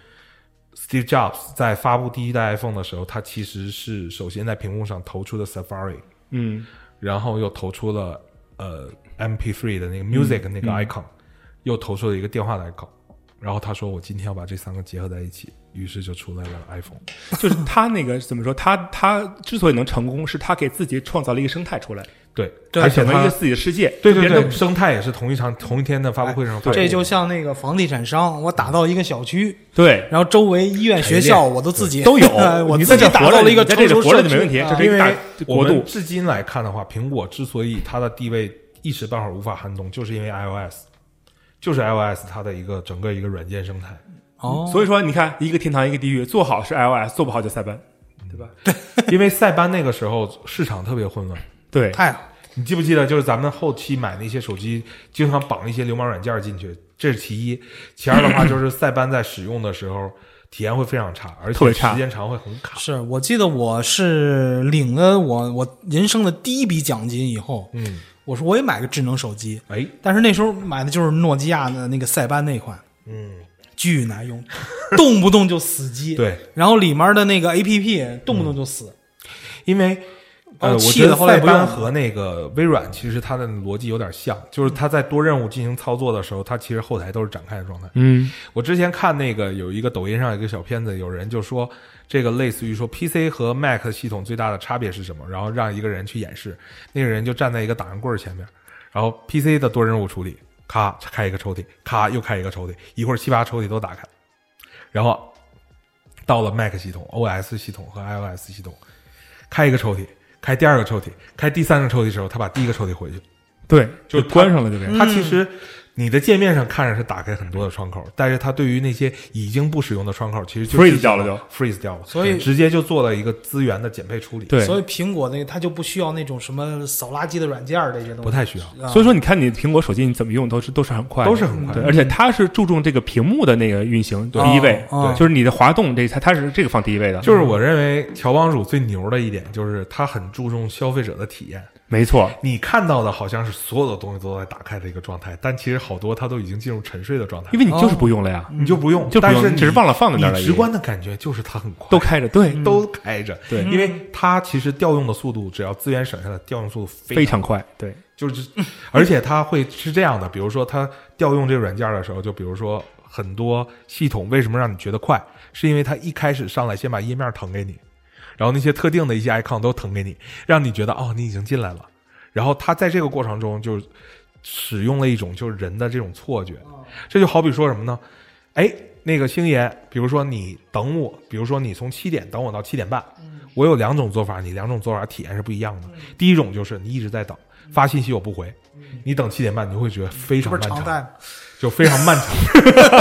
[SPEAKER 2] Steve Jobs 在发布第一代 iPhone 的时候，他其实是首先在屏幕上投出的 Safari，
[SPEAKER 3] 嗯，
[SPEAKER 2] 然后又投出了呃 MP3 的那个
[SPEAKER 3] 嗯
[SPEAKER 2] Music 那个 icon，、又投出了一个电话的 icon。然后他说：“我今天要把这三个结合在一起。”于是就出来了 iPhone。
[SPEAKER 3] 就是他那个怎么说？他他之所以能成功，是他给自己创造了一个生态出来，
[SPEAKER 2] 对，
[SPEAKER 4] 对
[SPEAKER 2] 而
[SPEAKER 3] 他
[SPEAKER 2] 且
[SPEAKER 3] 选择
[SPEAKER 2] 它
[SPEAKER 3] 一个自己的世界。
[SPEAKER 2] 对对
[SPEAKER 3] 别人都
[SPEAKER 2] 对，生态也是同一场同一天的发布会上发布的。
[SPEAKER 4] 这就像那个房地产商，我打造一个小区，
[SPEAKER 3] 对，
[SPEAKER 4] 然后周围医院、学校
[SPEAKER 2] 排列
[SPEAKER 4] 我都自己
[SPEAKER 3] 都有。
[SPEAKER 4] 我
[SPEAKER 3] 你在
[SPEAKER 4] 自己
[SPEAKER 3] 这
[SPEAKER 4] 打
[SPEAKER 3] 活
[SPEAKER 4] 造
[SPEAKER 3] 着
[SPEAKER 4] 了一个
[SPEAKER 3] 你在这
[SPEAKER 4] 成
[SPEAKER 3] 里
[SPEAKER 4] 熟
[SPEAKER 3] 活着就
[SPEAKER 4] 社
[SPEAKER 3] 没问
[SPEAKER 4] 区
[SPEAKER 3] 题，这
[SPEAKER 4] 啊
[SPEAKER 3] 是一个大
[SPEAKER 2] 我
[SPEAKER 3] 国
[SPEAKER 2] 们
[SPEAKER 3] 度。
[SPEAKER 2] 至今来看的话，苹果之所以它的地位一时半会儿无法撼动，就是因为 iOS，就是 iOS 它的一个整个一个软件生态。
[SPEAKER 4] 哦，
[SPEAKER 3] 所以说，你看，一个天堂，一个地狱，做好是 iOS，做不好就塞班，对吧？
[SPEAKER 2] 因为塞班那个时候市场特别混乱，
[SPEAKER 3] 对，
[SPEAKER 4] 太好，
[SPEAKER 2] 你记不记得？就是咱们后期买那些手机，经常绑一些流氓软件进去，这是其一。其二的话，就是塞班在使用的时候体验会非常差，而且
[SPEAKER 3] 特别差
[SPEAKER 2] 时间长会很卡。
[SPEAKER 4] 是我记得我是领了我我人生的第一笔奖金以后，
[SPEAKER 2] 嗯，
[SPEAKER 4] 我说我也买个智能手机，
[SPEAKER 2] 哎，
[SPEAKER 4] 但是那时候买的就是诺基亚的那个塞班那款，
[SPEAKER 2] 嗯，
[SPEAKER 4] 巨难用，动不动就死机，，
[SPEAKER 2] 对，嗯
[SPEAKER 4] 然后里面的那个 APP 动不动就死，
[SPEAKER 2] 因为
[SPEAKER 4] 把
[SPEAKER 2] 呃，
[SPEAKER 4] 我
[SPEAKER 2] 我
[SPEAKER 4] 气
[SPEAKER 2] 觉
[SPEAKER 4] 得
[SPEAKER 2] 得
[SPEAKER 4] 后来
[SPEAKER 2] 塞
[SPEAKER 4] 不用
[SPEAKER 2] 班
[SPEAKER 4] 了
[SPEAKER 2] 和那个微软其实它的逻辑有点像，就是它在多任务进行操作的时候，它其实后台都是展开的状态。
[SPEAKER 3] 嗯，
[SPEAKER 2] 我之前看那个有一个抖音上有一个小片子，有人就说这个类似于说 PC 和 Mac 系统最大的差别是什么，然后让一个人去演示，那个人就站在一个打钢棍儿前面，然后 PC 的多任务处理，咔开一个抽屉，咔又开一个抽屉，一会儿七八抽屉都打开，然后到了 Mac 系统、OS 系统和 iOS 系统，开一个抽屉，开第二个抽屉，开第三个抽屉的时候，他把第一个抽屉回去，
[SPEAKER 3] 对，
[SPEAKER 2] 就嗯它
[SPEAKER 3] 关上了就变。
[SPEAKER 2] 它其实你的界面上看着是打开很多的窗口，但是它对于那些已经不使用的窗口，其实就
[SPEAKER 3] Freeze 掉了就
[SPEAKER 2] freeze 掉了，
[SPEAKER 4] 所以
[SPEAKER 2] 直接就做了一个资源的减配处理。
[SPEAKER 3] 对，
[SPEAKER 4] 所以苹果那个它就不需要那种什么扫垃圾的软件儿这些东西，
[SPEAKER 2] 不太需要，
[SPEAKER 4] 啊
[SPEAKER 3] 所以说，你看你苹果手机你怎么用都是都是很快的，
[SPEAKER 2] 都是很快嗯
[SPEAKER 3] 对，而且它是注重这个屏幕的那个运行第
[SPEAKER 2] 对
[SPEAKER 3] 一位，
[SPEAKER 4] 哦哦
[SPEAKER 3] 就是你的滑动这它它是这个放第一位的，
[SPEAKER 2] 就是我认为乔帮主最牛的一点就是他很注重消费者的体验。
[SPEAKER 3] 没错，
[SPEAKER 2] 你看到的好像是所有的东西都在打开的一个状态，但其实好多它都已经进入沉睡的状态
[SPEAKER 3] 因，为你就是不用了呀，
[SPEAKER 2] 你就不用，
[SPEAKER 3] 就不
[SPEAKER 2] 但
[SPEAKER 3] 用
[SPEAKER 2] 是
[SPEAKER 3] 你
[SPEAKER 2] 你
[SPEAKER 3] 只是忘了放在那儿而已
[SPEAKER 2] 你直观的感觉就是它很快，
[SPEAKER 3] 都开着，对，
[SPEAKER 2] 嗯都开着，
[SPEAKER 3] 嗯对
[SPEAKER 2] 因为它其实调用的速度，只要资源省下来，调用速度非
[SPEAKER 3] 非
[SPEAKER 2] 常
[SPEAKER 3] 常快，
[SPEAKER 2] 哦
[SPEAKER 3] 对，
[SPEAKER 2] 就是，而且它会是这样的，比如说它调用这个软件的时候，就比如说很多系统为什么让你觉得快，是因为它一开始上来先把页面腾给你，然后那些特定的一些 icon 都腾给你，让你觉得哦你已经进来了，然后它在这个过程中就使用了一种就是人的这种错觉，
[SPEAKER 4] 哦
[SPEAKER 2] 这就好比说什么呢？哎，那个星爷，比如说你等我，比如说你从七点等我到七点半，
[SPEAKER 4] 嗯
[SPEAKER 2] 我有两种做法，你两种做法体验是不一样的。第一种就是你一直在等，发信息我不回，你等七点半，你会觉得非
[SPEAKER 4] 嗯这
[SPEAKER 2] 常漫
[SPEAKER 4] 不是常态
[SPEAKER 2] 长，
[SPEAKER 4] 吗？
[SPEAKER 2] 就非常漫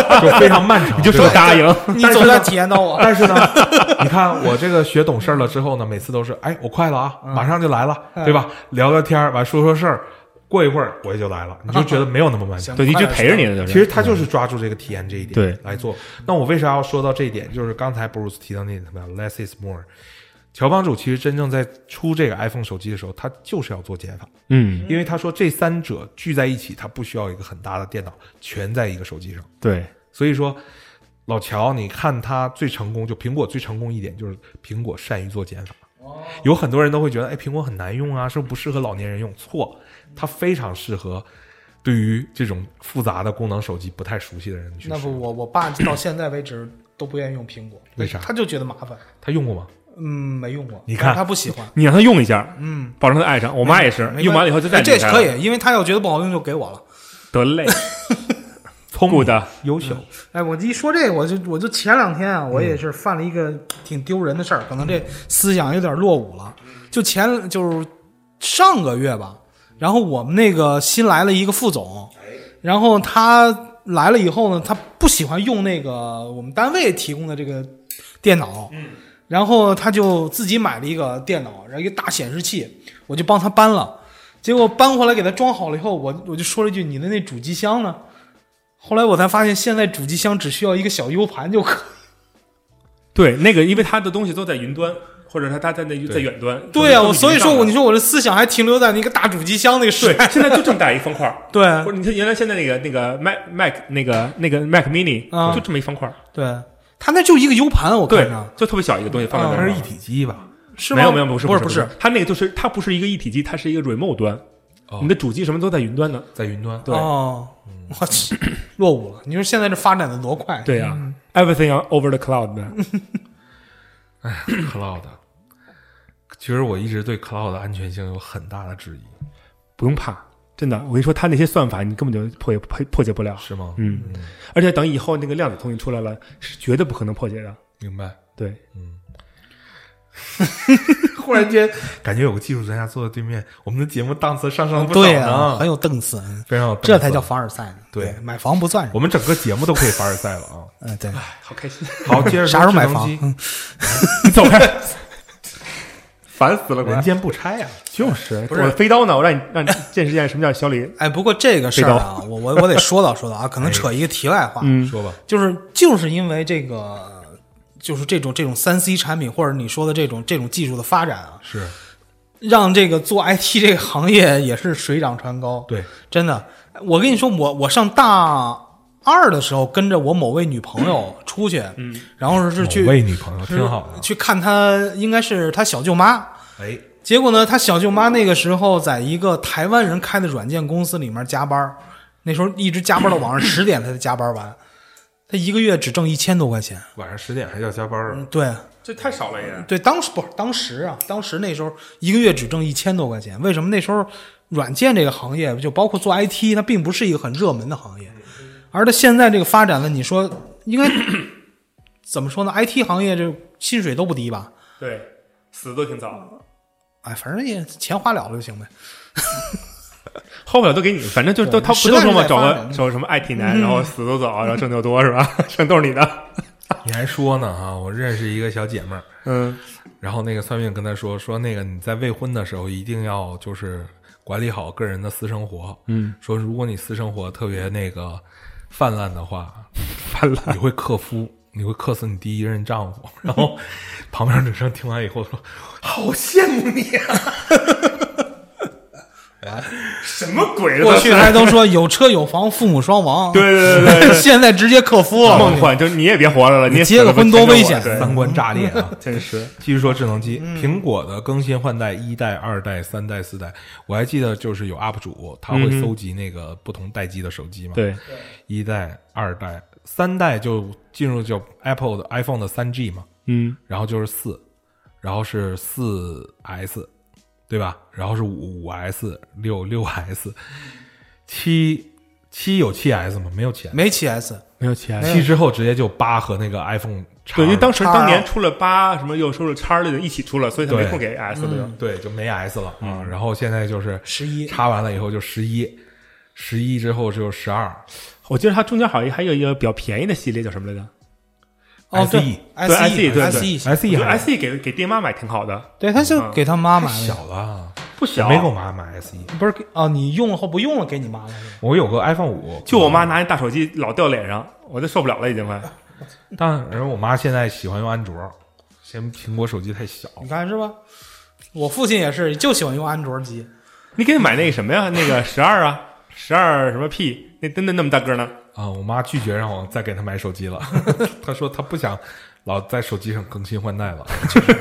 [SPEAKER 2] 长， 就非常漫 长，
[SPEAKER 3] 你就
[SPEAKER 2] 对吧
[SPEAKER 3] 说答应，
[SPEAKER 4] 你总算体验到我，
[SPEAKER 2] 但是呢， 你看我这个学懂事儿了之后呢，每次都是哎，我快了啊，
[SPEAKER 3] 嗯
[SPEAKER 2] 马上就来了，对吧？聊聊天儿，完说说事儿，过一会儿我也就 来了，你就觉得没有那么漫长
[SPEAKER 4] 行。
[SPEAKER 3] 对，一直陪着你的，就是
[SPEAKER 2] 其实他就是抓住这个体验这一点
[SPEAKER 3] 对
[SPEAKER 2] 来做。那我为啥要说到这一点？就是刚才 Bruce 提到那什么 “less is more”。乔帮主其实真正在出这个 iPhone 手机的时候，他就是要做减法，
[SPEAKER 3] 嗯，
[SPEAKER 2] 因为他说这三者聚在一起，他不需要一个很大的电脑，全在一个手机上。
[SPEAKER 3] 对，
[SPEAKER 2] 所以说，老乔，你看他最成功，就苹果最成功一点就是苹果善于做减法。有很多人都会觉得，哎，苹果很难用啊，是不是不适合老年人用？错，它非常适合对于这种复杂的功能手机不太熟悉的人去
[SPEAKER 4] 那
[SPEAKER 2] 使
[SPEAKER 4] 不，
[SPEAKER 2] 用。
[SPEAKER 4] 我我爸到现在为止都不愿意用苹果，
[SPEAKER 2] 为啥
[SPEAKER 4] 他就觉得麻烦。
[SPEAKER 2] 他用过吗？
[SPEAKER 4] 嗯，没用过，
[SPEAKER 2] 你看
[SPEAKER 4] 他不喜欢。
[SPEAKER 3] 你让他用一下，
[SPEAKER 4] 嗯，
[SPEAKER 3] 保证他爱上。我妈也是，
[SPEAKER 4] 没关
[SPEAKER 3] 用完了以后就再
[SPEAKER 4] 哎
[SPEAKER 3] 也
[SPEAKER 4] 这
[SPEAKER 3] 不开了
[SPEAKER 4] 可，以，因为他要觉得不好用就给我了。
[SPEAKER 3] 得 嘞，
[SPEAKER 2] 聪
[SPEAKER 3] 不
[SPEAKER 2] 明
[SPEAKER 3] 的，
[SPEAKER 2] 优秀，
[SPEAKER 4] 哎，我一说这个，我就我就前两天啊，我也是犯了一个挺丢人的事儿，可能这思想有点落伍了。就前就是上个月吧，然后我们那个新来了一个副总，然后他来了以后呢，他不喜欢用那个我们单位提供的这个电脑，然后他就自己买了一个电脑，然后一个大显示器，我就帮他搬了。结果搬回来给他装好了以后，我我就说了一句：“你的那主机箱呢？”后来我才发现，现在主机箱只需要一个小 U 盘就可以。
[SPEAKER 3] 对，那个因为它的东西都在云端，或者它它在那在远端。
[SPEAKER 4] 对啊
[SPEAKER 3] 呀、
[SPEAKER 4] 呀、我所以说我你
[SPEAKER 3] 说
[SPEAKER 4] 说我这思想还停留在那个大主机箱那个时
[SPEAKER 3] 对
[SPEAKER 4] 代。，
[SPEAKER 3] 现在就这么大一方块 儿。
[SPEAKER 4] 对
[SPEAKER 3] 或者你看原来现在那个那个 Mac Mac 那个那个 Mac Mini
[SPEAKER 4] 啊
[SPEAKER 3] 就这么一方块儿，
[SPEAKER 4] 对，它那就一个 U 盘，我看
[SPEAKER 3] 对
[SPEAKER 4] 着，啊嗯
[SPEAKER 3] 就特别小一个东西放在那
[SPEAKER 2] 它
[SPEAKER 3] 儿
[SPEAKER 2] 是一。体机吧？
[SPEAKER 4] 是吗？
[SPEAKER 3] 没有没有不是
[SPEAKER 4] 不
[SPEAKER 3] 是
[SPEAKER 4] 不
[SPEAKER 3] 不
[SPEAKER 4] 是，，
[SPEAKER 3] 它那个就是它不是一个一体机，它是一个 remote 端，
[SPEAKER 2] 哦
[SPEAKER 3] 你的主机什么都在云端呢。
[SPEAKER 4] 哎
[SPEAKER 2] 在云端，啊
[SPEAKER 3] 对
[SPEAKER 4] 哦，我去，落伍了。你说现在这发展的多快？
[SPEAKER 3] 对呀、e v e r y t h i n g over the cloud 的。
[SPEAKER 2] cloud。其实我一直对 cloud 的安全性有很大的质疑，
[SPEAKER 3] 不用怕，真的，我跟你说，他那些算法你根本就破解破破解不了，
[SPEAKER 2] 是吗？
[SPEAKER 3] 嗯，而且等以后那个量子通信出来了，是绝对不可能破解的。
[SPEAKER 2] 明白。
[SPEAKER 3] 对，
[SPEAKER 2] 忽然间感觉有个技术专家坐在对面，我们的节目档次上升了不
[SPEAKER 4] 对
[SPEAKER 2] 少
[SPEAKER 4] 啊，
[SPEAKER 2] 呢
[SPEAKER 4] 很有邓次，
[SPEAKER 2] 非常有
[SPEAKER 4] 这
[SPEAKER 2] 档次
[SPEAKER 4] 才叫凡尔赛呢。
[SPEAKER 2] 对
[SPEAKER 4] 买房不算什
[SPEAKER 2] 我
[SPEAKER 4] 么。
[SPEAKER 2] 们整个节目都可以凡尔赛了 啊！
[SPEAKER 4] 嗯，对，
[SPEAKER 3] 好开心，
[SPEAKER 2] 好，接着说
[SPEAKER 4] 啥时候买
[SPEAKER 2] 智能
[SPEAKER 4] 房
[SPEAKER 2] 机？
[SPEAKER 4] 嗯
[SPEAKER 3] 你走开，烦死了，
[SPEAKER 2] 人间不拆啊呀、
[SPEAKER 3] 哎就是，我飞刀呢，我让你让你见识见识什么叫小李。
[SPEAKER 4] 哎，不过这个事 儿啊，我我我得说道说道啊，可能扯一个题外话，
[SPEAKER 3] 嗯，
[SPEAKER 2] 说吧，
[SPEAKER 4] 就是就是因为这个，就是这种这种三 C 产品或者你说的这种这种技术的发展啊，
[SPEAKER 2] 是
[SPEAKER 4] 让这个做 IT 这个行业也是水涨船高。
[SPEAKER 2] 对，
[SPEAKER 4] 真的，我跟你说，我我上大二的时候，跟着我某位女朋友出去，嗯，然后是去
[SPEAKER 2] 某位女朋友
[SPEAKER 4] 是
[SPEAKER 2] 挺好的。啊
[SPEAKER 4] 去看她，应该是她小舅妈。
[SPEAKER 2] 哎，
[SPEAKER 4] 结果呢，她小舅妈那个时候在一个台湾人开的软件公司里面加班儿，那时候一直加班到晚上十点，她才加班完。她一个月只挣一千多块钱，
[SPEAKER 2] 晚上十点还要加班儿啊
[SPEAKER 4] 嗯，对
[SPEAKER 3] 这太少了也。
[SPEAKER 4] 对，当时不是当时啊，当时那时候一个月只挣一千多块钱，为什么那时候软件这个行业就包括做 IT，它并不是一个很热门的行业，
[SPEAKER 3] 嗯
[SPEAKER 4] 而它现在这个发展了，你说应该怎么说呢？IT 行业这薪水都不低吧？
[SPEAKER 3] 对，死的都挺早，
[SPEAKER 4] 哎，反正也钱花了了就行 呗。
[SPEAKER 3] 后不了都给你，反正就是都
[SPEAKER 4] 对
[SPEAKER 3] 他不
[SPEAKER 4] 时
[SPEAKER 3] 都
[SPEAKER 4] 代
[SPEAKER 3] 说嘛，
[SPEAKER 4] 在
[SPEAKER 3] 找
[SPEAKER 4] 发
[SPEAKER 3] 个
[SPEAKER 4] 展
[SPEAKER 3] 找个什么 IT 男，然后死的都早，然后挣的又多是吧？ 挣都是你的。
[SPEAKER 2] 你还说呢啊！我认识一个小姐妹儿，
[SPEAKER 3] 嗯，
[SPEAKER 2] 然后那个算命跟她说说那个你在未婚的时候一定要就是管理好个人的私生活，嗯，说如果你私生活特别那个泛滥的 话，
[SPEAKER 3] 犯了。
[SPEAKER 2] 你会克夫，你会克死你第一任丈 夫。然后旁边女生听完以后说：“好羡慕你啊
[SPEAKER 3] 什么鬼？
[SPEAKER 4] 过去还都说有车有房，父母双亡，
[SPEAKER 3] 对对对对，
[SPEAKER 4] 现在直接克夫了。
[SPEAKER 3] 梦幻，就是你也别活着了，你也
[SPEAKER 4] 结个婚多危险
[SPEAKER 3] 对！
[SPEAKER 2] 三观炸裂啊！”嗯
[SPEAKER 3] 真是
[SPEAKER 2] 继续说智能机，苹果的更新换代一代、二代、三代、四代，我还记得就是有 UP 主他会搜集那个不同代机的手机嘛，，
[SPEAKER 3] 对，
[SPEAKER 2] 一代、二代、三代就进入就 Apple 的 iPhone 的三 G 嘛，
[SPEAKER 3] 嗯，
[SPEAKER 2] 然后就是四，然后是四 S，对吧？然后是五五 S、六六 S、七七有七 S 吗？没有七 S，
[SPEAKER 4] 没起 S，
[SPEAKER 3] 没有其他。
[SPEAKER 2] 七之后直接就八和那个 iPhone 叉，
[SPEAKER 3] 对，因为当时
[SPEAKER 4] 叉
[SPEAKER 3] 当年出了八什么又出了叉类的一起出了，所以他没
[SPEAKER 2] 对
[SPEAKER 3] 空给 S 了。
[SPEAKER 2] 对就没 S 了啊。
[SPEAKER 3] 嗯
[SPEAKER 2] 然后现在就是
[SPEAKER 4] 11
[SPEAKER 2] 插完了以后就十一，十一之后就十二
[SPEAKER 3] 我记得它中间好像还有一个比较便宜的系列叫什么来着？
[SPEAKER 4] 哦对
[SPEAKER 2] SE
[SPEAKER 4] SE
[SPEAKER 3] E 对 SE 对嗯
[SPEAKER 4] SE，
[SPEAKER 2] ，SE 还
[SPEAKER 3] S E 给给爹妈买挺好的，
[SPEAKER 4] 对，他就给他妈买了
[SPEAKER 2] 小了，
[SPEAKER 3] 不小。
[SPEAKER 2] 没给我妈买 SE，
[SPEAKER 4] 不是给哦，你用了后不用了，给你妈了是吧。
[SPEAKER 2] 我有个 iPhone 五，
[SPEAKER 3] 就我妈拿那大手机老掉脸上，我都受不了了，已经快。
[SPEAKER 2] 但然后我妈现在喜欢用安卓，嫌苹果手机太小，
[SPEAKER 4] 你看是吧？我父亲也是，就喜欢用安卓机。
[SPEAKER 3] 你给他买那个什么呀？那个十二啊，十二什么 P？那真的那么大个呢？
[SPEAKER 2] 啊，我妈拒绝让我再给她买手机了， 她说她不想老在手机上更新换代了， 就是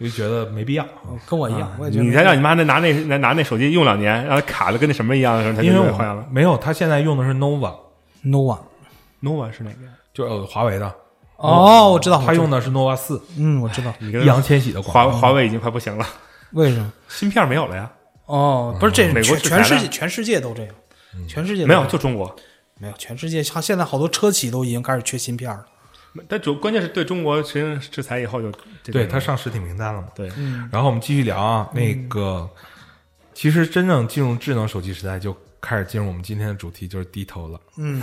[SPEAKER 2] 就觉得没必 要啊。
[SPEAKER 4] 跟我一样，我也觉得
[SPEAKER 3] 你再让你妈那拿那拿拿那手机用两年，然后卡的跟那什么一样的时候，她就
[SPEAKER 2] 因为
[SPEAKER 3] 给
[SPEAKER 2] 我
[SPEAKER 3] 换了。
[SPEAKER 2] 没有，她现在用的是 nova，
[SPEAKER 4] nova。
[SPEAKER 3] nova 是哪个呀？
[SPEAKER 2] 就是呃华为的，
[SPEAKER 4] 哦，我知道，
[SPEAKER 2] 她用
[SPEAKER 4] 的，
[SPEAKER 2] 的是 nova 四，
[SPEAKER 4] 嗯，我知道，
[SPEAKER 3] 你
[SPEAKER 2] 易
[SPEAKER 3] 跟
[SPEAKER 2] 烊千玺的广
[SPEAKER 3] 华
[SPEAKER 2] 告
[SPEAKER 3] 华为已经快不行了，
[SPEAKER 4] 为什么？
[SPEAKER 3] 芯片没有了呀？
[SPEAKER 4] 哦，不是，这
[SPEAKER 3] 美国
[SPEAKER 4] 全
[SPEAKER 3] 制裁
[SPEAKER 4] 全
[SPEAKER 3] 了
[SPEAKER 4] 世界全世界都这样，全世界都
[SPEAKER 3] 没有，
[SPEAKER 4] 这样
[SPEAKER 3] 就中国。
[SPEAKER 4] 没有，全世界像现在好多车企都已经开始缺芯片了。
[SPEAKER 3] 但主关键是对中国实行制裁以后就这
[SPEAKER 2] 对
[SPEAKER 3] 种
[SPEAKER 4] 嗯
[SPEAKER 3] 嗯
[SPEAKER 2] 他上实体名单了嘛。
[SPEAKER 3] 对
[SPEAKER 2] 然后我们继续聊啊，那个其实真正进入智能手机时代，就开始进入我们今天的主题，就是低头了。
[SPEAKER 4] 嗯，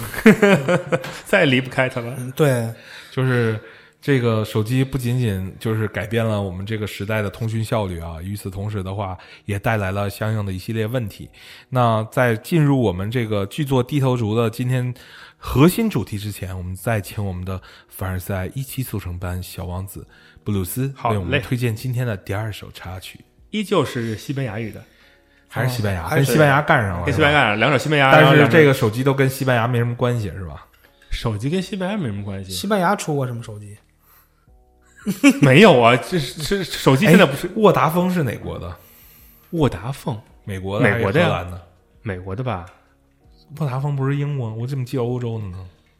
[SPEAKER 3] 再也离不开它了。
[SPEAKER 4] 对，
[SPEAKER 2] 就是这个手机不仅仅就是改变了我们这个时代的通讯效率啊，与此同时的话，也带来了相应的一系列问题。那在进入我们这个剧作《低头族》的今天核心主题之前，我们再请我们的凡尔赛一期速成班小王子布鲁斯
[SPEAKER 3] 好
[SPEAKER 2] 为我们
[SPEAKER 3] 嘞
[SPEAKER 2] 推荐今天的第二首插曲，
[SPEAKER 3] 依旧是西班牙语的，
[SPEAKER 2] 还是西班牙，
[SPEAKER 4] 哦
[SPEAKER 2] 跟西班牙干上了，
[SPEAKER 3] 跟西班
[SPEAKER 2] 是吧。
[SPEAKER 3] 牙两首西班牙，然后
[SPEAKER 2] 但是
[SPEAKER 3] 两
[SPEAKER 2] 这个手机都跟西班牙没什么关系，是吧？
[SPEAKER 3] 手机跟西班牙没什么关系，
[SPEAKER 4] 西班牙出过什么手机？
[SPEAKER 3] 没有啊，这是是手机现在不是
[SPEAKER 2] 哎沃达丰是哪国的？
[SPEAKER 3] 沃达丰，
[SPEAKER 2] 美国的，
[SPEAKER 3] 美国的呀
[SPEAKER 2] 荷兰的。
[SPEAKER 3] 美国的吧？
[SPEAKER 2] 沃达丰不是英国，我怎么记得欧洲的
[SPEAKER 4] 嗯
[SPEAKER 2] 呢？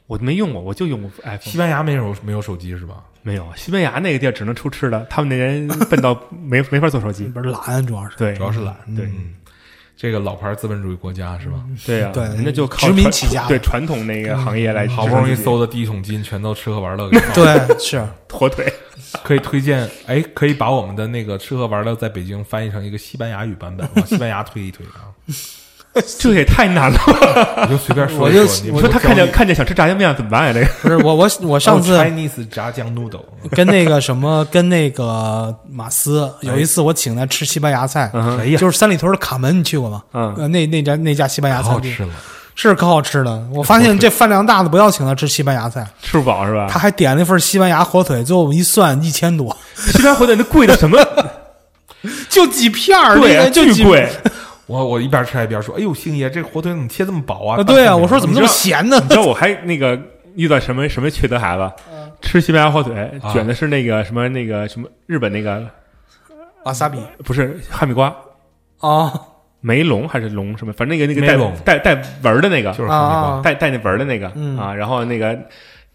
[SPEAKER 3] 我没用过，我就用过 iPhone
[SPEAKER 2] 西。班牙没有没有手机是吧？
[SPEAKER 3] 没有，西班牙那个地儿只能出吃的，他们那人笨到没没法做手机。
[SPEAKER 4] 不是蓝，主要是。
[SPEAKER 3] 对，
[SPEAKER 2] 主要是懒。
[SPEAKER 3] 对
[SPEAKER 2] 嗯，这个老牌资本主义国家是吧？
[SPEAKER 3] 对啊，
[SPEAKER 4] 对
[SPEAKER 3] 人家就靠
[SPEAKER 4] 殖民
[SPEAKER 3] 传
[SPEAKER 4] 起家
[SPEAKER 3] 对传统那个行业来支
[SPEAKER 2] 嗯
[SPEAKER 3] 撑
[SPEAKER 2] 好不容易
[SPEAKER 3] 自己
[SPEAKER 2] 搜的第一桶金，全都吃喝玩乐 给放了。
[SPEAKER 4] 对，是
[SPEAKER 3] 火腿，
[SPEAKER 2] 可以推荐，哎，可以把我们的那个吃喝玩乐在北京翻译成一个西班牙语版本， 往西班牙推一推啊！
[SPEAKER 3] 这也太难了。
[SPEAKER 2] 你就随便说
[SPEAKER 4] 我
[SPEAKER 2] 一
[SPEAKER 4] 就
[SPEAKER 2] 说。你
[SPEAKER 3] 你
[SPEAKER 2] 不
[SPEAKER 3] 说他
[SPEAKER 2] 教
[SPEAKER 3] 看见
[SPEAKER 2] 你
[SPEAKER 3] 看见想吃炸酱面怎么办呀？这个
[SPEAKER 4] 不是我我我上次
[SPEAKER 2] 哦 Chinese 炸酱 noodle， 嗯
[SPEAKER 4] 跟那个什么跟那个马斯有一次我请他吃西班牙菜，
[SPEAKER 3] 嗯
[SPEAKER 2] 哎呀，
[SPEAKER 4] 就是三里屯的卡门，你去过吗？
[SPEAKER 3] 嗯
[SPEAKER 4] 呃那那家那家西班牙
[SPEAKER 2] 可
[SPEAKER 4] 餐
[SPEAKER 2] 好
[SPEAKER 4] 厅
[SPEAKER 2] 吃了。
[SPEAKER 4] 是可好吃的。我发现这饭量大的不要请他吃西班牙菜，
[SPEAKER 3] 吃不饱是吧？
[SPEAKER 4] 他还点了一份西班牙火腿，最后我们一算一千多，
[SPEAKER 3] 西班牙火腿那贵的什 么？
[SPEAKER 4] 就几片儿，
[SPEAKER 3] 对
[SPEAKER 4] 那
[SPEAKER 3] 啊，
[SPEAKER 4] 个就
[SPEAKER 3] 巨
[SPEAKER 4] 几
[SPEAKER 3] 贵。
[SPEAKER 2] 我我一边吃还一边说，哎呦，星爷这火腿怎么切这么薄啊？
[SPEAKER 4] 啊！对
[SPEAKER 2] 大
[SPEAKER 4] 啊，
[SPEAKER 2] 葱
[SPEAKER 4] 我说怎么这么咸呢
[SPEAKER 3] 你？知道我还那个遇到什么什么缺德孩子？吃西班牙火腿
[SPEAKER 2] 啊
[SPEAKER 3] 卷的是那个什么那个什么日本那个
[SPEAKER 4] 瓦萨比
[SPEAKER 3] 不是哈密瓜
[SPEAKER 4] 啊
[SPEAKER 3] 梅龙还是龙什么？反正那个那
[SPEAKER 2] 梅龙
[SPEAKER 3] 个带带带纹儿的那个，
[SPEAKER 2] 就是
[SPEAKER 4] 啊
[SPEAKER 2] 哈密瓜。
[SPEAKER 4] 啊！
[SPEAKER 3] 带带那纹儿的那个、
[SPEAKER 4] 嗯
[SPEAKER 3] 啊，然后那个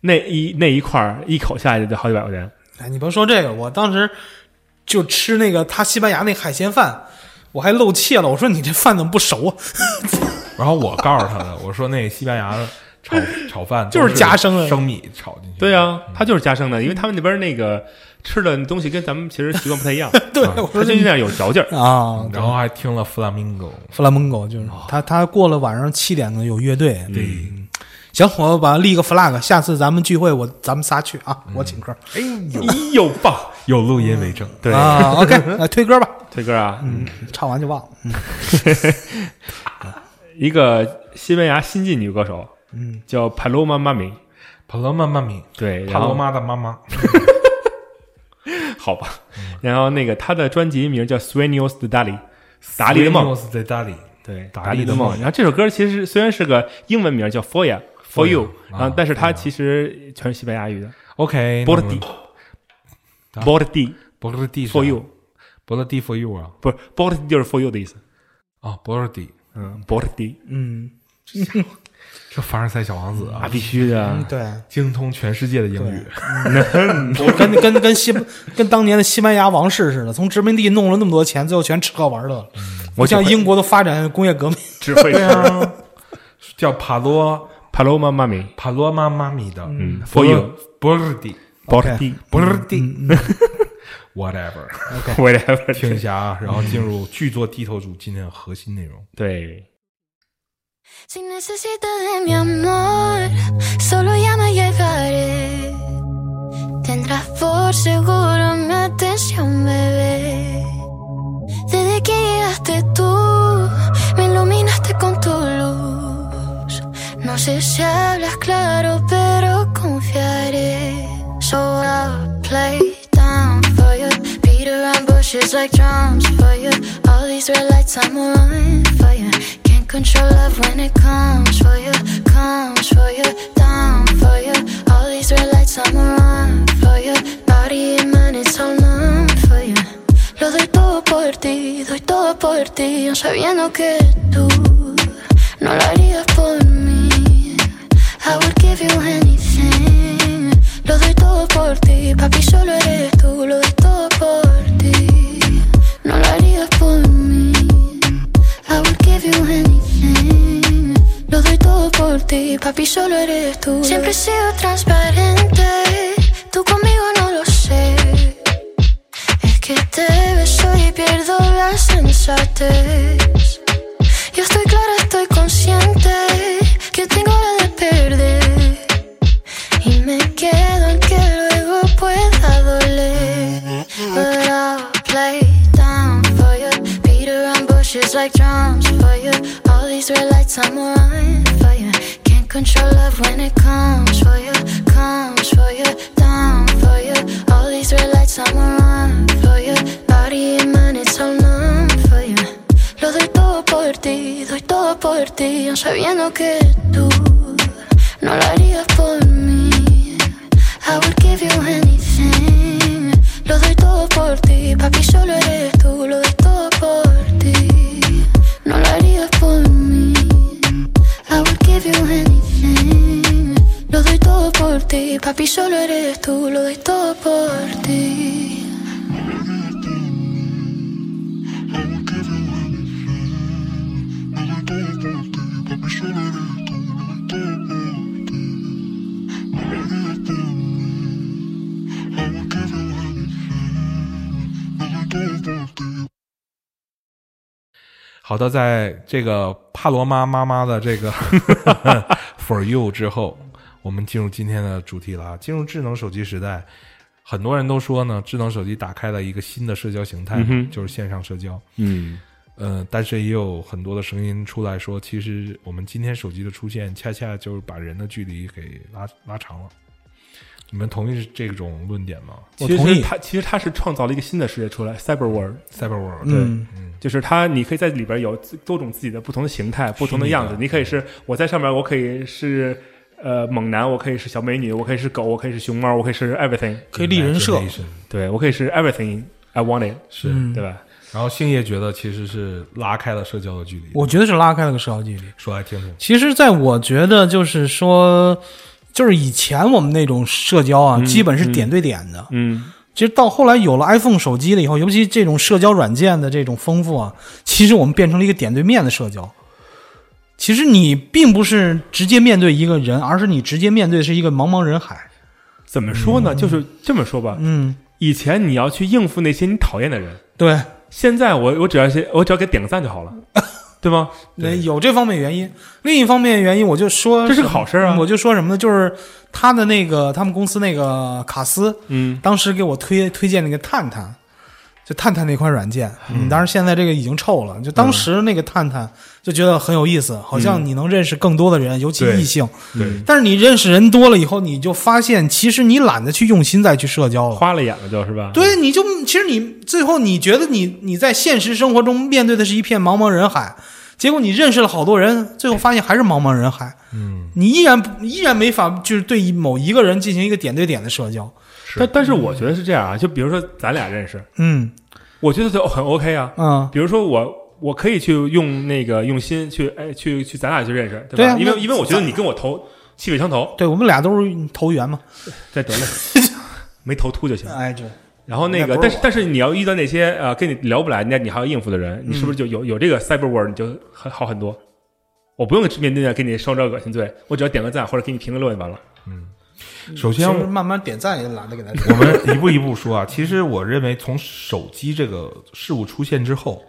[SPEAKER 3] 那一那一块儿一口下去就好几百块钱，
[SPEAKER 4] 哎，你甭说这个，我当时就吃那个他西班牙那海鲜饭，我还露怯了。我说你这饭怎么不熟啊？
[SPEAKER 2] 然后我告诉他的，我说那西班牙的炒炒饭都
[SPEAKER 4] 就是夹生的
[SPEAKER 2] 生米炒进去的。
[SPEAKER 3] 对啊，
[SPEAKER 2] 嗯
[SPEAKER 3] 它就是加生的，因为他们那边那个吃的东西跟咱们其实习惯不太一 样，
[SPEAKER 4] 对，
[SPEAKER 2] 啊
[SPEAKER 4] 我
[SPEAKER 3] 它
[SPEAKER 4] 说
[SPEAKER 3] 就
[SPEAKER 4] 这
[SPEAKER 3] 那样有嚼 劲儿。
[SPEAKER 4] 啊，
[SPEAKER 2] 然后还听了 flamingo，
[SPEAKER 4] 弗拉门戈就是
[SPEAKER 3] 哦
[SPEAKER 4] 他，他过了晚上七点呢有乐队。嗯
[SPEAKER 2] 对，
[SPEAKER 3] 嗯
[SPEAKER 4] 行，我把立个 flag，下次咱们聚会我咱们仨去啊，
[SPEAKER 3] 嗯
[SPEAKER 4] 我请客。
[SPEAKER 2] 哎呦，
[SPEAKER 3] 咦呦棒！
[SPEAKER 2] 有录音为证。
[SPEAKER 3] 对，
[SPEAKER 4] 啊，OK，来 推歌吧，嗯
[SPEAKER 3] 推哥啊，
[SPEAKER 4] 唱完就忘了。嗯
[SPEAKER 3] 一个西班牙新晋女歌手，
[SPEAKER 4] 嗯，
[SPEAKER 3] 叫 Paloma Mami，
[SPEAKER 2] 帕罗妈妈咪，
[SPEAKER 3] 对，
[SPEAKER 2] 帕
[SPEAKER 3] 然
[SPEAKER 2] 罗
[SPEAKER 3] 后
[SPEAKER 2] 妈的妈妈，
[SPEAKER 3] 好吧，
[SPEAKER 2] 嗯
[SPEAKER 3] 然后那个她的专辑名叫 Sueños de Dali，达利的梦，
[SPEAKER 2] Sueños de Dali，在达利。
[SPEAKER 3] 对，
[SPEAKER 2] 达
[SPEAKER 3] 达
[SPEAKER 2] 利
[SPEAKER 3] 利
[SPEAKER 2] 的
[SPEAKER 3] 的
[SPEAKER 2] 梦
[SPEAKER 3] 梦。然后这首歌其实虽然是个英文名叫 For Ya For You，
[SPEAKER 2] 啊
[SPEAKER 3] 然后但是
[SPEAKER 2] 对啊
[SPEAKER 3] 它其实全是西班牙语的
[SPEAKER 2] OK，
[SPEAKER 3] b o r d i
[SPEAKER 2] 啊
[SPEAKER 3] b o r d i
[SPEAKER 2] 博勒蒂
[SPEAKER 3] For You，
[SPEAKER 2] 博勒蒂 for you 啊
[SPEAKER 3] 不是 b o r d i 就是 For You 的意思，
[SPEAKER 2] 啊，博勒蒂，
[SPEAKER 3] 嗯 b o r d i
[SPEAKER 4] 嗯，
[SPEAKER 2] 这凡尔赛小王子啊
[SPEAKER 3] 啊，，必须的，
[SPEAKER 4] 嗯对，
[SPEAKER 2] 精通全世界的英语。
[SPEAKER 4] 跟 跟跟西跟当年的西班牙王室似的，从殖民地弄了那么多钱，最后全吃喝玩乐了。不
[SPEAKER 3] 我只
[SPEAKER 4] 像
[SPEAKER 3] 会
[SPEAKER 4] 英国都发展工业革命，
[SPEAKER 3] 只会
[SPEAKER 2] 对啊， 叫帕罗
[SPEAKER 3] Paloma Mami
[SPEAKER 2] 帕罗妈妈咪的，
[SPEAKER 3] 嗯
[SPEAKER 2] 博
[SPEAKER 3] For you 嗯
[SPEAKER 2] 博勒蒂
[SPEAKER 3] b o r d i
[SPEAKER 2] 博勒蒂，whatever。
[SPEAKER 3] whatever，
[SPEAKER 2] 听一下啊，然后进入剧作低头族今天的核心内容。
[SPEAKER 3] 对。
[SPEAKER 5] Si necesitas de mi amor, solo llama y llegaré. Tendrás por seguro mi atención, bebé. Desde que llegaste tú, me iluminaste con tu luz. No sé si hablas claro, pero confiaré. So I'll play down for you. Beat around bushes like drums for you. All these red lights, I'm on for you. Can't control love when it comes for you. Comes for you, down for you. All these red lights, I'm on for you. Body and mind, it's all numb for you. Lo doy todo por ti, doy todo por ti, aun sabiendo que tú no lo harías por mí. I would give you anything. Lo doy todo por ti, papi, solo eres tú. Lo doy todo por ti. No lo harías por mí. I would give you anything. Lo doy todo por ti, papi, solo eres tú. Siempre he sido transparente. Tú conmigo no lo sé. Es que te beso y pierdo la sensatez. drums for you. All these red lights I'm on for you. Can't control love when it comes for you, comes for you, down for you. All these red lights I'm on for you. Body and mind it's all numb for you. Lo doy todo por ti, doy todo por ti, aun sabiendo que tú no lo harías por mí. I would give you anything. Lo doy todo por ti, papi, solo eres tú. Lo doy todo por ti. No lo harías por mí. I would give you anything. Lo doy todo por ti, papi, solo eres tú. Lo doy todo por ti.
[SPEAKER 2] 好的，在这个帕罗妈妈妈的这个 For You 之后，我们进入今天的主题了啊！进入智能手机时代，很多人都说呢，智能手机打开了一个新的社交形态，
[SPEAKER 3] 嗯哼
[SPEAKER 2] 就是线上社交。
[SPEAKER 6] 嗯，
[SPEAKER 2] 呃，但是也有很多的声音出来说，其实我们今天手机的出现，恰恰就是把人的距离给拉拉长了。你们同意这种论点吗
[SPEAKER 4] 我
[SPEAKER 3] 其
[SPEAKER 4] 同
[SPEAKER 3] 实
[SPEAKER 4] 意
[SPEAKER 3] 它其实它是创造了一个新的世界出来，cyber world，
[SPEAKER 2] ？Cyber World，对
[SPEAKER 4] 嗯，
[SPEAKER 3] 就是它你可以在里边有自多种自己的不同的形态、不同的样子。你可以是我在上面，我可以是呃猛男，我可以是小美女，我可以是狗，我可以是熊猫，我可以是 everything，
[SPEAKER 4] 可以立人设，
[SPEAKER 2] Imagination，
[SPEAKER 3] 对我可以是 everything I want it，
[SPEAKER 2] 是。
[SPEAKER 4] 嗯
[SPEAKER 3] 对吧？
[SPEAKER 2] 然后星爷觉得其实是拉开了社交的距离，
[SPEAKER 4] 我觉得是拉开了个社交距离。
[SPEAKER 2] 说来听听。
[SPEAKER 4] 其实，在我觉得就是说，就是以前我们那种社交啊，基本是点对点的。
[SPEAKER 3] 嗯，
[SPEAKER 4] 其实到后来有了 iPhone 手机了以后，尤其这种社交软件的这种丰富啊，其实我们变成了一个点对面的社交。其实你并不是直接面对一个人，而是你直接面对的是一个茫茫人海。
[SPEAKER 3] 怎么说呢？就是这么说吧。
[SPEAKER 4] 嗯，
[SPEAKER 3] 以前你要去应付那些你讨厌的人，
[SPEAKER 4] 对，
[SPEAKER 3] 现在我我只要先我只要给点个赞就好了，对 吗？
[SPEAKER 4] 那有这方面原因。另一方面原因，我就说
[SPEAKER 3] 这是个好事啊。
[SPEAKER 4] 我就说什么呢？就是他的那个他们公司那个卡斯，
[SPEAKER 3] 嗯
[SPEAKER 4] 当时给我推推荐那个探探，就探探那款软件，嗯，当然现在这个已经臭
[SPEAKER 2] 嗯
[SPEAKER 4] 了。就当时那个探探就觉得很有意思，好像你能认识更多的人，尤其
[SPEAKER 2] 对
[SPEAKER 4] 异性。
[SPEAKER 2] 对，
[SPEAKER 4] 但是你认识人多了以后，你就发现其实你懒得去用心再去社交了。
[SPEAKER 3] 花了眼了就是吧？
[SPEAKER 4] 对，你就其实你最后你觉得你你在现实生活中面对的是一片茫茫人海，结果你认识了好多人，最后发现还是茫茫人海。
[SPEAKER 2] 嗯，
[SPEAKER 4] 你依然不依然没法就是对某一个人进行一个点对点的社交。
[SPEAKER 3] 但但是我觉得是这样啊，就比如说咱俩认识，
[SPEAKER 4] 嗯
[SPEAKER 3] 我觉得就很 OK 啊。
[SPEAKER 4] 嗯，
[SPEAKER 3] 比如说我我可以去用那个用心去哎去去咱俩去认识，对吧？
[SPEAKER 4] 对啊
[SPEAKER 3] 因
[SPEAKER 4] 那
[SPEAKER 3] 为因为我觉得你跟我投气味相投，
[SPEAKER 4] 对我们俩都是投缘嘛。
[SPEAKER 3] 再得了，没投秃就行。
[SPEAKER 4] 哎，对，
[SPEAKER 3] 然后那
[SPEAKER 4] 那
[SPEAKER 3] 个，
[SPEAKER 4] 不
[SPEAKER 3] 但
[SPEAKER 4] 是
[SPEAKER 3] 是
[SPEAKER 4] 我
[SPEAKER 3] 但是你要遇到那些呃跟你聊不来，那你还要应付的人，你是不是就有、有这个 cyber word 你就很好很多？我不用面对面给你受这恶心罪，我只要点个赞或者给你评个论就完了。
[SPEAKER 2] 首
[SPEAKER 4] 嗯其
[SPEAKER 2] 先
[SPEAKER 4] 实慢慢点赞也懒得给 他点。
[SPEAKER 2] 我们一步一步说啊。其实我认为，从手机这个事物出现之后，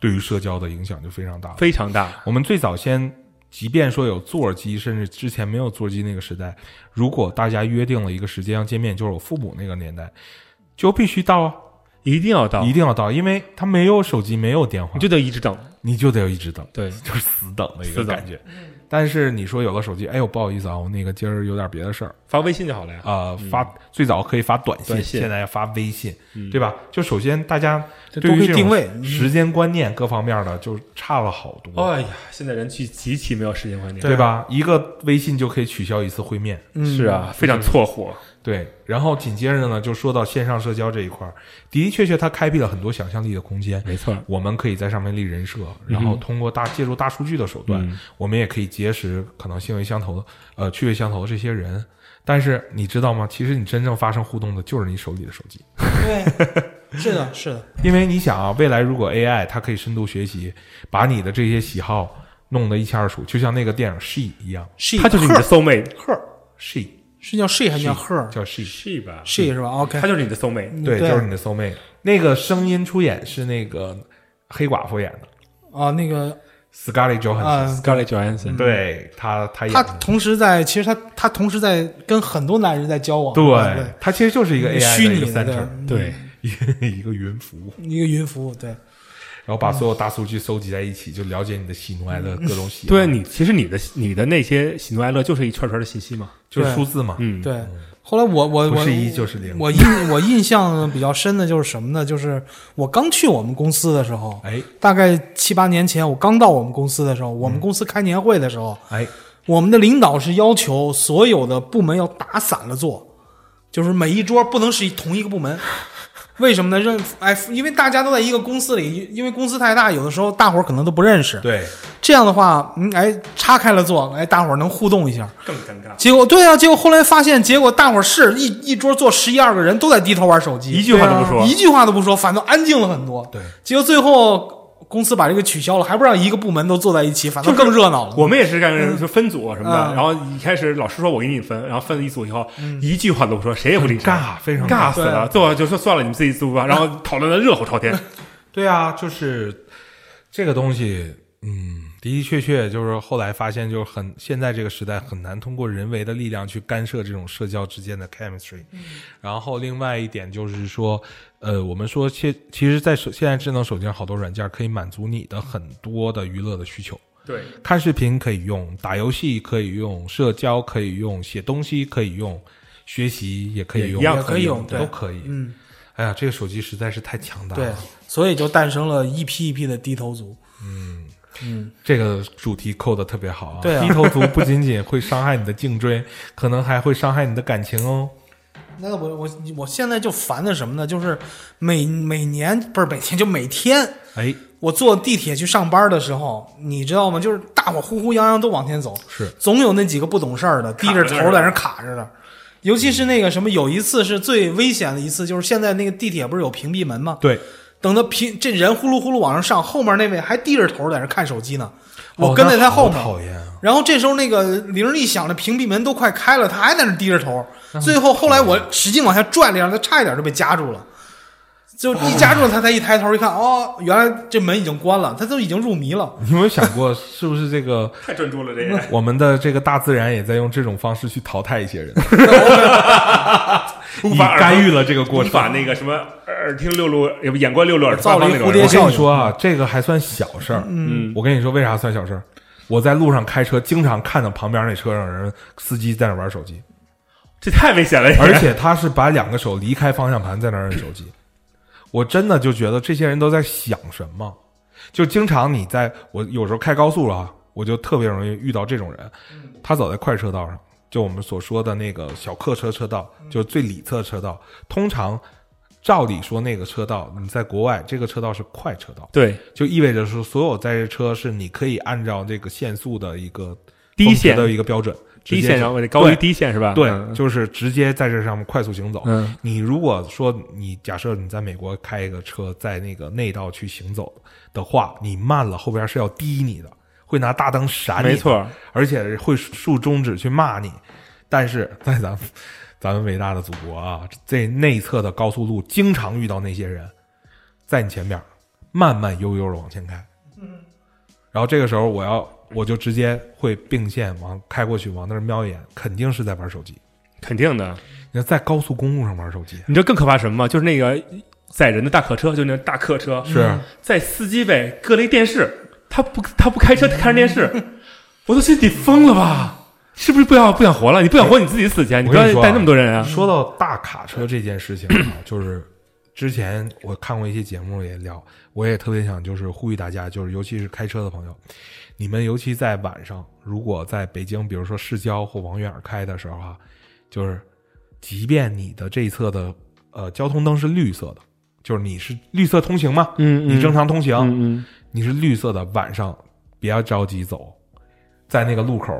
[SPEAKER 2] 对于社交的影响就非常大了。
[SPEAKER 3] 非常大，
[SPEAKER 2] 我们最早先，即便说有座机，甚至之前没有座机那个时代，如果大家约定了一个时间要见面，就是我父母那个年代，就必须到啊，啊
[SPEAKER 3] 一定要到，
[SPEAKER 2] 一定要到，因为他没有手机，没有电话，
[SPEAKER 3] 你就得一直等。
[SPEAKER 2] 你就得一直等。
[SPEAKER 3] 对，
[SPEAKER 2] 就是死等的一
[SPEAKER 3] 死
[SPEAKER 2] 个
[SPEAKER 3] 等
[SPEAKER 2] 感觉。但是你说有了手机，哎呦，不好意思啊，我那个今儿有点别的事儿
[SPEAKER 3] 发微信就好了呀。
[SPEAKER 2] 啊、发、最早可以发短信，
[SPEAKER 3] 短信
[SPEAKER 2] 现在要发微信，对吧？就首先大家
[SPEAKER 4] 这
[SPEAKER 2] 对
[SPEAKER 4] 都可
[SPEAKER 2] 于
[SPEAKER 4] 以
[SPEAKER 2] 这
[SPEAKER 4] 定位
[SPEAKER 2] 种时间观念各方面的就差了好多，
[SPEAKER 3] 哎呀，现在人去极其没有时间观念，
[SPEAKER 2] 嗯对吧？一个微信就可以取消一次会面，
[SPEAKER 3] 是啊，非常错火。
[SPEAKER 2] 对。然后紧接着呢，就说到线上社交这一块儿，的的确确它开辟了很多想象力的空间，
[SPEAKER 3] 没错
[SPEAKER 2] 我们可以在上面立人设，然后通过大借助大数据的手段，
[SPEAKER 3] 嗯
[SPEAKER 2] 我们也可以结识可能性味相投的呃趣味相投的这些人。但是你知道吗？其实你真正发生互动的就是你手里的手机，
[SPEAKER 4] 对，是的，是 的，
[SPEAKER 2] 因为你想啊，未来如果 AI 它可以深度学习，把你的这些喜好弄得一清二楚，就像那个电影《She》一样
[SPEAKER 4] 是
[SPEAKER 3] 他就是你的 soul mate，
[SPEAKER 4] her，
[SPEAKER 2] ，She
[SPEAKER 4] 是叫 she 还是叫 her？she
[SPEAKER 2] 叫 She，
[SPEAKER 3] 是吧？
[SPEAKER 4] 是吧？OK，
[SPEAKER 3] 他就是你的 soul mate。
[SPEAKER 2] 对，
[SPEAKER 4] 对
[SPEAKER 2] 就是你的 soul mate。那个声音出演是那个黑寡妇演的
[SPEAKER 4] 啊，那个
[SPEAKER 2] Scarlett Johansson，、
[SPEAKER 4] 啊，
[SPEAKER 3] Scarlett Johansson，
[SPEAKER 2] 对她她演
[SPEAKER 4] 他
[SPEAKER 2] 的。
[SPEAKER 4] 同时在，其实他他同时在跟很多男人在交往，
[SPEAKER 2] 对，它其实就是一个 AI
[SPEAKER 4] 虚
[SPEAKER 2] 的一
[SPEAKER 4] 拟
[SPEAKER 2] 个
[SPEAKER 4] 的
[SPEAKER 2] center，
[SPEAKER 4] 对
[SPEAKER 3] 对，
[SPEAKER 2] 一个一个云服务。
[SPEAKER 4] 一个云服务，对，
[SPEAKER 2] 然后把所有大数据搜集在一起，就了解你的喜怒哀乐各种喜好。
[SPEAKER 3] 对啊你，其实你的你的那些喜怒哀乐就是一圈圈的信息嘛。
[SPEAKER 2] 就是数字嘛，
[SPEAKER 3] 嗯，，
[SPEAKER 4] 对，后来我我
[SPEAKER 2] 不
[SPEAKER 4] 我
[SPEAKER 2] 是一就是零。
[SPEAKER 4] 我印我印象比较深的就是什么呢？就是我刚去我们公司的时候，
[SPEAKER 2] 哎
[SPEAKER 4] 大概七八年前，我刚到我们公司的时候，
[SPEAKER 2] 嗯
[SPEAKER 4] 我们公司开年会的时候，
[SPEAKER 2] 哎，
[SPEAKER 4] 我们的领导是要求所有的部门要打散了坐，就是每一桌不能是同一个部门。为什么呢？认哎，因为大家都在一个公司里，因为公司太大，有的时候大伙儿可能都不认识。
[SPEAKER 2] 对，
[SPEAKER 4] 这样的话，嗯，哎，岔开了坐，哎，大伙儿能互动一下。
[SPEAKER 3] 更尴尬。
[SPEAKER 4] 结果对啊，结果后来发现，结果大伙儿是一一桌坐十一二个人都在低头玩手机，啊
[SPEAKER 3] 一句话都不说
[SPEAKER 4] 一句话都不说，反倒安静了很多。
[SPEAKER 2] 对，
[SPEAKER 4] 结果最后公司把这个取消了，还不让一个部门都坐在一起，反倒更热闹了。
[SPEAKER 3] 我们也是干这个就分组啊什么的，
[SPEAKER 4] 嗯
[SPEAKER 3] 然后一开始老师说我给你分，然后分了一组以后，一句话都不说，谁也不理谁，
[SPEAKER 2] 尬非常
[SPEAKER 3] 尬
[SPEAKER 2] 尬
[SPEAKER 3] 死了。最后就说算了，你们自己组吧，然后讨论的热火朝天。
[SPEAKER 2] 对啊，就是这个东西，嗯，的的确确，就是后来发现，就是很现在这个时代很难通过人为的力量去干涉这种社交之间的 chemistry。然后另外一点就是说，呃，我们说现其实，在手现在智能手机上好多软件可以满足你的很多的娱乐的需求。
[SPEAKER 3] 对，
[SPEAKER 2] 看视频可以用，打游戏可以用，社交可以用，写东西可以用，学习也可以用，
[SPEAKER 3] 也一样
[SPEAKER 4] 也可以用对
[SPEAKER 2] 都可以。
[SPEAKER 4] 嗯，
[SPEAKER 2] 哎呀，这个手机实在是太强大
[SPEAKER 4] 对
[SPEAKER 2] 了。，
[SPEAKER 4] 所以就诞生了一批一批的低头族。
[SPEAKER 2] 这个主题扣的特别好啊！
[SPEAKER 4] 对啊
[SPEAKER 2] 低头族不仅仅会伤害你的颈椎， 可能还会伤害你的感情哦。
[SPEAKER 4] 那个我我我现在就烦的什么呢？就是每每年不是每天就每天，
[SPEAKER 2] 哎，
[SPEAKER 4] 我坐地铁去上班的时候，你知道吗？就是大伙呼呼泱泱都往前走，
[SPEAKER 2] 是
[SPEAKER 4] 总有那几个不懂事儿的，低着头在那儿卡着的。尤其是那个什么，有一次是最危险的一次，就是现在那个地铁不是有屏蔽门吗？
[SPEAKER 2] 对，
[SPEAKER 4] 等到屏这人呼噜呼噜往上上，后面那位还低着头在那儿看手机呢，
[SPEAKER 2] 哦
[SPEAKER 4] 我跟在
[SPEAKER 2] 那
[SPEAKER 4] 他
[SPEAKER 2] 好
[SPEAKER 4] 后面。
[SPEAKER 2] 讨厌啊！
[SPEAKER 4] 然后这时候那个铃儿一响，那屏蔽门都快开了，他还在那儿低着头。最后后来我使劲往下拽了一下，他差一点就被夹住了。就一夹住了他才一抬头一看，哦，原来这门已经关了，他都已经入迷了。
[SPEAKER 2] 你有没有想过，是不是这个
[SPEAKER 3] 太专注了，这 也。
[SPEAKER 2] 我们的这个大自然也在用这种方式去淘汰一些人？你
[SPEAKER 3] 法
[SPEAKER 2] 干预了这个过程，
[SPEAKER 3] 把那个什么耳听六路，也不眼观六路，耳
[SPEAKER 4] 造了一
[SPEAKER 3] 那种
[SPEAKER 4] 蝴蝶
[SPEAKER 2] 我
[SPEAKER 3] 人
[SPEAKER 2] 跟你说啊，这个还算小事儿。
[SPEAKER 3] 嗯
[SPEAKER 2] 我跟你说，为啥算小事儿？我在路上开车，经常看到旁边那车上有人司机在那玩手机，
[SPEAKER 3] 这太危险了，也
[SPEAKER 2] 而且他是把两个手离开方向盘在那儿摁手机。我真的就觉得这些人都在想什么。就经常你在我有时候开高速啊，我就特别容易遇到这种人，
[SPEAKER 3] 嗯
[SPEAKER 2] 他走在快车道上，就我们所说的那个小客车车道，
[SPEAKER 3] 嗯
[SPEAKER 2] 就最里侧车道。通常照理说那个车道，你在国外这个车道是快车道，
[SPEAKER 3] 对
[SPEAKER 2] 就意味着说，所有载着车是你可以按照这个限速的一个
[SPEAKER 3] 低
[SPEAKER 2] 峰值
[SPEAKER 3] 线
[SPEAKER 2] 的一个标准，
[SPEAKER 3] 低
[SPEAKER 2] 直
[SPEAKER 3] 线，
[SPEAKER 2] 接
[SPEAKER 3] 然后得高于
[SPEAKER 2] 对
[SPEAKER 3] 低线是吧？
[SPEAKER 2] 对，
[SPEAKER 3] 嗯
[SPEAKER 2] 就是直接在这上面快速行走。
[SPEAKER 3] 嗯，
[SPEAKER 2] 你如果说你假设你在美国开一个车在那个内道去行走的话，你慢了后边是要滴你的，会拿大灯闪你的，
[SPEAKER 3] 没错，
[SPEAKER 2] 而且会竖中指去骂你。但是在咱们咱们伟大的祖国啊，这内侧的高速路经常遇到那些人，在你前边慢慢悠悠的往前开，嗯，然后这个时候我要我就直接会并线往开过去，往那儿瞄一眼，肯定是在玩手机。
[SPEAKER 3] 肯定的。
[SPEAKER 2] 你在高速公路上玩手机，
[SPEAKER 3] 你知道更可怕什么吗？就是那个载人的大客车，就那种大客车，
[SPEAKER 2] 是啊
[SPEAKER 3] 在司机位搁了一电视，他不他不开车，他看着电视， 我都心里疯了吧？是不是不想不想活了？你不想活，你自己死去啊，你
[SPEAKER 2] 我
[SPEAKER 3] 不
[SPEAKER 2] 跟
[SPEAKER 3] 要
[SPEAKER 2] 你说啊
[SPEAKER 3] 带那么多人啊！
[SPEAKER 2] 说到大卡车这件事情啊， 就是之前我看过一些节目也聊，我也特别想就是呼吁大家，就是尤其是开车的朋友，你们尤其在晚上，如果在北京，比如说市郊或往远开的时候啊，就是即便你的这一侧的呃交通灯是绿色的，就是你是绿色通行嘛，
[SPEAKER 3] 嗯
[SPEAKER 2] 你正常通行，
[SPEAKER 3] 嗯嗯，
[SPEAKER 2] 你是绿色的，晚上不要着急走，在那个路口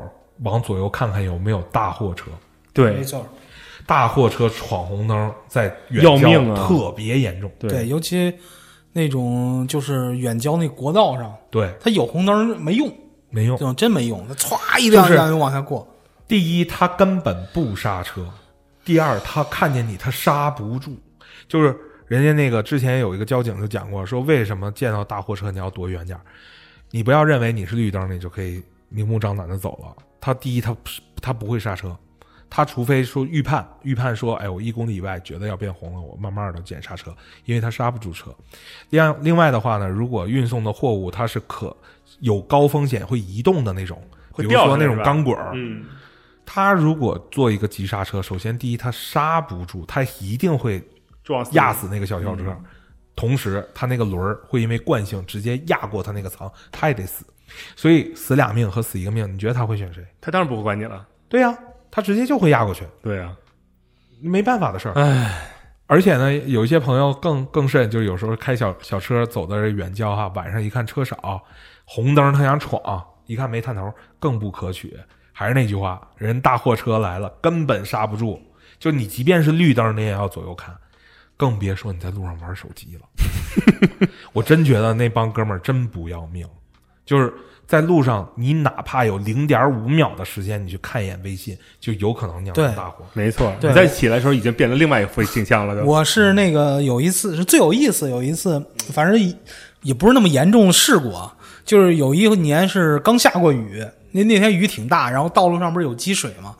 [SPEAKER 2] 往左右看看有没有大货车。
[SPEAKER 3] 对
[SPEAKER 4] 错，
[SPEAKER 2] 大货车闯红灯在远
[SPEAKER 3] 要
[SPEAKER 2] 郊
[SPEAKER 3] 命啊
[SPEAKER 2] 特别严重。
[SPEAKER 3] 对
[SPEAKER 4] 对，尤其那种就是远郊那国道上，
[SPEAKER 2] 对，
[SPEAKER 4] 它有红灯没用，
[SPEAKER 2] 没用
[SPEAKER 4] 这。种真没用，它歘一辆一辆就往下过。
[SPEAKER 2] 第一，他根本不刹车；第二，他看见你他刹不住。就是人家那个之前有一个交警就讲过，说为什么见到大货车你要躲远点儿你不要认为你是绿灯，你就可以明目张胆的走了。他第一，他不是他不会刹车；他除非说预判，预判说，哎，我一公里以外觉得要变红了，我慢慢的减刹车，因为他刹不住车。另另外的话呢，如果运送的货物它是可有高风险会移动的那种，比
[SPEAKER 3] 会
[SPEAKER 2] 如
[SPEAKER 3] 掉
[SPEAKER 2] 说
[SPEAKER 3] 下来
[SPEAKER 2] 那种
[SPEAKER 3] 是吧
[SPEAKER 2] 钢管儿，
[SPEAKER 3] 嗯，
[SPEAKER 2] 他如果做一个急刹车，首先第一他刹不住，他一定会
[SPEAKER 3] 撞死
[SPEAKER 2] 压
[SPEAKER 3] 死，
[SPEAKER 2] 死那个小轿车，同时他那个轮儿会因为惯性直接压过他那个仓，他也得死。所以死俩命和死一个命，你觉得他会选谁？
[SPEAKER 3] 他当然不会管你了。
[SPEAKER 2] 对呀、他直接就会压过去，
[SPEAKER 3] 对啊，
[SPEAKER 2] 没办法的事儿。
[SPEAKER 3] 唉，
[SPEAKER 2] 而且呢，有一些朋友更更甚，就是有时候开小小车走的是远郊哈，晚上一看车少，红灯他想闯，一看没探头，更不可取。还是那句话，人大货车来了，根本刹不住。就你即便是绿灯，你也要左右看，更别说你在路上玩手机了。 我真觉得那帮哥们儿真不要命，就是在路上，你哪怕有零点五秒的时间，你去看一眼微信，就有可能酿成
[SPEAKER 4] 对
[SPEAKER 2] 大祸。
[SPEAKER 3] 没错，
[SPEAKER 4] 对
[SPEAKER 3] 你在起来的时候已经变了另外一副形象了。都
[SPEAKER 4] 我是那个有一次是最有意思，有一次反正也也不是那么严重的事故，啊，就是有一年是刚下过雨，那那天雨挺大，然后道路上不是有积水嘛，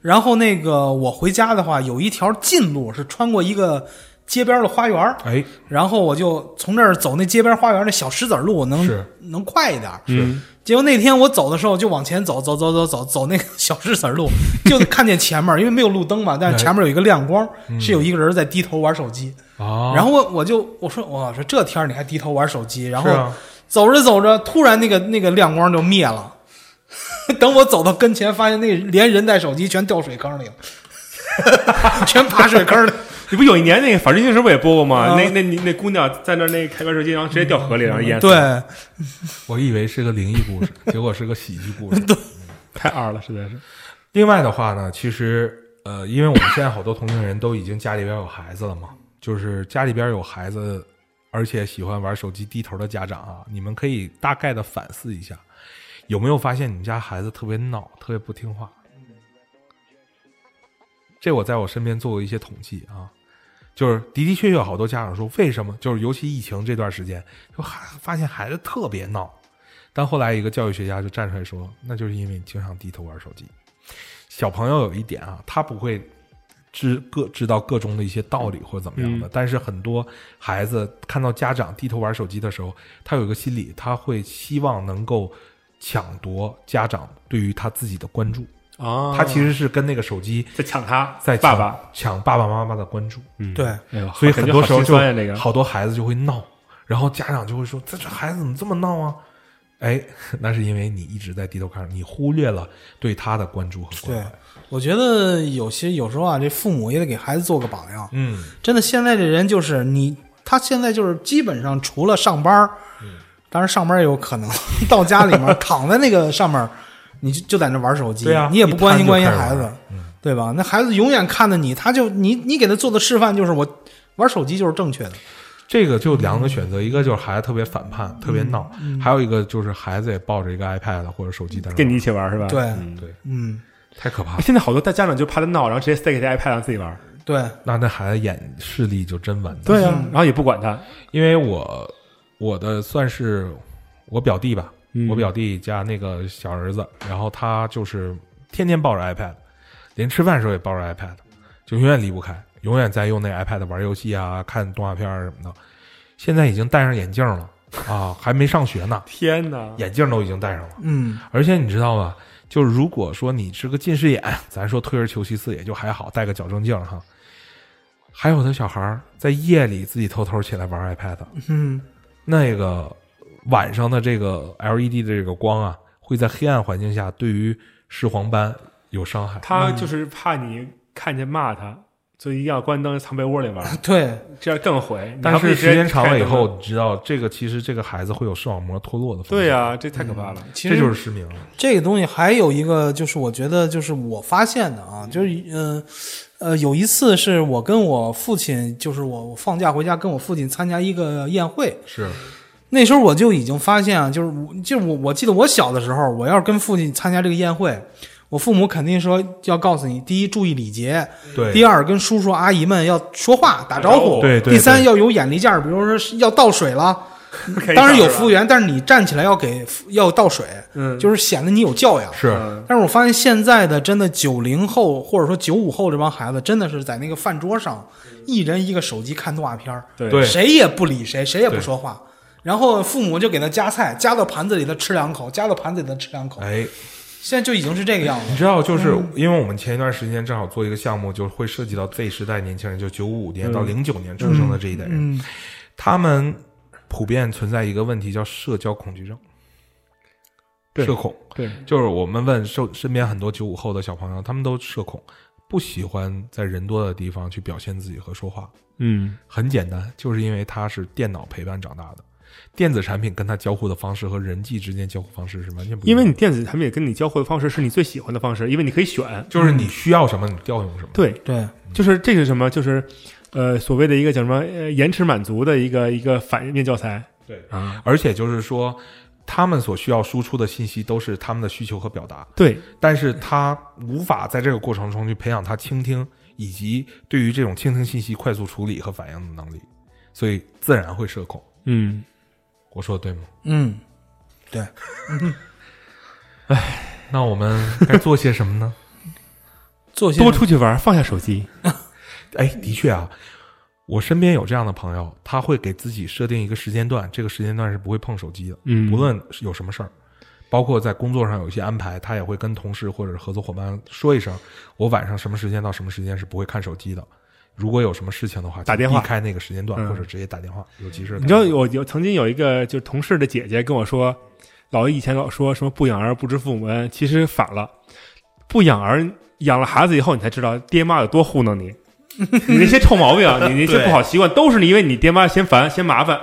[SPEAKER 4] 然后那个我回家的话，有一条近路是穿过一个街边的花园儿，
[SPEAKER 2] 哎，
[SPEAKER 4] 然后我就从这儿走那街边花园那小石子儿路，我能
[SPEAKER 2] 是
[SPEAKER 4] 能快一点儿。
[SPEAKER 3] 嗯，
[SPEAKER 4] 结果那天我走的时候就往前走，走走走走走那个 小石子儿 路，就看见前面，因为没有路灯嘛，
[SPEAKER 2] 哎
[SPEAKER 4] 但是前面有一个亮光，
[SPEAKER 2] 嗯
[SPEAKER 4] 是有一个人在低头玩手机。
[SPEAKER 2] 啊，
[SPEAKER 4] 然后我我就我说我说这天儿你还低头玩手机，然后
[SPEAKER 2] 是啊
[SPEAKER 4] 走着走着，突然那个那个亮光就灭了。 等我走到跟前，发现那连人带手机全掉水坑里了， 全爬水坑 里。
[SPEAKER 3] 你不有一年那个《法制进行时》不也播过吗？
[SPEAKER 4] 啊
[SPEAKER 3] 那那那那姑娘在那儿那开玩手机，然后直接掉河里，然后淹死，，
[SPEAKER 4] 对，
[SPEAKER 2] 我以为是个灵异故事，结果是个喜剧故 事。
[SPEAKER 3] 太二了，实在是。
[SPEAKER 2] 另外的话呢，其实呃，因为我们现在好多同龄人都已经家里边有孩子了嘛，就是家里边有孩子，而且喜欢玩手机低头的家长啊，你们可以大概的反思一下，有没有发现你们家孩子特别闹，特别不听话？这我在我身边做过一些统计啊，就是的的确确好多家长说，为什么？就是尤其疫情这段时间，就孩发现孩子特别闹。但后来一个教育学家就站出来说，那就是因为你经常低头玩手机。小朋友有一点啊，他不会知各知道各中的一些道理或者怎么样的，
[SPEAKER 3] 嗯
[SPEAKER 2] 但是很多孩子看到家长低头玩手机的时候，他有一个心理，他会希望能够抢夺家长对于他自己的关注，
[SPEAKER 3] 啊
[SPEAKER 2] 他其实是跟那个手机
[SPEAKER 3] 在抢他，
[SPEAKER 2] 在
[SPEAKER 3] 爸
[SPEAKER 2] 抢
[SPEAKER 3] 爸，
[SPEAKER 2] 抢爸爸妈妈的关注，
[SPEAKER 3] 嗯，
[SPEAKER 4] 对
[SPEAKER 3] 哎呦，
[SPEAKER 2] 所以很多时候就
[SPEAKER 3] 感觉好心酸呀，这个
[SPEAKER 2] 好多孩子就会闹，然后家长就会说：“这这孩子怎么这么闹啊？”哎， 那是因为你一直在低头看，你忽略了对他的关注和关
[SPEAKER 4] 对
[SPEAKER 2] 怀。，
[SPEAKER 4] 我觉得有些有时候啊，这父母也得给孩子做个榜样。
[SPEAKER 2] 嗯，
[SPEAKER 4] 真的，现在这人就是你，他现在就是基本上除了上班儿，
[SPEAKER 2] 嗯
[SPEAKER 4] 当然上班儿也有可能 到家里面儿躺在那个上面儿，你就就在那玩手机，
[SPEAKER 2] 对啊
[SPEAKER 4] 你也不关心
[SPEAKER 2] 一看
[SPEAKER 4] 关
[SPEAKER 2] 就
[SPEAKER 4] 心
[SPEAKER 2] 开始嗯玩
[SPEAKER 4] 孩子，对吧？那孩子永远看着你，他就你你给他做的示范就是我玩手机就是正确的，
[SPEAKER 2] 这个就两个选择，一个就是孩子特别反叛、特别闹，还有一个就是孩子也抱着一个 iPad 或者手机在那儿
[SPEAKER 3] 跟你一起玩是吧？
[SPEAKER 4] 对
[SPEAKER 2] 啊
[SPEAKER 3] 嗯
[SPEAKER 2] 对，
[SPEAKER 4] 嗯，
[SPEAKER 2] 太可怕了。
[SPEAKER 3] 现在好多大家长就怕他闹，然后直接塞给他 iPad 让自己玩。
[SPEAKER 4] 对，
[SPEAKER 2] 那那孩子眼视力就真完蛋。
[SPEAKER 3] 对啊，然后也不管他。
[SPEAKER 2] 因为我我的算是我表弟吧，
[SPEAKER 3] 嗯
[SPEAKER 2] 我表弟家那个小儿子，然后他就是天天抱着 iPad，连吃饭的时候也抱着 iPad，就永远离不开，永远在用那 iPad 玩游戏啊、看动画片儿什么的。现在已经戴上眼镜了啊，还没上学呢，
[SPEAKER 3] 天哪！
[SPEAKER 2] 眼镜都已经戴上了。
[SPEAKER 4] 嗯，
[SPEAKER 2] 而且你知道吗？就是如果说你是个近视眼， 咱说退而求其次也就还好，戴个矫正镜哈。还有的小孩儿在夜里自己偷偷起来玩 iPad，
[SPEAKER 4] 嗯，
[SPEAKER 2] 那个晚上的这个 LED 的这个光啊，会在黑暗环境下对于视黄斑有伤害。
[SPEAKER 3] 他就是怕你看见骂他，所以一定要关灯藏被窝里玩，
[SPEAKER 4] 对，
[SPEAKER 3] 这样更毁。你还
[SPEAKER 2] 但
[SPEAKER 3] 不如
[SPEAKER 2] 是
[SPEAKER 3] 直接
[SPEAKER 2] 时间长了以
[SPEAKER 3] 开灯
[SPEAKER 2] 后，，你知道这个其实这个孩子会有视网膜脱落的风险。
[SPEAKER 3] 对呀，这太可怕了。
[SPEAKER 4] 其
[SPEAKER 2] 这
[SPEAKER 4] 实
[SPEAKER 2] 就是失明了。
[SPEAKER 4] 这个东西还有一个，就是我觉得就是我发现的啊，就是嗯呃有一次是我跟我父亲，就是我我放假回家跟我父亲参加一个宴会，
[SPEAKER 2] 是，
[SPEAKER 4] 那时候我就已经发现啊，就是我就是我我记得我小的时候，我要是跟父亲参加这个宴会，我父母肯定说要告诉你，第一注意礼节，
[SPEAKER 2] 对，
[SPEAKER 4] 第二，跟叔叔阿姨们要说话打招
[SPEAKER 3] 打招
[SPEAKER 4] 呼；
[SPEAKER 2] 呼对对
[SPEAKER 4] 第三，
[SPEAKER 2] 对
[SPEAKER 4] 要有眼力劲儿，比如说是要倒水了，当然有服务员，但是你站起来要给要倒水，
[SPEAKER 3] 嗯
[SPEAKER 4] 就是显得你有教养。
[SPEAKER 2] 是
[SPEAKER 3] 嗯
[SPEAKER 4] 但是我发现现在的真的九零后或者说九五后这帮孩子，真的是在那个饭桌上，一人一个手机看动画片儿
[SPEAKER 3] 对
[SPEAKER 2] 对
[SPEAKER 4] 谁也不理谁，谁也不
[SPEAKER 2] 对
[SPEAKER 4] 说话。然后父母就给他夹菜，夹到盘子里他吃两口，夹到盘子里他吃两口。
[SPEAKER 2] 哎，
[SPEAKER 4] 现在就已经是这个样子
[SPEAKER 2] 你
[SPEAKER 4] 了。
[SPEAKER 2] 知道，就是
[SPEAKER 3] 嗯
[SPEAKER 2] 因为我们前一段时间正好做一个项目，就会涉及到 Z 时代年轻人，就九五年
[SPEAKER 3] 嗯
[SPEAKER 2] 到零九年出生的这一代人，
[SPEAKER 4] 嗯，
[SPEAKER 2] 他们普遍存在一个问题，叫社交恐惧症，
[SPEAKER 3] 对
[SPEAKER 2] 社恐。
[SPEAKER 3] 对，
[SPEAKER 2] 就是我们问身身边很多九五后的小朋友，他们都社恐，不喜欢在人多的地方去表现自己和说话。
[SPEAKER 3] 嗯，
[SPEAKER 2] 很简单，就是因为他是电脑陪伴长大的，电子产品跟他交互的方式和人际之间交互方式是完全不一
[SPEAKER 3] 因
[SPEAKER 2] 样的。
[SPEAKER 3] 为你电子产品跟你交互的方式是你最喜欢的方式，因为你可以选。
[SPEAKER 2] 就是你需要什么，你调用什么。
[SPEAKER 3] 对，
[SPEAKER 4] 对，
[SPEAKER 3] 就是这是什么？就是呃，所谓的一个叫什么呃延迟满足的一个一个反面教材
[SPEAKER 2] 对
[SPEAKER 3] 啊。
[SPEAKER 2] 而且就是说，他们所需要输出的信息都是他们的需求和表达，
[SPEAKER 3] 对，
[SPEAKER 2] 但是他无法在这个过程中去培养他倾听以及对于这种倾听信息快速处理和反应的能力，所以自然会社恐。
[SPEAKER 3] 嗯，
[SPEAKER 2] 我说的对吗？
[SPEAKER 4] 嗯，
[SPEAKER 2] 那我们该做些什么呢？
[SPEAKER 4] 做些
[SPEAKER 3] 多出去玩，放下手机。
[SPEAKER 2] 哎，的确啊，我身边有这样的朋友，他会给自己设定一个时间段，这个时间段是不会碰手机的，
[SPEAKER 3] 嗯
[SPEAKER 2] 不论是有什么事儿，包括在工作上有一些安排，他也会跟同事或者是合作伙伴说一声，我晚上什么时间到什么时间是不会看手机的。如果有什么事情的话，
[SPEAKER 3] 打
[SPEAKER 2] 请
[SPEAKER 3] 电话
[SPEAKER 2] 避开那个时间段，
[SPEAKER 3] 嗯
[SPEAKER 2] 或者直接打电话，有急事。
[SPEAKER 3] 你知道，我有曾经有一个就是同事的姐姐跟我说，老以前老说什么不养儿不知父母恩，其实反了，不养儿养了孩子以后，你才知道爹妈有多糊弄 你。你那些臭毛病，啊你那些不好习惯，都是你因为你爹妈嫌烦、嫌麻烦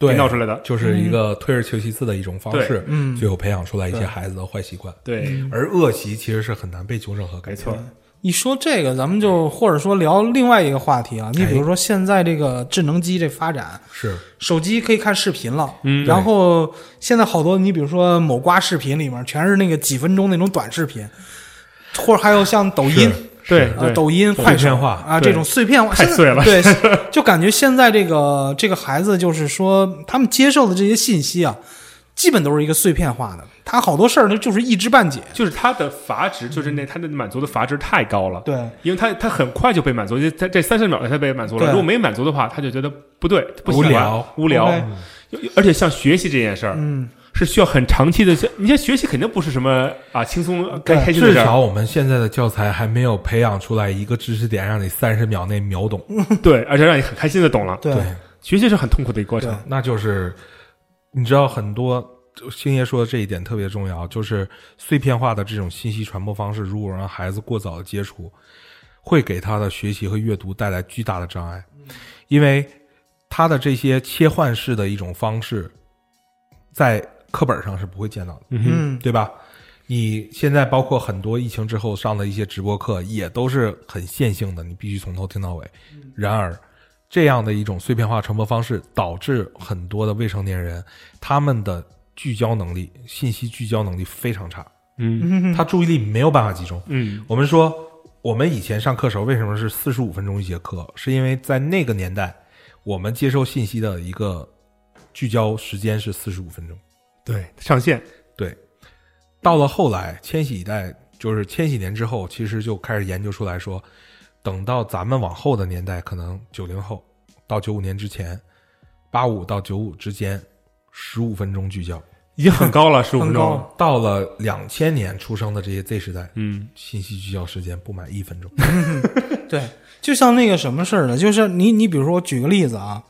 [SPEAKER 3] 给
[SPEAKER 2] 对
[SPEAKER 3] 闹出来的。
[SPEAKER 2] 就是一个退而求其次的一种方
[SPEAKER 3] 对
[SPEAKER 2] 式，
[SPEAKER 4] 嗯
[SPEAKER 2] 最后培养出来一些孩子的坏习惯。
[SPEAKER 3] 对，
[SPEAKER 2] 而恶习其实是很难被纠正和改
[SPEAKER 3] 嗯没
[SPEAKER 2] 变的。
[SPEAKER 3] 错，
[SPEAKER 4] 一说这个，咱们就或者说聊另外一个话题啊。你比如说现在这个智能机这发展，
[SPEAKER 2] 是
[SPEAKER 4] 手机可以看视频了，
[SPEAKER 3] 嗯
[SPEAKER 4] 然后现在好多你比如说某瓜视频里面全是那个几分钟那种短视频，或者还有像抖音。
[SPEAKER 3] 对
[SPEAKER 4] 啊，
[SPEAKER 3] 对，
[SPEAKER 4] 抖音
[SPEAKER 2] 碎
[SPEAKER 4] 快手
[SPEAKER 2] 片化
[SPEAKER 4] 啊，
[SPEAKER 3] 对
[SPEAKER 4] 这种碎片化
[SPEAKER 3] 太
[SPEAKER 4] 现在
[SPEAKER 3] 碎了
[SPEAKER 4] 对，就感觉现在这个这个孩子，就是说他们接受的这些信息啊，基本都是一个碎片化的，他好多事儿他就是一知半解。
[SPEAKER 3] 就是他的阀值，就是那他的满足的阀值太高了。
[SPEAKER 4] 对，
[SPEAKER 3] 因为他他很快就被满足，就他这三十秒内他被满足了。
[SPEAKER 4] 对
[SPEAKER 3] 如果没满足的话，他就觉得不对，不喜
[SPEAKER 2] 无
[SPEAKER 3] 欢
[SPEAKER 2] 聊
[SPEAKER 3] 无聊
[SPEAKER 4] OK。
[SPEAKER 3] 有有而且像学习这件事儿，
[SPEAKER 4] 嗯，
[SPEAKER 3] 是需要很长期的。你像学习肯定不是什么啊轻松
[SPEAKER 4] 对
[SPEAKER 3] 开开心的
[SPEAKER 2] 至
[SPEAKER 3] 事儿，
[SPEAKER 2] 少我们现在的教材还没有培养出来一个知识点让你三十秒内秒懂。
[SPEAKER 3] 对，而且让你很开心的懂了。
[SPEAKER 4] 对，
[SPEAKER 3] 学习是很痛苦的一个过程
[SPEAKER 4] 对，
[SPEAKER 2] 那就是你知道很多。就星爷说的这一点特别重要，就是碎片化的这种信息传播方式，如果让孩子过早的接触，会给他的学习和阅读带来巨大的障碍，因为他的这些切换式的一种方式，在课本上是不会见到的。
[SPEAKER 3] 嗯哼，
[SPEAKER 4] 嗯，
[SPEAKER 2] 对吧？你现在包括很多疫情之后上的一些直播课，也都是很线性的，你必须从头听到尾。
[SPEAKER 3] 嗯
[SPEAKER 2] 然而，这样的一种碎片化传播方式，导致很多的未成年人他们的聚焦能力、信息聚焦能力非常差，
[SPEAKER 3] 嗯
[SPEAKER 2] 他注意力没有办法集中。
[SPEAKER 3] 嗯，
[SPEAKER 2] 我们说，我们以前上课时候为什么是四十五分钟一节课？是因为在那个年代，我们接收信息的一个聚焦时间是四十五分钟。
[SPEAKER 3] 对，上线，
[SPEAKER 2] 对，到了后来，千禧一代就是千禧年之后，其实就开始研究出来说，等到咱们往后的年代，可能九零后到九五年之前，八五到九五之间，十五分钟聚焦。
[SPEAKER 3] 已经很高了，十五
[SPEAKER 4] 很
[SPEAKER 3] 分
[SPEAKER 4] 高
[SPEAKER 3] 钟
[SPEAKER 4] 了
[SPEAKER 3] 了，
[SPEAKER 2] 到了两千年出生的这些 Z 时代，
[SPEAKER 3] 嗯，
[SPEAKER 2] 信息聚焦时间不满一分 钟。
[SPEAKER 4] 对，就像那个什么似的，就是你你比如说，我举个例子啊，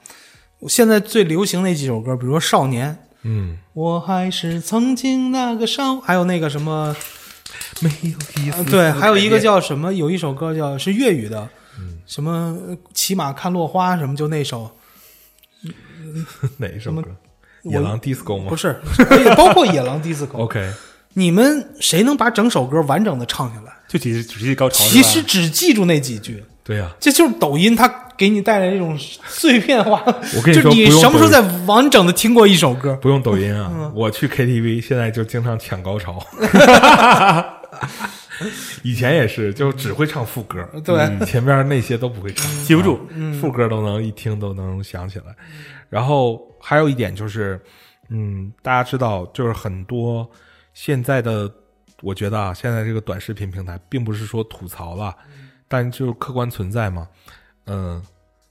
[SPEAKER 4] 我现在最流行那几首歌，比如说《少年》，
[SPEAKER 2] 嗯，
[SPEAKER 4] 我还是曾经那个少，还有那个什么，
[SPEAKER 2] 没有意
[SPEAKER 4] 呃
[SPEAKER 2] 思。
[SPEAKER 4] 对，还有一个叫什么，有一首歌叫是粤语的，
[SPEAKER 2] 嗯
[SPEAKER 4] 什么呃骑马看落花什么，就那首，
[SPEAKER 2] 哪一首
[SPEAKER 4] 么
[SPEAKER 2] 歌？野狼 disco 吗？
[SPEAKER 4] 不是， 也包括野狼 disco，
[SPEAKER 2] OK，
[SPEAKER 4] 你们谁能把整首歌完整的唱下来？
[SPEAKER 3] 就几只是高潮。
[SPEAKER 4] 其
[SPEAKER 3] 是
[SPEAKER 4] 实
[SPEAKER 3] 吧
[SPEAKER 4] 只记住那几句。
[SPEAKER 2] 对呀、
[SPEAKER 4] 这就是抖音，它给你带来这种碎片化。
[SPEAKER 2] 我跟你说
[SPEAKER 4] 就你
[SPEAKER 2] 不用抖音
[SPEAKER 4] 什么时候在完整的听过一首歌？
[SPEAKER 2] 不用抖音啊，我去 KTV 现在就经常抢高潮，以前也是，就只会唱副歌，嗯
[SPEAKER 4] 对
[SPEAKER 3] 嗯
[SPEAKER 2] 前面那些都不会唱，
[SPEAKER 3] 记不住
[SPEAKER 2] 啊副歌都能一听都能想起来。然后还有一点就是，嗯，大家知道，就是很多现在的，我觉得啊，现在这个短视频平台，并不是说吐槽了，但就是客观存在嘛，嗯。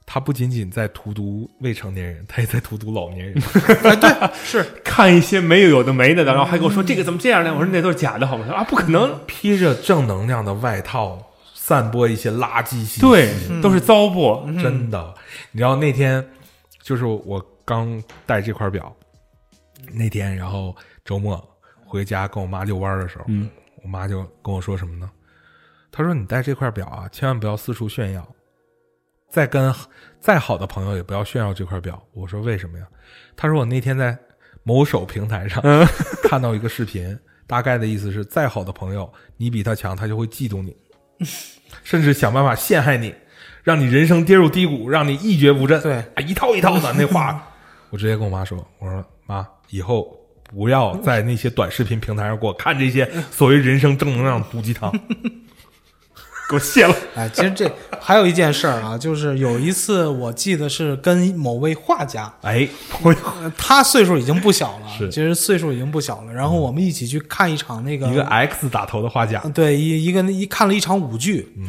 [SPEAKER 2] 它不仅仅在荼毒未成年人，它也在荼毒老年人。
[SPEAKER 3] 看一些没有有的没的的，然后还跟我说这个怎么这样呢？我说那都是假的，好吗？他说啊，不可能，
[SPEAKER 2] 披着正能量的外套，散播一些垃圾信息。
[SPEAKER 3] 对，都是糟粕。
[SPEAKER 2] 真的。你知道那天就是我刚戴这块表，那天然后周末回家跟我妈遛弯儿的时候，
[SPEAKER 3] 嗯
[SPEAKER 2] 我妈就跟我说什么呢？她说：“你戴这块表啊，千万不要四处炫耀，再跟再好的朋友也不要炫耀这块表。”我说：“为什么呀？”她说：“我那天在某手平台上 看到一个视频，大概的意思是，再好的朋友，你比他强，他就会嫉妒你，甚至想办法陷害你，让你人生跌入低谷，让你一蹶不振。
[SPEAKER 4] 对
[SPEAKER 2] 啊，一套一套 的那话，我直接跟我妈说，我说妈，以后不要在那些短视频平台上给我看这 些所谓人生正能量毒鸡 汤。
[SPEAKER 3] 给我卸了。
[SPEAKER 4] 哎，其实这还有一件事儿啊，就是有一次我记得是跟某位画家，
[SPEAKER 2] 哎，
[SPEAKER 4] 呃他岁数已经不小了，
[SPEAKER 2] 是
[SPEAKER 4] 其实岁数已经不小了。然后我们一起去看一场那个呃
[SPEAKER 2] 一个 X 打头的画家，
[SPEAKER 4] 对一一个一看了一场舞剧，
[SPEAKER 2] 嗯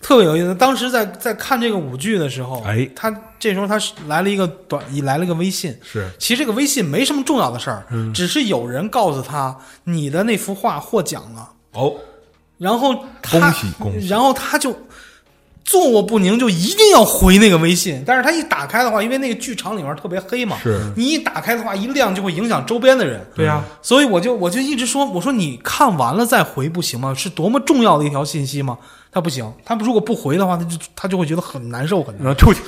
[SPEAKER 4] 特别有意思。当时在在看这个舞剧的时候，
[SPEAKER 2] 哎
[SPEAKER 4] 他这时候他是来了一个短，来了个微信，
[SPEAKER 2] 是嗯
[SPEAKER 4] 其实这个微信没什么重要的事儿，只是有人告诉他你的那幅画获奖了，
[SPEAKER 2] 哦，
[SPEAKER 4] 然后他
[SPEAKER 2] 恭喜恭喜
[SPEAKER 4] 然后他就坐卧不宁，就一定要回那个微信。但是他一打开的话，因为那个剧场里面特别黑嘛，
[SPEAKER 2] 是
[SPEAKER 4] 你一打开的话，一亮就会影响周边的人。
[SPEAKER 2] 对啊呀、
[SPEAKER 4] 所以我就我就一直说，我说你看完了再回不行吗？是多么重要的一条信息吗？他不行，他如果不回的话，他就他就会觉得很难受，很难受。
[SPEAKER 3] 然后出去，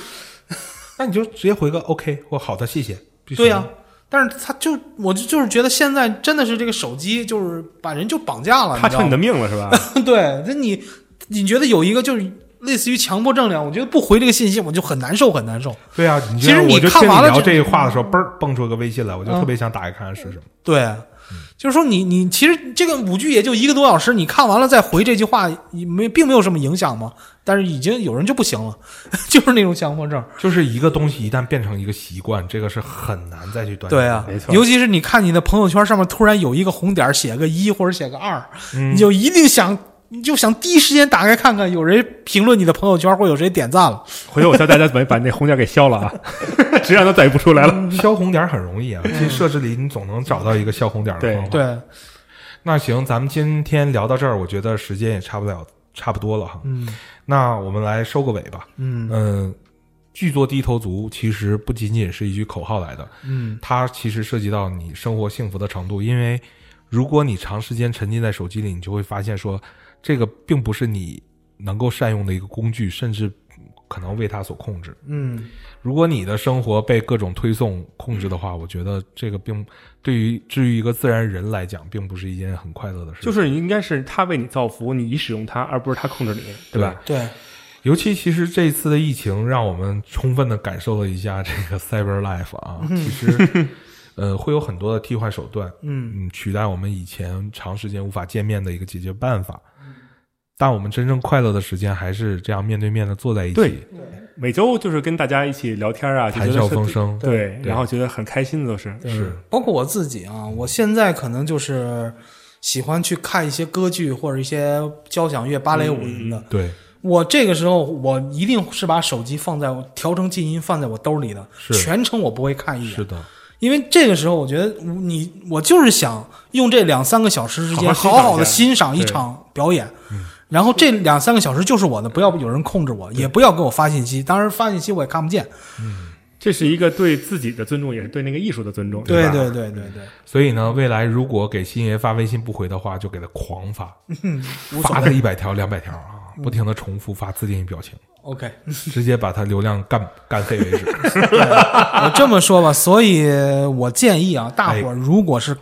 [SPEAKER 2] 那你就直接回个 OK 或好的，谢谢。就行
[SPEAKER 4] 对呀、
[SPEAKER 2] 了
[SPEAKER 4] 但是他就我就就是觉得现在真的是这个手机就是把人就绑架了，
[SPEAKER 3] 他
[SPEAKER 4] 你知道
[SPEAKER 3] 成
[SPEAKER 4] 吗
[SPEAKER 3] 你的命了是吧？
[SPEAKER 4] 对，那你你觉得有一个就是类似于强迫症那样，我觉得不回这个信息我就很难受，很难受。
[SPEAKER 2] 对呀、你
[SPEAKER 4] 其实
[SPEAKER 2] 像
[SPEAKER 4] 你
[SPEAKER 2] 我就
[SPEAKER 4] 看
[SPEAKER 2] 听你
[SPEAKER 4] 完了
[SPEAKER 2] 聊
[SPEAKER 4] 就
[SPEAKER 2] 这话的时候，嘣儿蹦出个微信来，我就
[SPEAKER 4] 嗯
[SPEAKER 2] 特别想打开看看是什么。
[SPEAKER 4] 对，就是说你你其实这个舞剧也就一个多小时，你看完了再回这句话，也没并没有什么影响嘛。但是已经有人就不行了， 就是那种强迫症。
[SPEAKER 2] 就是一个东西一旦变成一个习惯，这个是很难再去断。
[SPEAKER 4] 对啊，
[SPEAKER 3] 没错
[SPEAKER 4] 尤其是你看你的朋友圈上面突然有一个红点儿，写个一或者写个二、
[SPEAKER 2] 嗯
[SPEAKER 4] 你就一定想。你就想第一时间打开看看有人评论你的朋友圈，或有谁点赞了。
[SPEAKER 3] 回头我教大家怎么把那红点给消了啊， 谁让他再也不出来了。
[SPEAKER 2] 消红点儿很容易啊，其实设置里你总能找到一个消红点儿的
[SPEAKER 3] 对
[SPEAKER 2] 方法。
[SPEAKER 4] 对，
[SPEAKER 2] 那行，咱们今天聊到这儿，我觉得时间也差不了，差不多了哈。
[SPEAKER 4] 嗯
[SPEAKER 2] 那我们来收个尾吧。
[SPEAKER 4] 嗯
[SPEAKER 2] 嗯，剧作低头族其实不仅仅是一句口号来的，
[SPEAKER 4] 嗯，
[SPEAKER 2] 它其实涉及到你生活幸福的程度。因为如果你长时间沉浸在手机里，你就会发现说，这个并不是你能够善用的一个工具，甚至可能为它所控制。
[SPEAKER 4] 嗯，
[SPEAKER 2] 如果你的生活被各种推送控制的话，我觉得这个并对于至于一个自然人来讲，并不是一件很快乐的事。
[SPEAKER 3] 就，是应该是他为你造福，你使用它，而不是他控制你，对吧？
[SPEAKER 4] 对，
[SPEAKER 2] 尤其其实这次的疫情，让我们充分的感受了一下这个 cyber life 啊，
[SPEAKER 3] 嗯
[SPEAKER 2] 其实呃会有很多的替换手段，
[SPEAKER 4] 嗯
[SPEAKER 2] 嗯，取代我们以前长时间无法见面的一个解决办法。但我们真正快乐的时间，还是这样面对面的坐在一
[SPEAKER 3] 对
[SPEAKER 2] 起，
[SPEAKER 3] 每周就是跟大家一起聊天啊，就
[SPEAKER 2] 谈
[SPEAKER 3] 觉得
[SPEAKER 2] 笑
[SPEAKER 3] 是
[SPEAKER 2] 风生。
[SPEAKER 3] 对，
[SPEAKER 2] 对
[SPEAKER 3] 然后觉得很开心的都是。
[SPEAKER 2] 是，
[SPEAKER 4] 包括我自己啊，我现在可能就是喜欢去看一些歌剧或者一些交响乐、芭蕾舞什么的。
[SPEAKER 2] 对，
[SPEAKER 4] 我这个时候，我一定是把手机放在我调成静音，放在我兜里的，
[SPEAKER 2] 是
[SPEAKER 4] 全程我不会看一
[SPEAKER 2] 是
[SPEAKER 4] 眼，
[SPEAKER 2] 的，
[SPEAKER 4] 因为这个时候我觉得你，我就是想用这两三个小时时间
[SPEAKER 3] 好
[SPEAKER 4] 好
[SPEAKER 3] 好欣赏一下
[SPEAKER 4] 好的欣赏一场表演。然后这两三个小时就是我的，不要有人控制我，也不要给我发信息。当然发信息我也看不见。
[SPEAKER 3] 这是一个对自己的尊重，也是对那个艺术的尊重，
[SPEAKER 4] 对
[SPEAKER 3] 吧？
[SPEAKER 4] 对对对对，
[SPEAKER 2] 所以呢，未来如果给星爷发微信不回的话，就给他狂发，发他一百条、两百条啊，不停的重复发自定义表情，
[SPEAKER 4] OK。
[SPEAKER 2] 直接把他流量干干黑 为止。
[SPEAKER 4] 我这么说吧，所以我建议
[SPEAKER 2] 哎
[SPEAKER 4] 啊，大伙儿如果是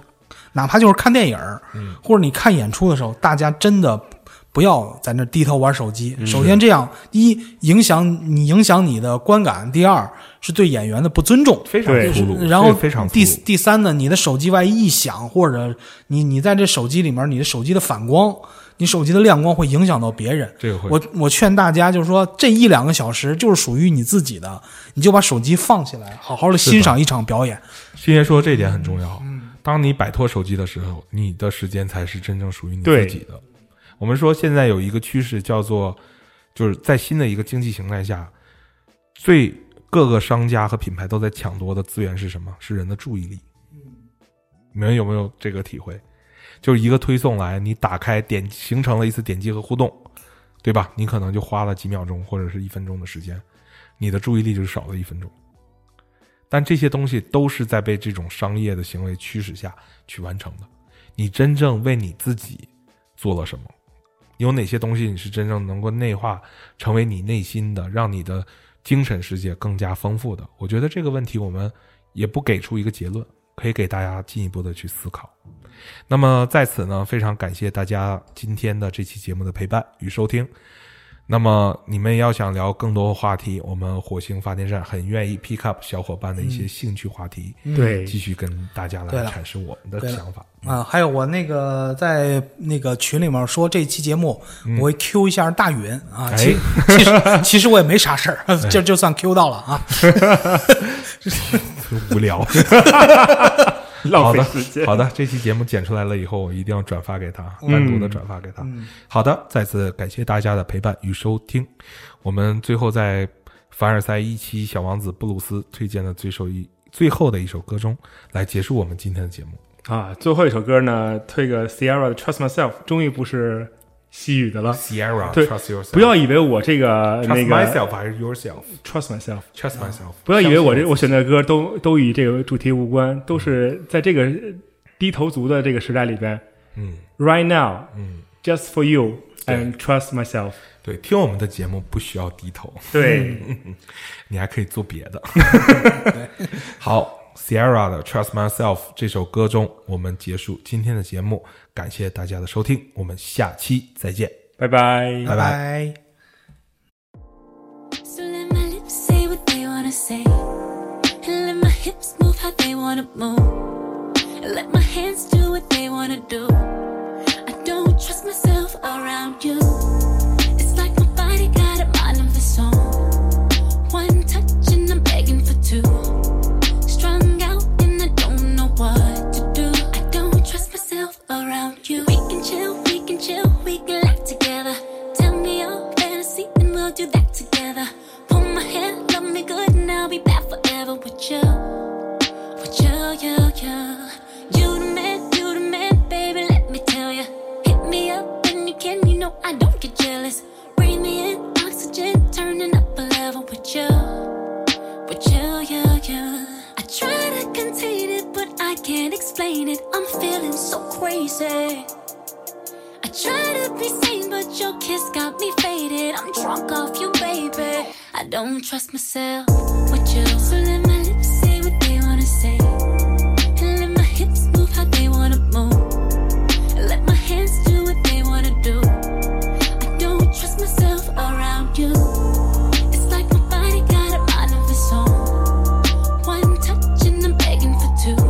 [SPEAKER 4] 哪怕就是看电影儿，
[SPEAKER 2] 嗯
[SPEAKER 4] 或者你看演出的时候，大家真的不要在那低头玩手机。
[SPEAKER 2] 嗯
[SPEAKER 4] 首先，这样一影响你影响你的观感；第二是对演员的不尊重。
[SPEAKER 2] 非常
[SPEAKER 3] 对
[SPEAKER 2] 粗鲁，
[SPEAKER 4] 然后
[SPEAKER 2] 这非常粗
[SPEAKER 4] 第
[SPEAKER 2] 鲁。
[SPEAKER 4] 第三呢，你的手机万一一响，或者你你在这手机里面，你的手机的反光，你手机的亮光会影响到别人。
[SPEAKER 2] 这个会
[SPEAKER 4] 我我劝大家就是说，这一两个小时就是属于你自己的，你就把手机放起来，好好的欣赏一场表演。
[SPEAKER 2] 星爷说这一点很重要。当你摆脱手机的时候，你的时间才是真正属于你自
[SPEAKER 3] 对
[SPEAKER 2] 己的。我们说现在有一个趋势叫做，就是在新的一个经济形态下，最各个商家和品牌都在抢夺的资源是什么？是人的注意力。你们有没有这个体会？就是一个推送来，你打开点形成了一次点击和互动，对吧？你可能就花了几秒钟或者是一分钟的时间，你的注意力就少了一分钟。但这些东西都是在被这种商业的行为驱使下去完成的。你真正为你自己做了什么？有哪些东西你是真正能够内化，成为你内心的，让你的精神世界更加丰富的？我觉得这个问题我们也不给出一个结论，可以给大家进一步的去思考。那么在此呢，非常感谢大家今天的这期节目的陪伴与收听。那么你们要想聊更多话题，我们火星发电站很愿意 pick up 小伙伴的一些兴趣话题，
[SPEAKER 3] 对
[SPEAKER 2] 继续跟大家
[SPEAKER 4] 对
[SPEAKER 2] 来
[SPEAKER 4] 了
[SPEAKER 2] 阐释我们的
[SPEAKER 4] 对了
[SPEAKER 2] 想法。
[SPEAKER 4] 啊，还有我那个在那个群里面说这期节目，我会 Q 一下大允啊。
[SPEAKER 2] 嗯哎
[SPEAKER 4] 其 其实其实我也没啥 事儿，就就算 Q 到了啊。
[SPEAKER 2] 无聊，
[SPEAKER 3] 浪
[SPEAKER 2] 好
[SPEAKER 3] 费
[SPEAKER 2] 的
[SPEAKER 3] 时间，，嗯
[SPEAKER 2] 好的，这期节目剪出来了以后，我一定要转发给他，单独的转发给他。好的，再次感谢大家的陪伴与收听。我们最后在凡尔赛一期小王子布鲁斯推荐的最受一最后的一首歌中来结束我们今天的节目。
[SPEAKER 3] 啊，最后一首歌呢，推个 Sierra 的 Trust Myself，终于不是西语的了。
[SPEAKER 2] Sierra，
[SPEAKER 3] 啊对
[SPEAKER 2] trust yourself，
[SPEAKER 3] 不要以为我这个
[SPEAKER 2] trust
[SPEAKER 3] 那个
[SPEAKER 2] myself 还是 yourself，trust
[SPEAKER 3] Trust myself，
[SPEAKER 2] myself。
[SPEAKER 3] 不要以为我这我选的歌都都与这个主题无关，都是在这个低头族的这个时代里边。
[SPEAKER 2] 嗯
[SPEAKER 3] ，Right now,
[SPEAKER 2] 嗯，
[SPEAKER 3] just for you and trust myself。嗯
[SPEAKER 2] 对，听我们的节目不需要低头，
[SPEAKER 3] 对，
[SPEAKER 2] 你还可以做别的。好，Sierra 的《Trust Myself》这首歌中，我们结束今天的节目，感谢大家的收听，我们下期再见，
[SPEAKER 3] 拜拜。
[SPEAKER 2] 拜拜。
[SPEAKER 4] 拜。
[SPEAKER 7] So let my lips say what they wanna say. And let my hips move how they wanna move. And let my hands do what they wanna do. I don't trust myself around you. It's like my body got a mind of its own. One touch and I'm begging for two. Strung out and I don't know what to do. I don't trust myself around you. We can chill, we can chill, we can laugh together. Tell me your fantasy and we'll do that together. Pull my hair, love me good, and I'll be back forever with you. With you, you, you. You the man, you the man, baby, let me tell you. Hit me up when you can, you know I don't get jealous. Breathe me in, oxygen, turning up a level with you with you, you, you. I try to contain it, but I can't explain it. I'm feeling so crazy. I try to be sane, but your kiss got me faded. I'm drunk off you, baby. I don't trust myself with you. So let my lips say what they wanna say, and let my hips move how they wanna move, and let my hands do what they wanna do. I don't trust myself around you. It's like my body got a mind of its own. One touch and I'm begging for two.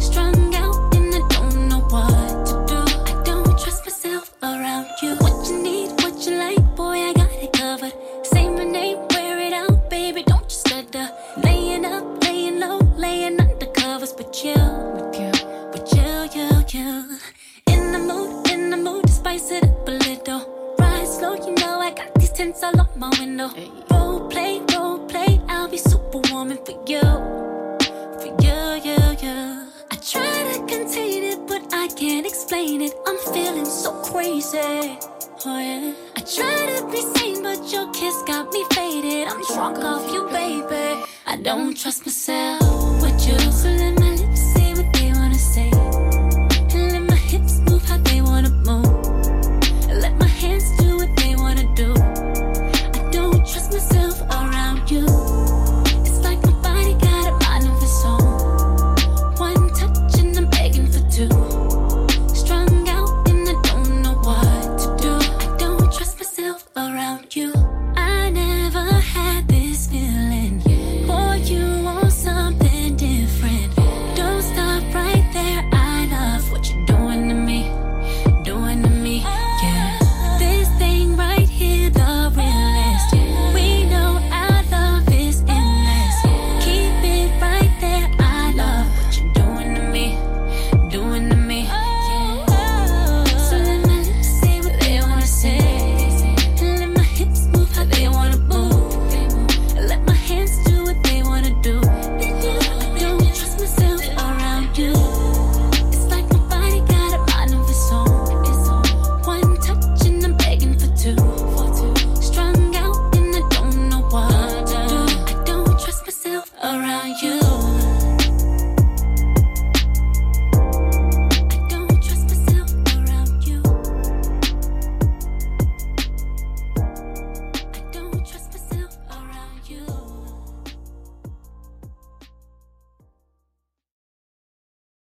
[SPEAKER 7] Strung out and I don't know what to do. I don't trust myself around you. What you need, what you like, boy, I got it covered. Say my name, wear it out, baby, don't you stutter. Laying up, laying low, laying under covers, but you, with you, with you, you, you. In the mood, in the mood, to spice it up a little. Ride slow, you know I got these tints all on my window. Role play, role play, I'll be superwoman for you for you, you, you. I try to contain it, but I can't explain it. I'm feeling so crazy. Oh, yeah. I try to be sane, but your kiss got me faded. I'm drunk off you, baby. I don't trust myself with you. So let my